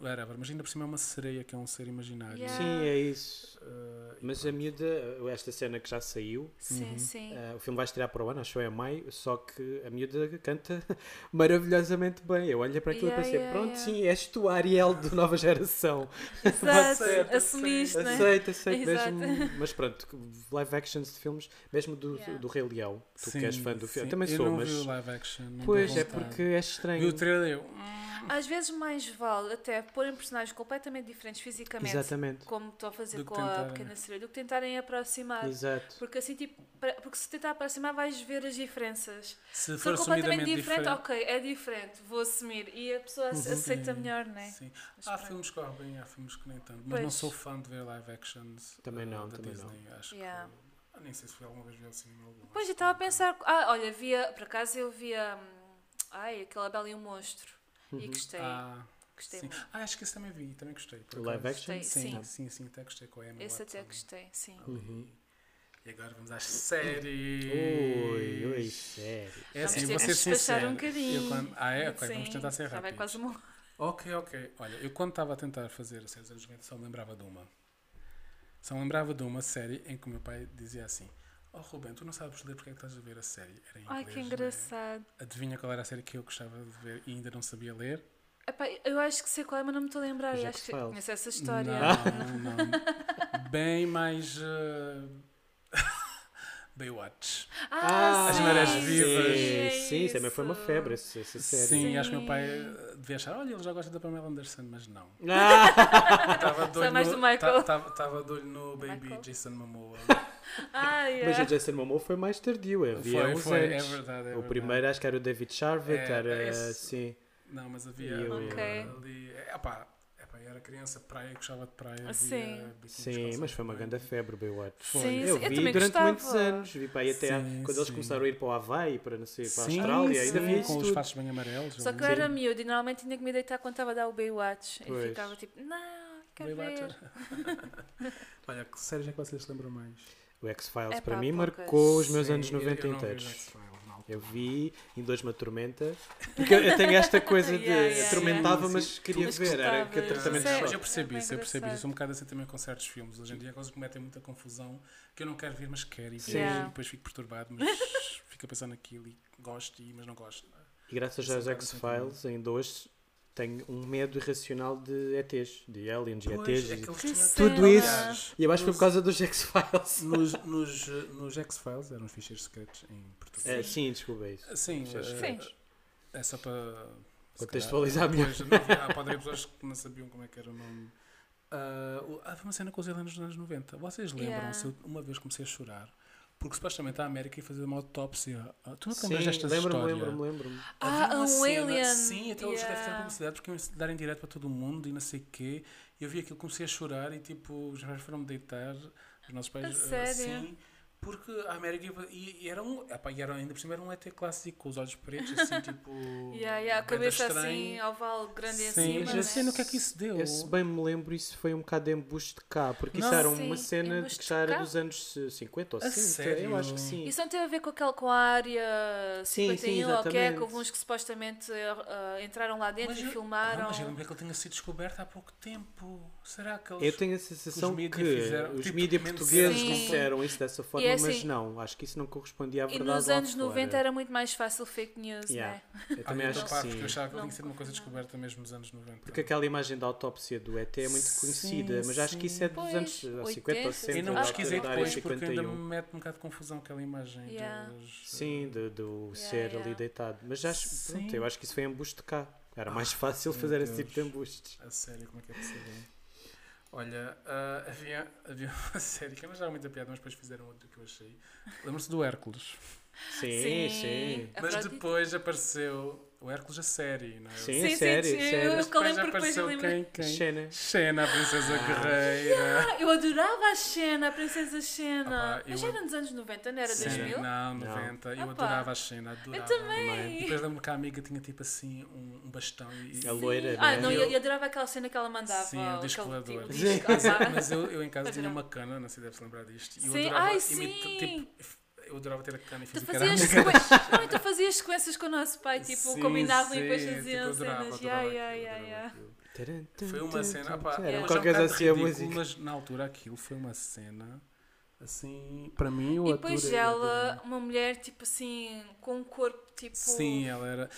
Speaker 2: whatever, mas ainda por cima é uma sereia que é um ser imaginário.
Speaker 1: Yeah.
Speaker 4: Sim, é isso.
Speaker 2: Uh,
Speaker 4: Mas a miúda, esta cena que já saiu,
Speaker 1: Sim, sim.
Speaker 4: eh, o filme vai estrear para o ano, acho que é em maio, só que a miúda canta maravilhosamente bem. Eu olho para aquilo
Speaker 1: Yeah,
Speaker 4: e pensei,
Speaker 1: yeah,
Speaker 4: pronto,
Speaker 1: yeah.
Speaker 4: sim, és tu, a Ariel de nova geração.
Speaker 1: Exato. Assumiste, né?
Speaker 4: Aceita, aceita,
Speaker 1: Exato.
Speaker 4: mesmo. Mas pronto, live actions de filmes, mesmo do,
Speaker 1: Yeah.
Speaker 4: do Rei Leão, tu
Speaker 2: sim,
Speaker 4: que és fã do
Speaker 2: sim.
Speaker 4: filme. Eu também
Speaker 2: eu
Speaker 4: sou,
Speaker 2: não
Speaker 4: mas.
Speaker 2: Vi o live action, não
Speaker 4: Pois,
Speaker 2: dou
Speaker 4: é
Speaker 2: vontade.
Speaker 4: porque é
Speaker 2: Vi o
Speaker 4: estranho.
Speaker 2: trailer e eu.
Speaker 1: Às vezes mais vale até porem personagens completamente diferentes fisicamente,
Speaker 4: Exatamente.
Speaker 1: como estou a fazer
Speaker 2: Do que
Speaker 1: com a
Speaker 2: tentarem.
Speaker 1: pequena sereia, do que tentarem aproximar.
Speaker 4: Exato.
Speaker 1: Porque assim, tipo, pra- porque se tentar aproximar vais ver as diferenças.
Speaker 2: Se
Speaker 1: Se
Speaker 2: for
Speaker 1: for completamente
Speaker 2: assumidamente
Speaker 1: diferente,
Speaker 2: diferente. Uhum.
Speaker 1: ok, é diferente, vou assumir. E a pessoa ace- aceita melhor, não é?
Speaker 2: Sim.
Speaker 1: Mas
Speaker 2: Há
Speaker 1: pronto.
Speaker 2: filmes que correm bem, há filmes que nem tanto. Mas
Speaker 1: Pois.
Speaker 2: não sou fã de ver live actions
Speaker 4: Também
Speaker 2: eh,
Speaker 4: não,
Speaker 2: da
Speaker 4: também não.
Speaker 2: Disney. Acho
Speaker 1: Yeah.
Speaker 2: que. ah, nem sei se foi alguma vez ver ao cinema algum.
Speaker 1: Pois,
Speaker 2: acho
Speaker 1: eu
Speaker 2: que
Speaker 1: estava a
Speaker 2: não.
Speaker 1: pensar. Ah, olha, via. Por acaso eu via. hum, Ai, aquela Bela e o Monstro. E gostei.
Speaker 2: Ah,
Speaker 1: gostei
Speaker 2: sim.
Speaker 1: muito.
Speaker 2: Ah, acho que esse também vi, também gostei. por
Speaker 4: O live
Speaker 2: acaso.
Speaker 4: action?
Speaker 1: Gostei,
Speaker 2: Sim,
Speaker 1: sim.
Speaker 2: sim, sim, até gostei com a Emma
Speaker 1: Esse até
Speaker 2: Watson.
Speaker 1: gostei, sim.
Speaker 2: Uhum. E agora vamos às séries.
Speaker 4: Ui, ui, sério.
Speaker 2: É assim,
Speaker 1: Vamos ter que
Speaker 2: vou ser
Speaker 1: despachar
Speaker 2: sincero.
Speaker 1: um bocadinho.
Speaker 2: Eu quando- Ah, é? Ok, vamos
Speaker 1: Sim,
Speaker 2: tentar ser
Speaker 1: Já vai
Speaker 2: rápidos.
Speaker 1: quase uma
Speaker 2: Ok, ok. Olha, eu quando estava a tentar fazer a César Jumento só me lembrava de uma. Só me lembrava de uma série em que o meu pai dizia assim: Oh Ruben, tu não sabes ler porque é que estás a ver a série? Era em
Speaker 1: Ai,
Speaker 2: inglês,
Speaker 1: que
Speaker 2: né?
Speaker 1: engraçado.
Speaker 2: Adivinha qual era a série que eu gostava de ver e ainda não sabia ler?
Speaker 1: Epá, eu acho que sei qual é, mas não me estou a lembrar. Eu
Speaker 4: Jack
Speaker 1: acho que
Speaker 4: Files.
Speaker 1: conheço essa história.
Speaker 2: Não, não. Bem mais. eh, Baywatch.
Speaker 1: Ah,
Speaker 2: As
Speaker 1: sim,
Speaker 2: Marés
Speaker 1: sim,
Speaker 2: Vivas.
Speaker 1: é
Speaker 4: Sim, sim, também foi uma
Speaker 1: isso.
Speaker 4: febre essa, essa série.
Speaker 2: Sim,
Speaker 1: Sim.
Speaker 2: acho que meu pai eh, devia achar: Olha, ele já gosta da Pamela Anderson, mas não.
Speaker 4: Ah,
Speaker 2: Estava
Speaker 1: Só mais do Michael.
Speaker 2: Estava de olho no Baby
Speaker 1: Michael.
Speaker 2: Jason Momoa.
Speaker 1: Ah, é.
Speaker 4: mas o Jason Momoa foi mais tardio, havia
Speaker 2: Foi,
Speaker 4: uns
Speaker 2: foi, é
Speaker 4: antes.
Speaker 2: verdade, é
Speaker 4: o
Speaker 2: verdade.
Speaker 4: primeiro acho que era o David
Speaker 2: É,
Speaker 4: Charvet, era
Speaker 2: esse-
Speaker 4: sim.
Speaker 2: Não, mas havia
Speaker 4: E eu-
Speaker 1: Ok.
Speaker 2: ali. Epá, epá, eu era criança, praia, gostava de praia. havia
Speaker 1: Sim.
Speaker 2: biquínis
Speaker 4: Sim,
Speaker 2: calças
Speaker 4: mas foi uma
Speaker 2: de banho.
Speaker 4: grande febre o Baywatch.
Speaker 2: Foi.
Speaker 1: Sim,
Speaker 4: Eu
Speaker 1: sim, eu
Speaker 4: vi
Speaker 1: também
Speaker 4: durante
Speaker 1: gostava.
Speaker 4: muitos anos, vi para aí até à-
Speaker 2: Sim,
Speaker 4: quando eles
Speaker 2: sim.
Speaker 4: começaram a ir para o Havaí, para, não sei, para a
Speaker 2: Sim,
Speaker 4: Austrália,
Speaker 2: sim,
Speaker 4: ainda vi
Speaker 2: com
Speaker 4: isso
Speaker 2: os
Speaker 4: tudo.
Speaker 2: fatos bem amarelos. um
Speaker 1: Só que eu era miúdo e normalmente tinha que me deitar quando estava a dar o Baywatch.
Speaker 4: Pois.
Speaker 1: E ficava tipo, não, quero
Speaker 2: Baywatch. é
Speaker 1: ver.
Speaker 2: Olha, que séries é que vocês se lembram mais?
Speaker 4: O X-Files
Speaker 1: Epá,
Speaker 4: para mim
Speaker 1: poucas.
Speaker 4: marcou os meus
Speaker 2: Sim,
Speaker 4: anos
Speaker 2: eu-
Speaker 4: 90
Speaker 2: eu não vi os
Speaker 4: inteiros.
Speaker 2: X-Files, não.
Speaker 4: Eu vi em dois uma tormenta. Porque eu, eu tenho esta coisa de
Speaker 1: Yeah, yeah,
Speaker 4: atormentava,
Speaker 2: yeah.
Speaker 4: mas queria
Speaker 1: Mas
Speaker 4: ver. Era que
Speaker 1: gostava.
Speaker 4: tratamento
Speaker 1: Isso é-
Speaker 2: mas
Speaker 4: de
Speaker 2: eu
Speaker 4: choque.
Speaker 2: percebo
Speaker 1: é
Speaker 2: isso, eu percebo
Speaker 1: engraçado.
Speaker 2: isso. Um bocado assim também com certos filmes. Hoje em dia, coisas que metem muita confusão que eu não quero ver, mas quero e vejo,
Speaker 1: Yeah.
Speaker 2: e depois fico perturbado, mas fico a pensar naquilo e gosto, e- mas não gosto.
Speaker 4: E graças aos
Speaker 2: Isso é um bocado
Speaker 4: X-Files, ainda hoje tenho um medo irracional de ETs, de aliens e ETs. e-
Speaker 2: aqueles
Speaker 1: Que
Speaker 2: é tinham-
Speaker 4: Tudo
Speaker 1: Sim,
Speaker 4: isso. E eu acho que foi por causa dos X-Files.
Speaker 2: Nos, nos, eh, nos X-Files eram os ficheiros secretos em
Speaker 4: É,
Speaker 2: português.
Speaker 4: sim, desculpa isso.
Speaker 2: Sim,
Speaker 4: Sim.
Speaker 2: eh, é só para se
Speaker 4: Contextualizar melhor.
Speaker 2: calhar, depois, não havia- há pode haver pessoas que não sabiam como é que era o nome. Ah, o- havia uma cena com os aliens dos anos 90. Vocês lembram-se?
Speaker 1: Yeah.
Speaker 2: eu Uma vez comecei a chorar porque supostamente a América ia fazer uma autópsia. Ah, Tu não te
Speaker 4: Sim,
Speaker 2: lembras desta
Speaker 4: lembro-me,
Speaker 2: história?
Speaker 4: lembro-me, lembro-me.
Speaker 1: Ah,
Speaker 2: Havia uma
Speaker 1: um
Speaker 2: cena-
Speaker 1: alien.
Speaker 2: Sim, até eles devem ter
Speaker 1: Yeah.
Speaker 2: publicidade porque iam dar em direto para todo mundo e não sei o quê. E eu vi aquilo, comecei a chorar e tipo, os meus pais foram-me deitar, os nossos pais
Speaker 1: A
Speaker 2: ah,
Speaker 1: sério?
Speaker 2: sim, porque a América ia- e, e era um, epá, e era, ainda por cima era um ET clássico com os olhos pretos, assim, tipo.
Speaker 1: Yeah, yeah, a
Speaker 2: bué de
Speaker 1: cabeça assim,
Speaker 2: estranho.
Speaker 1: oval grande
Speaker 2: Sim,
Speaker 1: em cima.
Speaker 2: mas
Speaker 1: né?
Speaker 2: eu sei no que é que isso deu.
Speaker 4: Eu, se bem me lembro, isso foi um bocado de embuste de cá, porque
Speaker 2: Não.
Speaker 4: isso era
Speaker 1: Sim,
Speaker 4: uma cena de
Speaker 1: embuste
Speaker 4: que já era
Speaker 1: de cá.
Speaker 4: dos anos 50 ou
Speaker 2: A
Speaker 4: 60.
Speaker 2: sério?
Speaker 4: Eu acho que sim.
Speaker 1: Isso não teve a ver com aquela com a área
Speaker 4: Sim,
Speaker 1: 51
Speaker 4: sim,
Speaker 1: ou o que é, que
Speaker 4: exatamente.
Speaker 1: houve uns que supostamente ah, entraram lá dentro
Speaker 2: Mas
Speaker 1: e
Speaker 2: eu-
Speaker 1: filmaram.
Speaker 2: Não, mas eu lembro que ele tinha sido descoberto há pouco tempo. Será que eles.
Speaker 4: Eu tenho a sensação
Speaker 2: mídia
Speaker 4: que
Speaker 2: fizeram-
Speaker 4: os
Speaker 2: tipo,
Speaker 4: mídias
Speaker 2: menos-
Speaker 4: portugueses
Speaker 1: Sim.
Speaker 4: disseram isso dessa forma, mas
Speaker 1: assim-
Speaker 4: não, acho que isso não correspondia à
Speaker 1: E
Speaker 4: verdade.
Speaker 1: nos
Speaker 4: lá
Speaker 1: anos
Speaker 4: fora.
Speaker 1: 90 era muito mais fácil fake news,
Speaker 4: Yeah.
Speaker 1: né?
Speaker 4: Eu
Speaker 2: Ah,
Speaker 4: também
Speaker 2: eu
Speaker 4: acho
Speaker 2: tô
Speaker 4: que
Speaker 2: par, porque
Speaker 4: sim.
Speaker 2: eu achava que ele
Speaker 1: Não,
Speaker 2: tinha sido uma coisa descoberta mesmo nos anos 90.
Speaker 4: Porque aquela imagem da autópsia do ET é muito
Speaker 2: Sim,
Speaker 4: conhecida, mas acho que isso é dos
Speaker 1: Pois,
Speaker 4: anos ou 50 ou
Speaker 1: 80.
Speaker 4: 60.
Speaker 2: Eu não
Speaker 4: da
Speaker 2: pesquisei
Speaker 4: altura da área
Speaker 2: depois porque ainda me
Speaker 4: 51.
Speaker 2: mete um bocado de confusão aquela imagem
Speaker 1: Yeah.
Speaker 2: dos.
Speaker 4: Sim, do, do ser ali
Speaker 1: yeah.
Speaker 4: deitado. Mas acho,
Speaker 2: Sim.
Speaker 4: pronto,
Speaker 2: Ah,
Speaker 4: eu acho que isso foi embuste de cá. Era mais fácil
Speaker 2: meu
Speaker 4: fazer esse
Speaker 2: Deus.
Speaker 4: tipo de embustes.
Speaker 2: A sério, como é que é possível? Olha, ah, havia, havia uma série que eu não achava muita piada, mas depois fizeram outra que eu achei. Lembram-se do Hércules.
Speaker 4: Sim, sim.
Speaker 2: Mas
Speaker 1: Afrodite.
Speaker 2: depois apareceu o Hércules a série, não é?
Speaker 4: Sim,
Speaker 1: Sim,
Speaker 4: é
Speaker 1: sim,
Speaker 4: sério,
Speaker 1: sim, eu-
Speaker 4: sério.
Speaker 1: eu que eu
Speaker 2: Depois
Speaker 1: lembro porque depois eu
Speaker 2: apareceu
Speaker 1: lembro.
Speaker 2: quem? quem?
Speaker 4: Xena.
Speaker 2: Xena, a princesa guerreira.
Speaker 1: Ah, eu adorava a Xena, a princesa Xena.
Speaker 2: Ah pá, eu
Speaker 1: mas
Speaker 2: ad-
Speaker 1: era nos anos 90, não era
Speaker 2: Sim,
Speaker 1: 2000?
Speaker 2: Não, 90. Eu
Speaker 1: Ah, pá.
Speaker 2: adorava a Xena, adorava.
Speaker 1: Eu também.
Speaker 2: E depois lembro-me que a amiga tinha tipo assim um, um bastão e.
Speaker 4: A loira,
Speaker 1: Ah,
Speaker 4: né?
Speaker 1: não, eu,
Speaker 2: Eu-
Speaker 1: eu adorava aquela cena que ela mandava.
Speaker 2: Sim, o disco
Speaker 1: aquele
Speaker 2: voador.
Speaker 1: tipo, disco, ah, pá.
Speaker 2: é Mas eu, eu em casa
Speaker 1: Mas
Speaker 2: tinha
Speaker 1: não.
Speaker 2: uma cana, não sei se deves lembrar disto. E eu
Speaker 1: Sim,
Speaker 2: adorava
Speaker 1: ai,
Speaker 2: imita-
Speaker 1: sim.
Speaker 2: tipo, f- eu adorava ter a cana e
Speaker 1: Tu
Speaker 2: fiz o
Speaker 1: fazias,
Speaker 2: caralho.
Speaker 1: sequen- não, e tu fazias sequências com o nosso pai, tipo,
Speaker 2: Sim,
Speaker 1: combinavam e
Speaker 2: sim,
Speaker 1: depois
Speaker 2: tipo,
Speaker 1: faziam
Speaker 2: eu adorava,
Speaker 1: cenas.
Speaker 2: adorava
Speaker 1: Ya,
Speaker 2: aquilo,
Speaker 1: ya, ya,
Speaker 2: adorava
Speaker 1: ya.
Speaker 2: aquilo.
Speaker 4: Taran, taran,
Speaker 2: Foi uma
Speaker 4: taran,
Speaker 2: cena,
Speaker 4: taran,
Speaker 2: opá,
Speaker 4: taran.
Speaker 1: Era
Speaker 2: hoje
Speaker 4: Era
Speaker 2: é um
Speaker 4: qualquer
Speaker 2: bocado
Speaker 4: coisa assim a
Speaker 2: ridículo,
Speaker 4: música.
Speaker 2: Mas na altura aquilo foi uma cena assim, para mim eu
Speaker 1: E depois
Speaker 2: adorei,
Speaker 1: ela,
Speaker 2: adorei.
Speaker 1: uma mulher, tipo assim, com um corpo, tipo,
Speaker 2: Sim, ela era.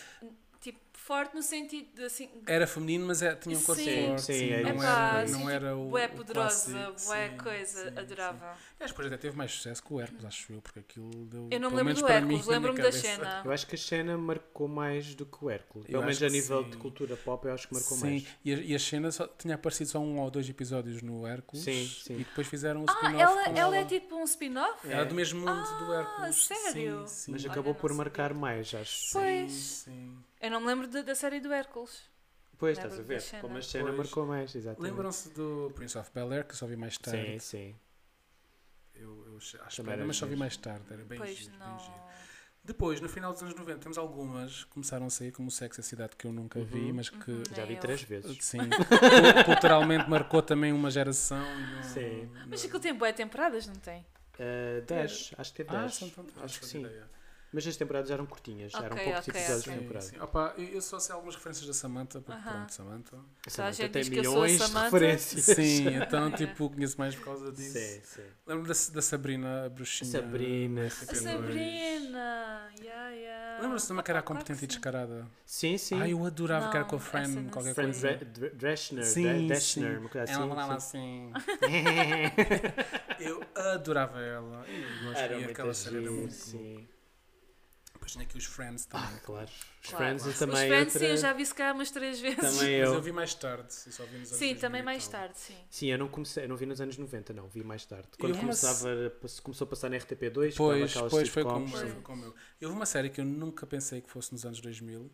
Speaker 1: tipo forte no sentido de assim.
Speaker 2: Era feminino, mas é, tinha um corpo
Speaker 1: Sim.
Speaker 2: forte.
Speaker 4: Sim, é
Speaker 2: não,
Speaker 4: isso.
Speaker 2: era,
Speaker 1: Epá,
Speaker 2: não
Speaker 1: sim,
Speaker 2: era É o.
Speaker 1: Bué
Speaker 2: o
Speaker 1: poderosa,
Speaker 2: clássico.
Speaker 1: bué
Speaker 2: Sim,
Speaker 1: coisa,
Speaker 2: sim, sim.
Speaker 1: adorava.
Speaker 2: Aliás, depois até teve mais sucesso que o Hércules, acho eu, porque aquilo deu.
Speaker 1: Eu não
Speaker 2: pelo
Speaker 1: me lembro
Speaker 2: menos
Speaker 1: do
Speaker 2: para
Speaker 1: Hércules,
Speaker 2: mim, na
Speaker 1: lembro-me da
Speaker 2: cabeça.
Speaker 1: cena.
Speaker 4: Eu acho que a Xena marcou mais do que o Hércules.
Speaker 2: Eu
Speaker 4: Pelo menos
Speaker 2: acho
Speaker 4: a
Speaker 2: que
Speaker 4: nível
Speaker 2: sim.
Speaker 4: de cultura pop, eu acho que marcou
Speaker 2: Sim,
Speaker 4: mais.
Speaker 2: e a, e a Xena só, tinha aparecido só um ou dois episódios no Hércules
Speaker 4: Sim, sim.
Speaker 2: e depois fizeram o
Speaker 1: Ah,
Speaker 2: spin-off.
Speaker 1: ela,
Speaker 2: com É.
Speaker 1: ela é tipo um spin-off?
Speaker 2: Era do mesmo mundo do Hércules.
Speaker 1: sério?
Speaker 2: Sim, sim.
Speaker 4: Mas
Speaker 1: Olha,
Speaker 4: acabou
Speaker 1: não
Speaker 4: por
Speaker 1: sabia.
Speaker 4: marcar mais, acho.
Speaker 1: Pois.
Speaker 2: sim.
Speaker 1: Eu não me lembro da- da série do Hércules.
Speaker 4: Pois,
Speaker 1: Lembro-me
Speaker 4: estás a
Speaker 1: da
Speaker 4: ver?
Speaker 1: Xena.
Speaker 4: Como a Xena
Speaker 2: Pois.
Speaker 4: marcou mais, exatamente.
Speaker 2: Lembram-se do Prince of Bel-Air, que eu só vi mais
Speaker 4: Sim,
Speaker 2: tarde.
Speaker 4: sim.
Speaker 2: Eu, eu acho que
Speaker 4: Também
Speaker 2: era,
Speaker 4: era
Speaker 2: mas só vi
Speaker 4: giro.
Speaker 2: mais tarde. Era bem
Speaker 1: pois
Speaker 2: giro,
Speaker 1: não.
Speaker 2: bem giro. Depois, no final dos anos 90, temos algumas que começaram a sair, como o Sexo e a Cidade, que eu nunca vi, mas que,
Speaker 1: Uhum.
Speaker 4: Já
Speaker 1: Nem
Speaker 4: vi
Speaker 1: eu.
Speaker 4: três vezes.
Speaker 2: sim, cu- culturalmente marcou também uma geração. E um...
Speaker 4: Sim.
Speaker 1: Mas aquilo tem boé temporadas, não tem?
Speaker 4: Ah, dez, acho que teve
Speaker 2: Ah,
Speaker 4: dez.
Speaker 2: são tantas, não
Speaker 4: acho que sim.
Speaker 2: fazia ideia.
Speaker 4: Mas as temporadas eram curtinhas, eram
Speaker 1: Ok,
Speaker 4: poucos
Speaker 1: ok,
Speaker 4: episódios
Speaker 1: ok.
Speaker 4: por temporada.
Speaker 2: Sim, sim. Opa, eu eu só sei algumas referências da Samantha, porque
Speaker 1: Aham.
Speaker 2: pronto, Samantha.
Speaker 4: A
Speaker 1: Toda a
Speaker 4: Samantha
Speaker 1: gente
Speaker 4: tem
Speaker 1: diz que eu sou a
Speaker 4: milhões de
Speaker 1: Samantha.
Speaker 4: referências.
Speaker 2: Sim, então tipo, conheço mais por causa disso.
Speaker 4: Sim, sim.
Speaker 2: Lembro-me da, da Sabrina, a
Speaker 4: A
Speaker 2: bruxinha.
Speaker 4: Sabrina.
Speaker 1: A
Speaker 2: Sim.
Speaker 1: Sabrina! Yeah, yeah.
Speaker 2: Lembro-se de uma que era competente e
Speaker 1: Ah, Claro que sim.
Speaker 2: descarada.
Speaker 4: Sim, sim.
Speaker 2: Ah, eu adorava que era com a
Speaker 1: Não, essa
Speaker 2: Fran,
Speaker 1: não sei.
Speaker 2: qualquer
Speaker 4: Fran
Speaker 2: coisa.
Speaker 4: Dre- Dre- Dreschner,
Speaker 2: Sim,
Speaker 4: Dre- Dreschner,
Speaker 2: sim.
Speaker 4: uma coisa
Speaker 2: ela falava
Speaker 4: assim.
Speaker 2: assim.
Speaker 4: sim.
Speaker 2: Eu adorava ela. Eu gosto
Speaker 4: Era
Speaker 2: e
Speaker 4: muito
Speaker 2: aquela série era
Speaker 4: giro,
Speaker 2: muito.
Speaker 4: sim.
Speaker 2: Depois tinha aqui os Friends também.
Speaker 4: Claro. Os
Speaker 1: Claro.
Speaker 4: Friends eu
Speaker 1: Os
Speaker 4: também. é
Speaker 1: Friends, sim,
Speaker 4: outra-
Speaker 1: eu já vi se calhar umas três vezes.
Speaker 4: Também então.
Speaker 2: Mas eu
Speaker 4: eu.
Speaker 2: vi mais tarde. eu Só vi nos anos
Speaker 1: Sim, também
Speaker 2: 2000 e
Speaker 1: mais
Speaker 2: tal.
Speaker 1: tarde, sim.
Speaker 4: Sim, eu não comecei, eu não vi nos anos 90, não, vi mais tarde. Quando
Speaker 2: vi uma
Speaker 4: começava, a- começou a passar na RTP2,
Speaker 2: Pois,
Speaker 4: dava aquelas
Speaker 2: pois foi como,
Speaker 4: sitcoms.
Speaker 1: Sim.
Speaker 2: foi como eu. Eu vi uma série que eu nunca pensei que fosse nos anos 2000,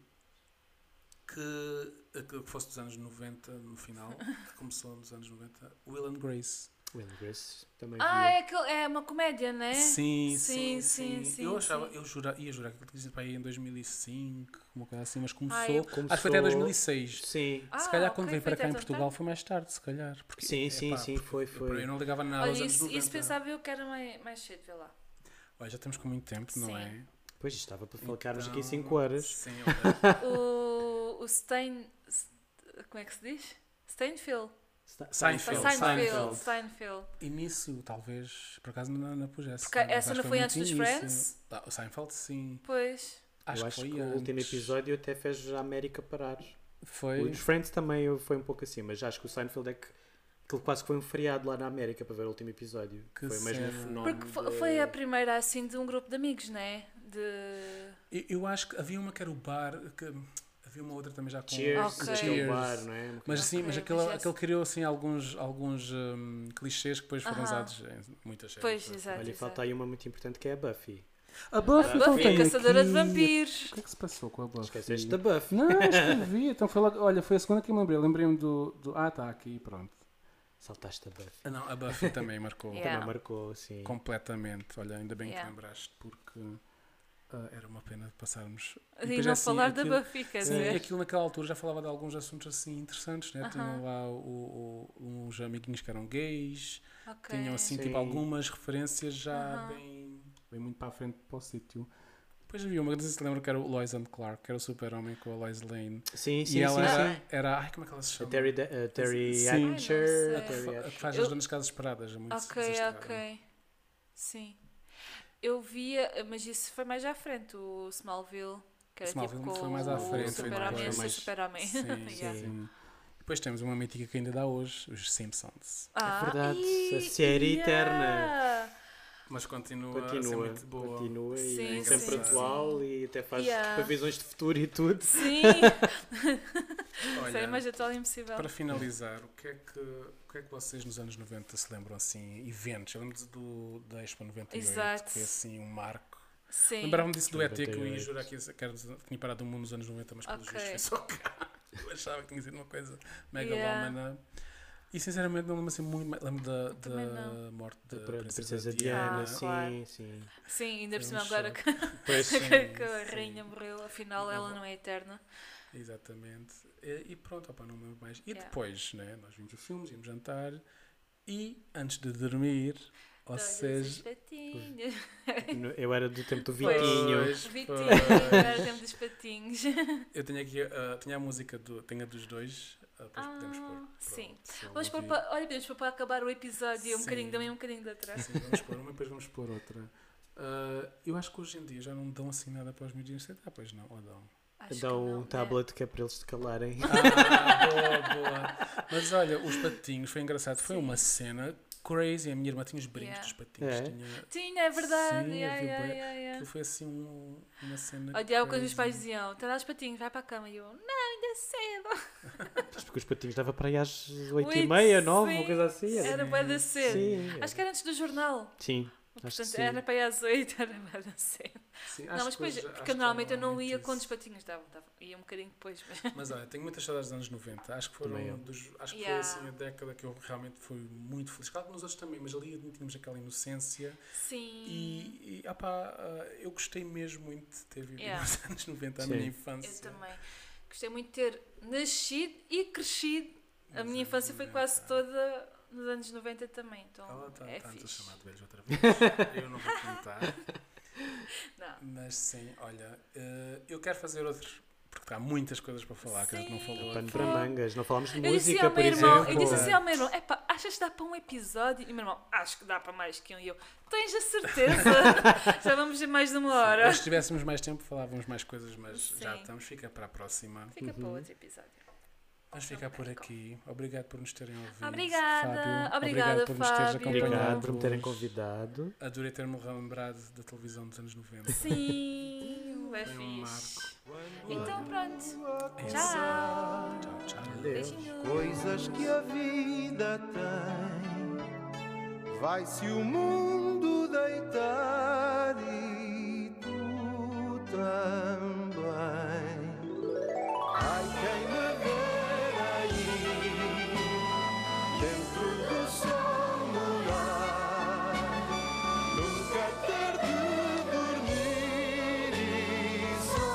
Speaker 2: que, eh, que fosse dos anos 90, no final, que começou nos anos 90, Will and Grace.
Speaker 4: Will Grace também
Speaker 1: Ah,
Speaker 4: via.
Speaker 1: é, aquele- é uma comédia, não é?
Speaker 2: Sim,
Speaker 1: Sim,
Speaker 2: sim,
Speaker 1: sim,
Speaker 2: sim,
Speaker 1: sim,
Speaker 2: Eu achava,
Speaker 1: sim.
Speaker 2: eu jura, ia jurar que aquilo tinha sido para aí em 2005, uma coisa assim, mas começou,
Speaker 1: eu-
Speaker 2: acho que foi até
Speaker 4: Começou-
Speaker 2: 2006.
Speaker 4: Sim.
Speaker 1: Ah,
Speaker 2: se calhar quando
Speaker 1: ok,
Speaker 2: veio para
Speaker 1: foi
Speaker 2: cá em
Speaker 1: até tão
Speaker 2: Portugal foi mais tarde, se calhar. Porque,
Speaker 4: Sim, sim,
Speaker 2: epá,
Speaker 4: sim,
Speaker 2: porque
Speaker 4: foi,
Speaker 2: eu-
Speaker 4: foi.
Speaker 2: Eu não ligava nada
Speaker 1: Olha,
Speaker 2: aos anos
Speaker 1: isso,
Speaker 2: 90.
Speaker 1: isso pensava eu que era mais, mais cedo, vê lá.
Speaker 2: Olha, já estamos com muito tempo, não
Speaker 1: Sim.
Speaker 2: é?
Speaker 4: Pois estava para ficarmos aqui
Speaker 2: Então,
Speaker 4: 5 horas.
Speaker 2: Sim, olha.
Speaker 1: O, o Stein. Como é que se diz? Steinfeld.
Speaker 4: Sta-
Speaker 2: Seinfeld,
Speaker 1: Steinfeld. Steinfeld.
Speaker 2: Seinfeld. Início, talvez, por acaso não, não pus essa.
Speaker 1: Porque
Speaker 2: mas
Speaker 1: essa
Speaker 2: acho
Speaker 1: não
Speaker 2: que
Speaker 1: foi
Speaker 2: muito
Speaker 1: antes dos
Speaker 2: início.
Speaker 1: Friends?
Speaker 2: Ah, O Seinfeld, sim.
Speaker 1: Pois.
Speaker 2: Acho,
Speaker 4: eu acho
Speaker 2: que
Speaker 4: que,
Speaker 2: foi
Speaker 4: o
Speaker 2: antes.
Speaker 4: último episódio até fez a América parar. O
Speaker 2: Foi.
Speaker 4: dos Friends também eu- foi um pouco assim, mas acho que o Seinfeld é que aquilo quase foi um feriado lá na América para ver o último episódio.
Speaker 2: Que
Speaker 4: foi mesmo
Speaker 2: cena.
Speaker 4: um fenómeno.
Speaker 1: Porque fo- foi
Speaker 4: é?
Speaker 1: a primeira assim de um grupo de amigos, né? De.
Speaker 4: É,
Speaker 2: Eu, eu acho que havia uma que era o bar, que havia uma outra também já com
Speaker 4: Cheers,
Speaker 1: Ok.
Speaker 4: aquele
Speaker 2: Cheers.
Speaker 4: bar, não é? Uma
Speaker 2: Mas
Speaker 4: coisa-
Speaker 2: sim, mas
Speaker 1: Ok,
Speaker 2: aquele,
Speaker 1: mas já
Speaker 2: aquele criou assim alguns, alguns hum, clichês que depois foram
Speaker 1: Aham.
Speaker 2: usados em muitas séries.
Speaker 1: Pois, exato.
Speaker 4: Olha,
Speaker 1: exato.
Speaker 4: e
Speaker 1: Uhum.
Speaker 4: falta aí uma muito importante que é a Buffy.
Speaker 2: A Buffy,
Speaker 1: Buffy, é caçadora de vampiros.
Speaker 2: que é que se passou com a Buffy?
Speaker 4: Esqueceste da Buffy.
Speaker 2: Não, escrevi. Então foi logo. Olha, foi a segunda que eu me lembrei. Lembrei-me do, do. Ah, está aqui, pronto.
Speaker 4: Saltaste a Buffy.
Speaker 2: Não, a Buffy também marcou
Speaker 1: Yeah.
Speaker 4: Também marcou, assim.
Speaker 2: completamente. Olha, ainda bem
Speaker 1: Yeah.
Speaker 2: que lembraste, porque ah, era uma pena de passarmos.
Speaker 1: E
Speaker 2: depois
Speaker 1: não
Speaker 2: assim,
Speaker 1: falar
Speaker 2: aquilo-
Speaker 1: da é? Buffy, quer
Speaker 2: Sim, é
Speaker 1: dizer.
Speaker 2: aquilo naquela altura já falava de alguns assuntos assim interessantes, né?
Speaker 1: Aham.
Speaker 2: Tinham lá o- o- uns amiguinhos que eram gays,
Speaker 1: Ok.
Speaker 2: tinham assim tipo
Speaker 4: Sim.
Speaker 2: algumas referências já
Speaker 1: Aham.
Speaker 2: bem, bem muito para a frente para o sítio. Depois havia uma, não sei se lembram que era o Lois and Clark, que era o super-homem com a Lois Lane.
Speaker 4: Sim,
Speaker 2: e
Speaker 4: sim,
Speaker 2: ela
Speaker 4: sim,
Speaker 2: era,
Speaker 4: sim.
Speaker 2: era- ai como é que ela se
Speaker 4: A
Speaker 2: chama?
Speaker 4: Terry, Da- a Terry
Speaker 2: Sim.
Speaker 4: Hatcher.
Speaker 1: Ah, Ai,
Speaker 2: A
Speaker 4: a
Speaker 2: que,
Speaker 4: Terry
Speaker 2: fa- a que
Speaker 4: Hatcher.
Speaker 2: faz
Speaker 1: Eu-
Speaker 2: as donas casas esperadas, é muito
Speaker 1: Ok,
Speaker 2: desastrada.
Speaker 1: ok. Sim. Eu via, mas isso foi mais à frente, o Smallville. Que era
Speaker 2: Smallville
Speaker 1: tipo com
Speaker 2: foi mais à
Speaker 1: o
Speaker 2: frente, foi
Speaker 1: Super-Homem,
Speaker 2: mais-
Speaker 1: esse Super-Homem.
Speaker 2: Sim, É
Speaker 1: Yeah.
Speaker 2: sim. Depois temos uma mítica que ainda dá hoje, os Simpsons.
Speaker 1: Ah,
Speaker 4: verdade,
Speaker 1: e-
Speaker 4: a série
Speaker 1: yeah.
Speaker 2: Mas continua, a ser
Speaker 4: Continua,
Speaker 2: muito boa.
Speaker 4: continua e é
Speaker 1: Sim,
Speaker 4: sempre
Speaker 2: sim,
Speaker 4: atual e até faz
Speaker 1: Yeah.
Speaker 4: previsões de futuro e tudo.
Speaker 1: Sim,
Speaker 2: Olha,
Speaker 1: série mais atual e impossível.
Speaker 2: Para finalizar, o que, é que, o que é que vocês nos anos 90 se lembram assim? Eventos? Eu lembro do, da Expo 98,
Speaker 1: Exato.
Speaker 2: que foi assim um marco.
Speaker 1: Sim.
Speaker 2: Lembrava-me disso do ET, que eu ia
Speaker 4: 98.
Speaker 2: jurar que, ia- que era dos- que tinha parado o mundo nos anos 90, mas pelos
Speaker 1: Ok.
Speaker 2: vistos foi só cá. Eu achava que tinha sido uma coisa
Speaker 1: Yeah.
Speaker 2: megalómana. E sinceramente não lembro assim muito. Lembro da,
Speaker 1: também
Speaker 2: da
Speaker 1: não.
Speaker 2: morte da,
Speaker 4: Da pra-
Speaker 2: princesa,
Speaker 4: princesa
Speaker 2: Diana.
Speaker 4: Diana,
Speaker 1: Ah,
Speaker 4: sim,
Speaker 1: claro.
Speaker 4: sim.
Speaker 1: Sim, ainda por
Speaker 2: Foi
Speaker 1: cima
Speaker 2: um
Speaker 1: agora
Speaker 2: choque.
Speaker 1: que,
Speaker 4: Pois,
Speaker 1: que a
Speaker 2: sim.
Speaker 1: rainha morreu, afinal ela não é eterna.
Speaker 2: Exatamente. E, e pronto, opa, não me lembro mais. E
Speaker 1: Yeah.
Speaker 2: depois, né, nós vimos os filmes, íamos jantar e antes de dormir, ou
Speaker 1: Olha,
Speaker 2: seja,
Speaker 1: os patinhos.
Speaker 4: No- eu era do tempo do
Speaker 1: Pois.
Speaker 4: Vitinho.
Speaker 2: Pois,
Speaker 1: Vitinho,
Speaker 2: pois.
Speaker 1: agora temos os patinhos.
Speaker 2: Eu tenho aqui, ah, tinha a música, do, tenho a dos dois, ah, depois
Speaker 1: Ah,
Speaker 2: podemos pôr. Pronto,
Speaker 1: sim.
Speaker 2: se algum
Speaker 1: Vamos pôr
Speaker 2: dia-
Speaker 1: para, olha, podemos pôr para acabar o episódio, um
Speaker 2: Sim.
Speaker 1: bocadinho também, um bocadinho de atrás.
Speaker 2: Sim, vamos pôr uma e depois vamos pôr outra. Ah, eu acho que hoje em dia já não dão assim nada para os miúdos de Instagram, pois não, ou dão?
Speaker 6: Acho
Speaker 4: Dá
Speaker 6: que
Speaker 4: um
Speaker 6: não, né?
Speaker 4: tablet que é para eles se calarem.
Speaker 2: Ah, boa, boa. Mas olha, os patinhos, foi engraçado. Foi uma cena crazy. A minha irmã tinha os brincos
Speaker 1: Yeah.
Speaker 2: dos patinhos.
Speaker 4: É?
Speaker 2: Tinha...
Speaker 1: Tinha, é verdade.
Speaker 2: Sim,
Speaker 1: yeah,
Speaker 2: havia
Speaker 1: yeah,
Speaker 2: bué.
Speaker 1: yeah, yeah.
Speaker 2: Aquilo foi assim um- uma cena.
Speaker 1: Odiava quando é os
Speaker 2: crazy.
Speaker 1: pais diziam: tá lá os patinhos, vai para a cama. E eu: Não, ainda é cedo.
Speaker 4: Acho que os patinhos dava para aí às 8h30,
Speaker 1: Oito,
Speaker 4: 9
Speaker 1: sim.
Speaker 4: uma coisa assim. Era.
Speaker 1: Era para cedo.
Speaker 4: Sim,
Speaker 1: Acho que era antes do jornal.
Speaker 4: sim. Acho que
Speaker 1: Portanto,
Speaker 4: sim.
Speaker 1: era para ir às 8, era para às 7.
Speaker 2: Sim, acho
Speaker 1: Não, mas
Speaker 2: que
Speaker 1: depois,
Speaker 2: hoje- acho
Speaker 1: porque
Speaker 2: que
Speaker 1: normalmente eu não
Speaker 2: normalmente
Speaker 1: ia
Speaker 2: isso.
Speaker 1: quando os patinhos davam, davam. ia um bocadinho depois. mas-
Speaker 2: Mas olha, tenho muitas saudades dos anos 90. Acho que
Speaker 4: Também eu.
Speaker 2: foram dos, acho que
Speaker 1: Yeah.
Speaker 2: foi assim a década que eu realmente fui muito feliz. Claro que nos outros também, mas ali tínhamos aquela inocência.
Speaker 1: Sim.
Speaker 2: E, e opá, ah, eu gostei mesmo muito de ter vivido
Speaker 1: Hum. Yeah.
Speaker 2: os anos 90, a
Speaker 4: Sim.
Speaker 2: minha
Speaker 1: Eu
Speaker 2: infância.
Speaker 1: também. Gostei muito de ter nascido e crescido. A minha infância foi quase toda nos anos 90 também. Então
Speaker 2: Ela tá- está
Speaker 1: é
Speaker 2: tanto a
Speaker 1: fixe.
Speaker 2: chamar de velhos outra vez. eu não vou contar.
Speaker 1: Não.
Speaker 2: Mas sim, olha, eh, eu quero fazer outro. Porque há muitas coisas para falar que a gente não
Speaker 1: Sim.
Speaker 2: falou.
Speaker 4: Pano
Speaker 2: aqui.
Speaker 4: para mangas. Não falámos de
Speaker 1: Eu disse
Speaker 4: música,
Speaker 1: ao
Speaker 4: por
Speaker 1: meu irmão,
Speaker 4: exemplo.
Speaker 1: eu disse assim ao meu irmão, epá, achas que dá para um episódio? E o meu irmão, acho que dá para mais que um. E eu, tens a certeza? Já vamos ter mais de uma hora.
Speaker 2: Mas se tivéssemos mais tempo, falávamos mais coisas, mas já
Speaker 1: Sim.
Speaker 2: estamos. Fica para a próxima.
Speaker 1: Fica para outro episódio.
Speaker 2: Vamos ficar por aqui. Obrigado por nos terem ouvido.
Speaker 1: Obrigada. Obrigada,
Speaker 2: Fábio. Obrigado por nos teres
Speaker 1: Fábio.
Speaker 2: acompanhado.
Speaker 4: Obrigado por me terem convidado.
Speaker 2: Adorei ter-me lembrado da televisão dos anos 90.
Speaker 1: Sim, é
Speaker 2: Foi um
Speaker 1: fixe. Então pronto. Tchau.
Speaker 2: É Tchau, tchau.
Speaker 1: Beijinhos.
Speaker 7: Coisas que a vida tem. Vai-se o mundo deitar e tu também. Ai, quem me ver aí, dentro do sono Nunca ter de dormir e só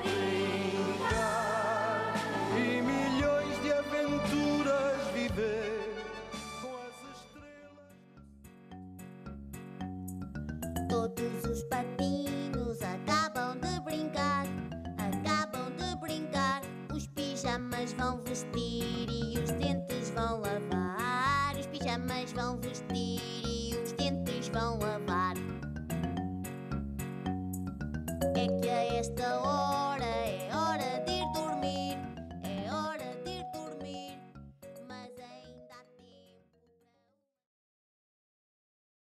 Speaker 7: brincar e milhões de aventuras viver com as estrelas.
Speaker 8: Todos os patinhos acabam de brincar, acabam de brincar. Os pijamas vão vestir e os dentes vão lavar. Os pijamas vão vestir e os dentes vão lavar. É que a esta hora. é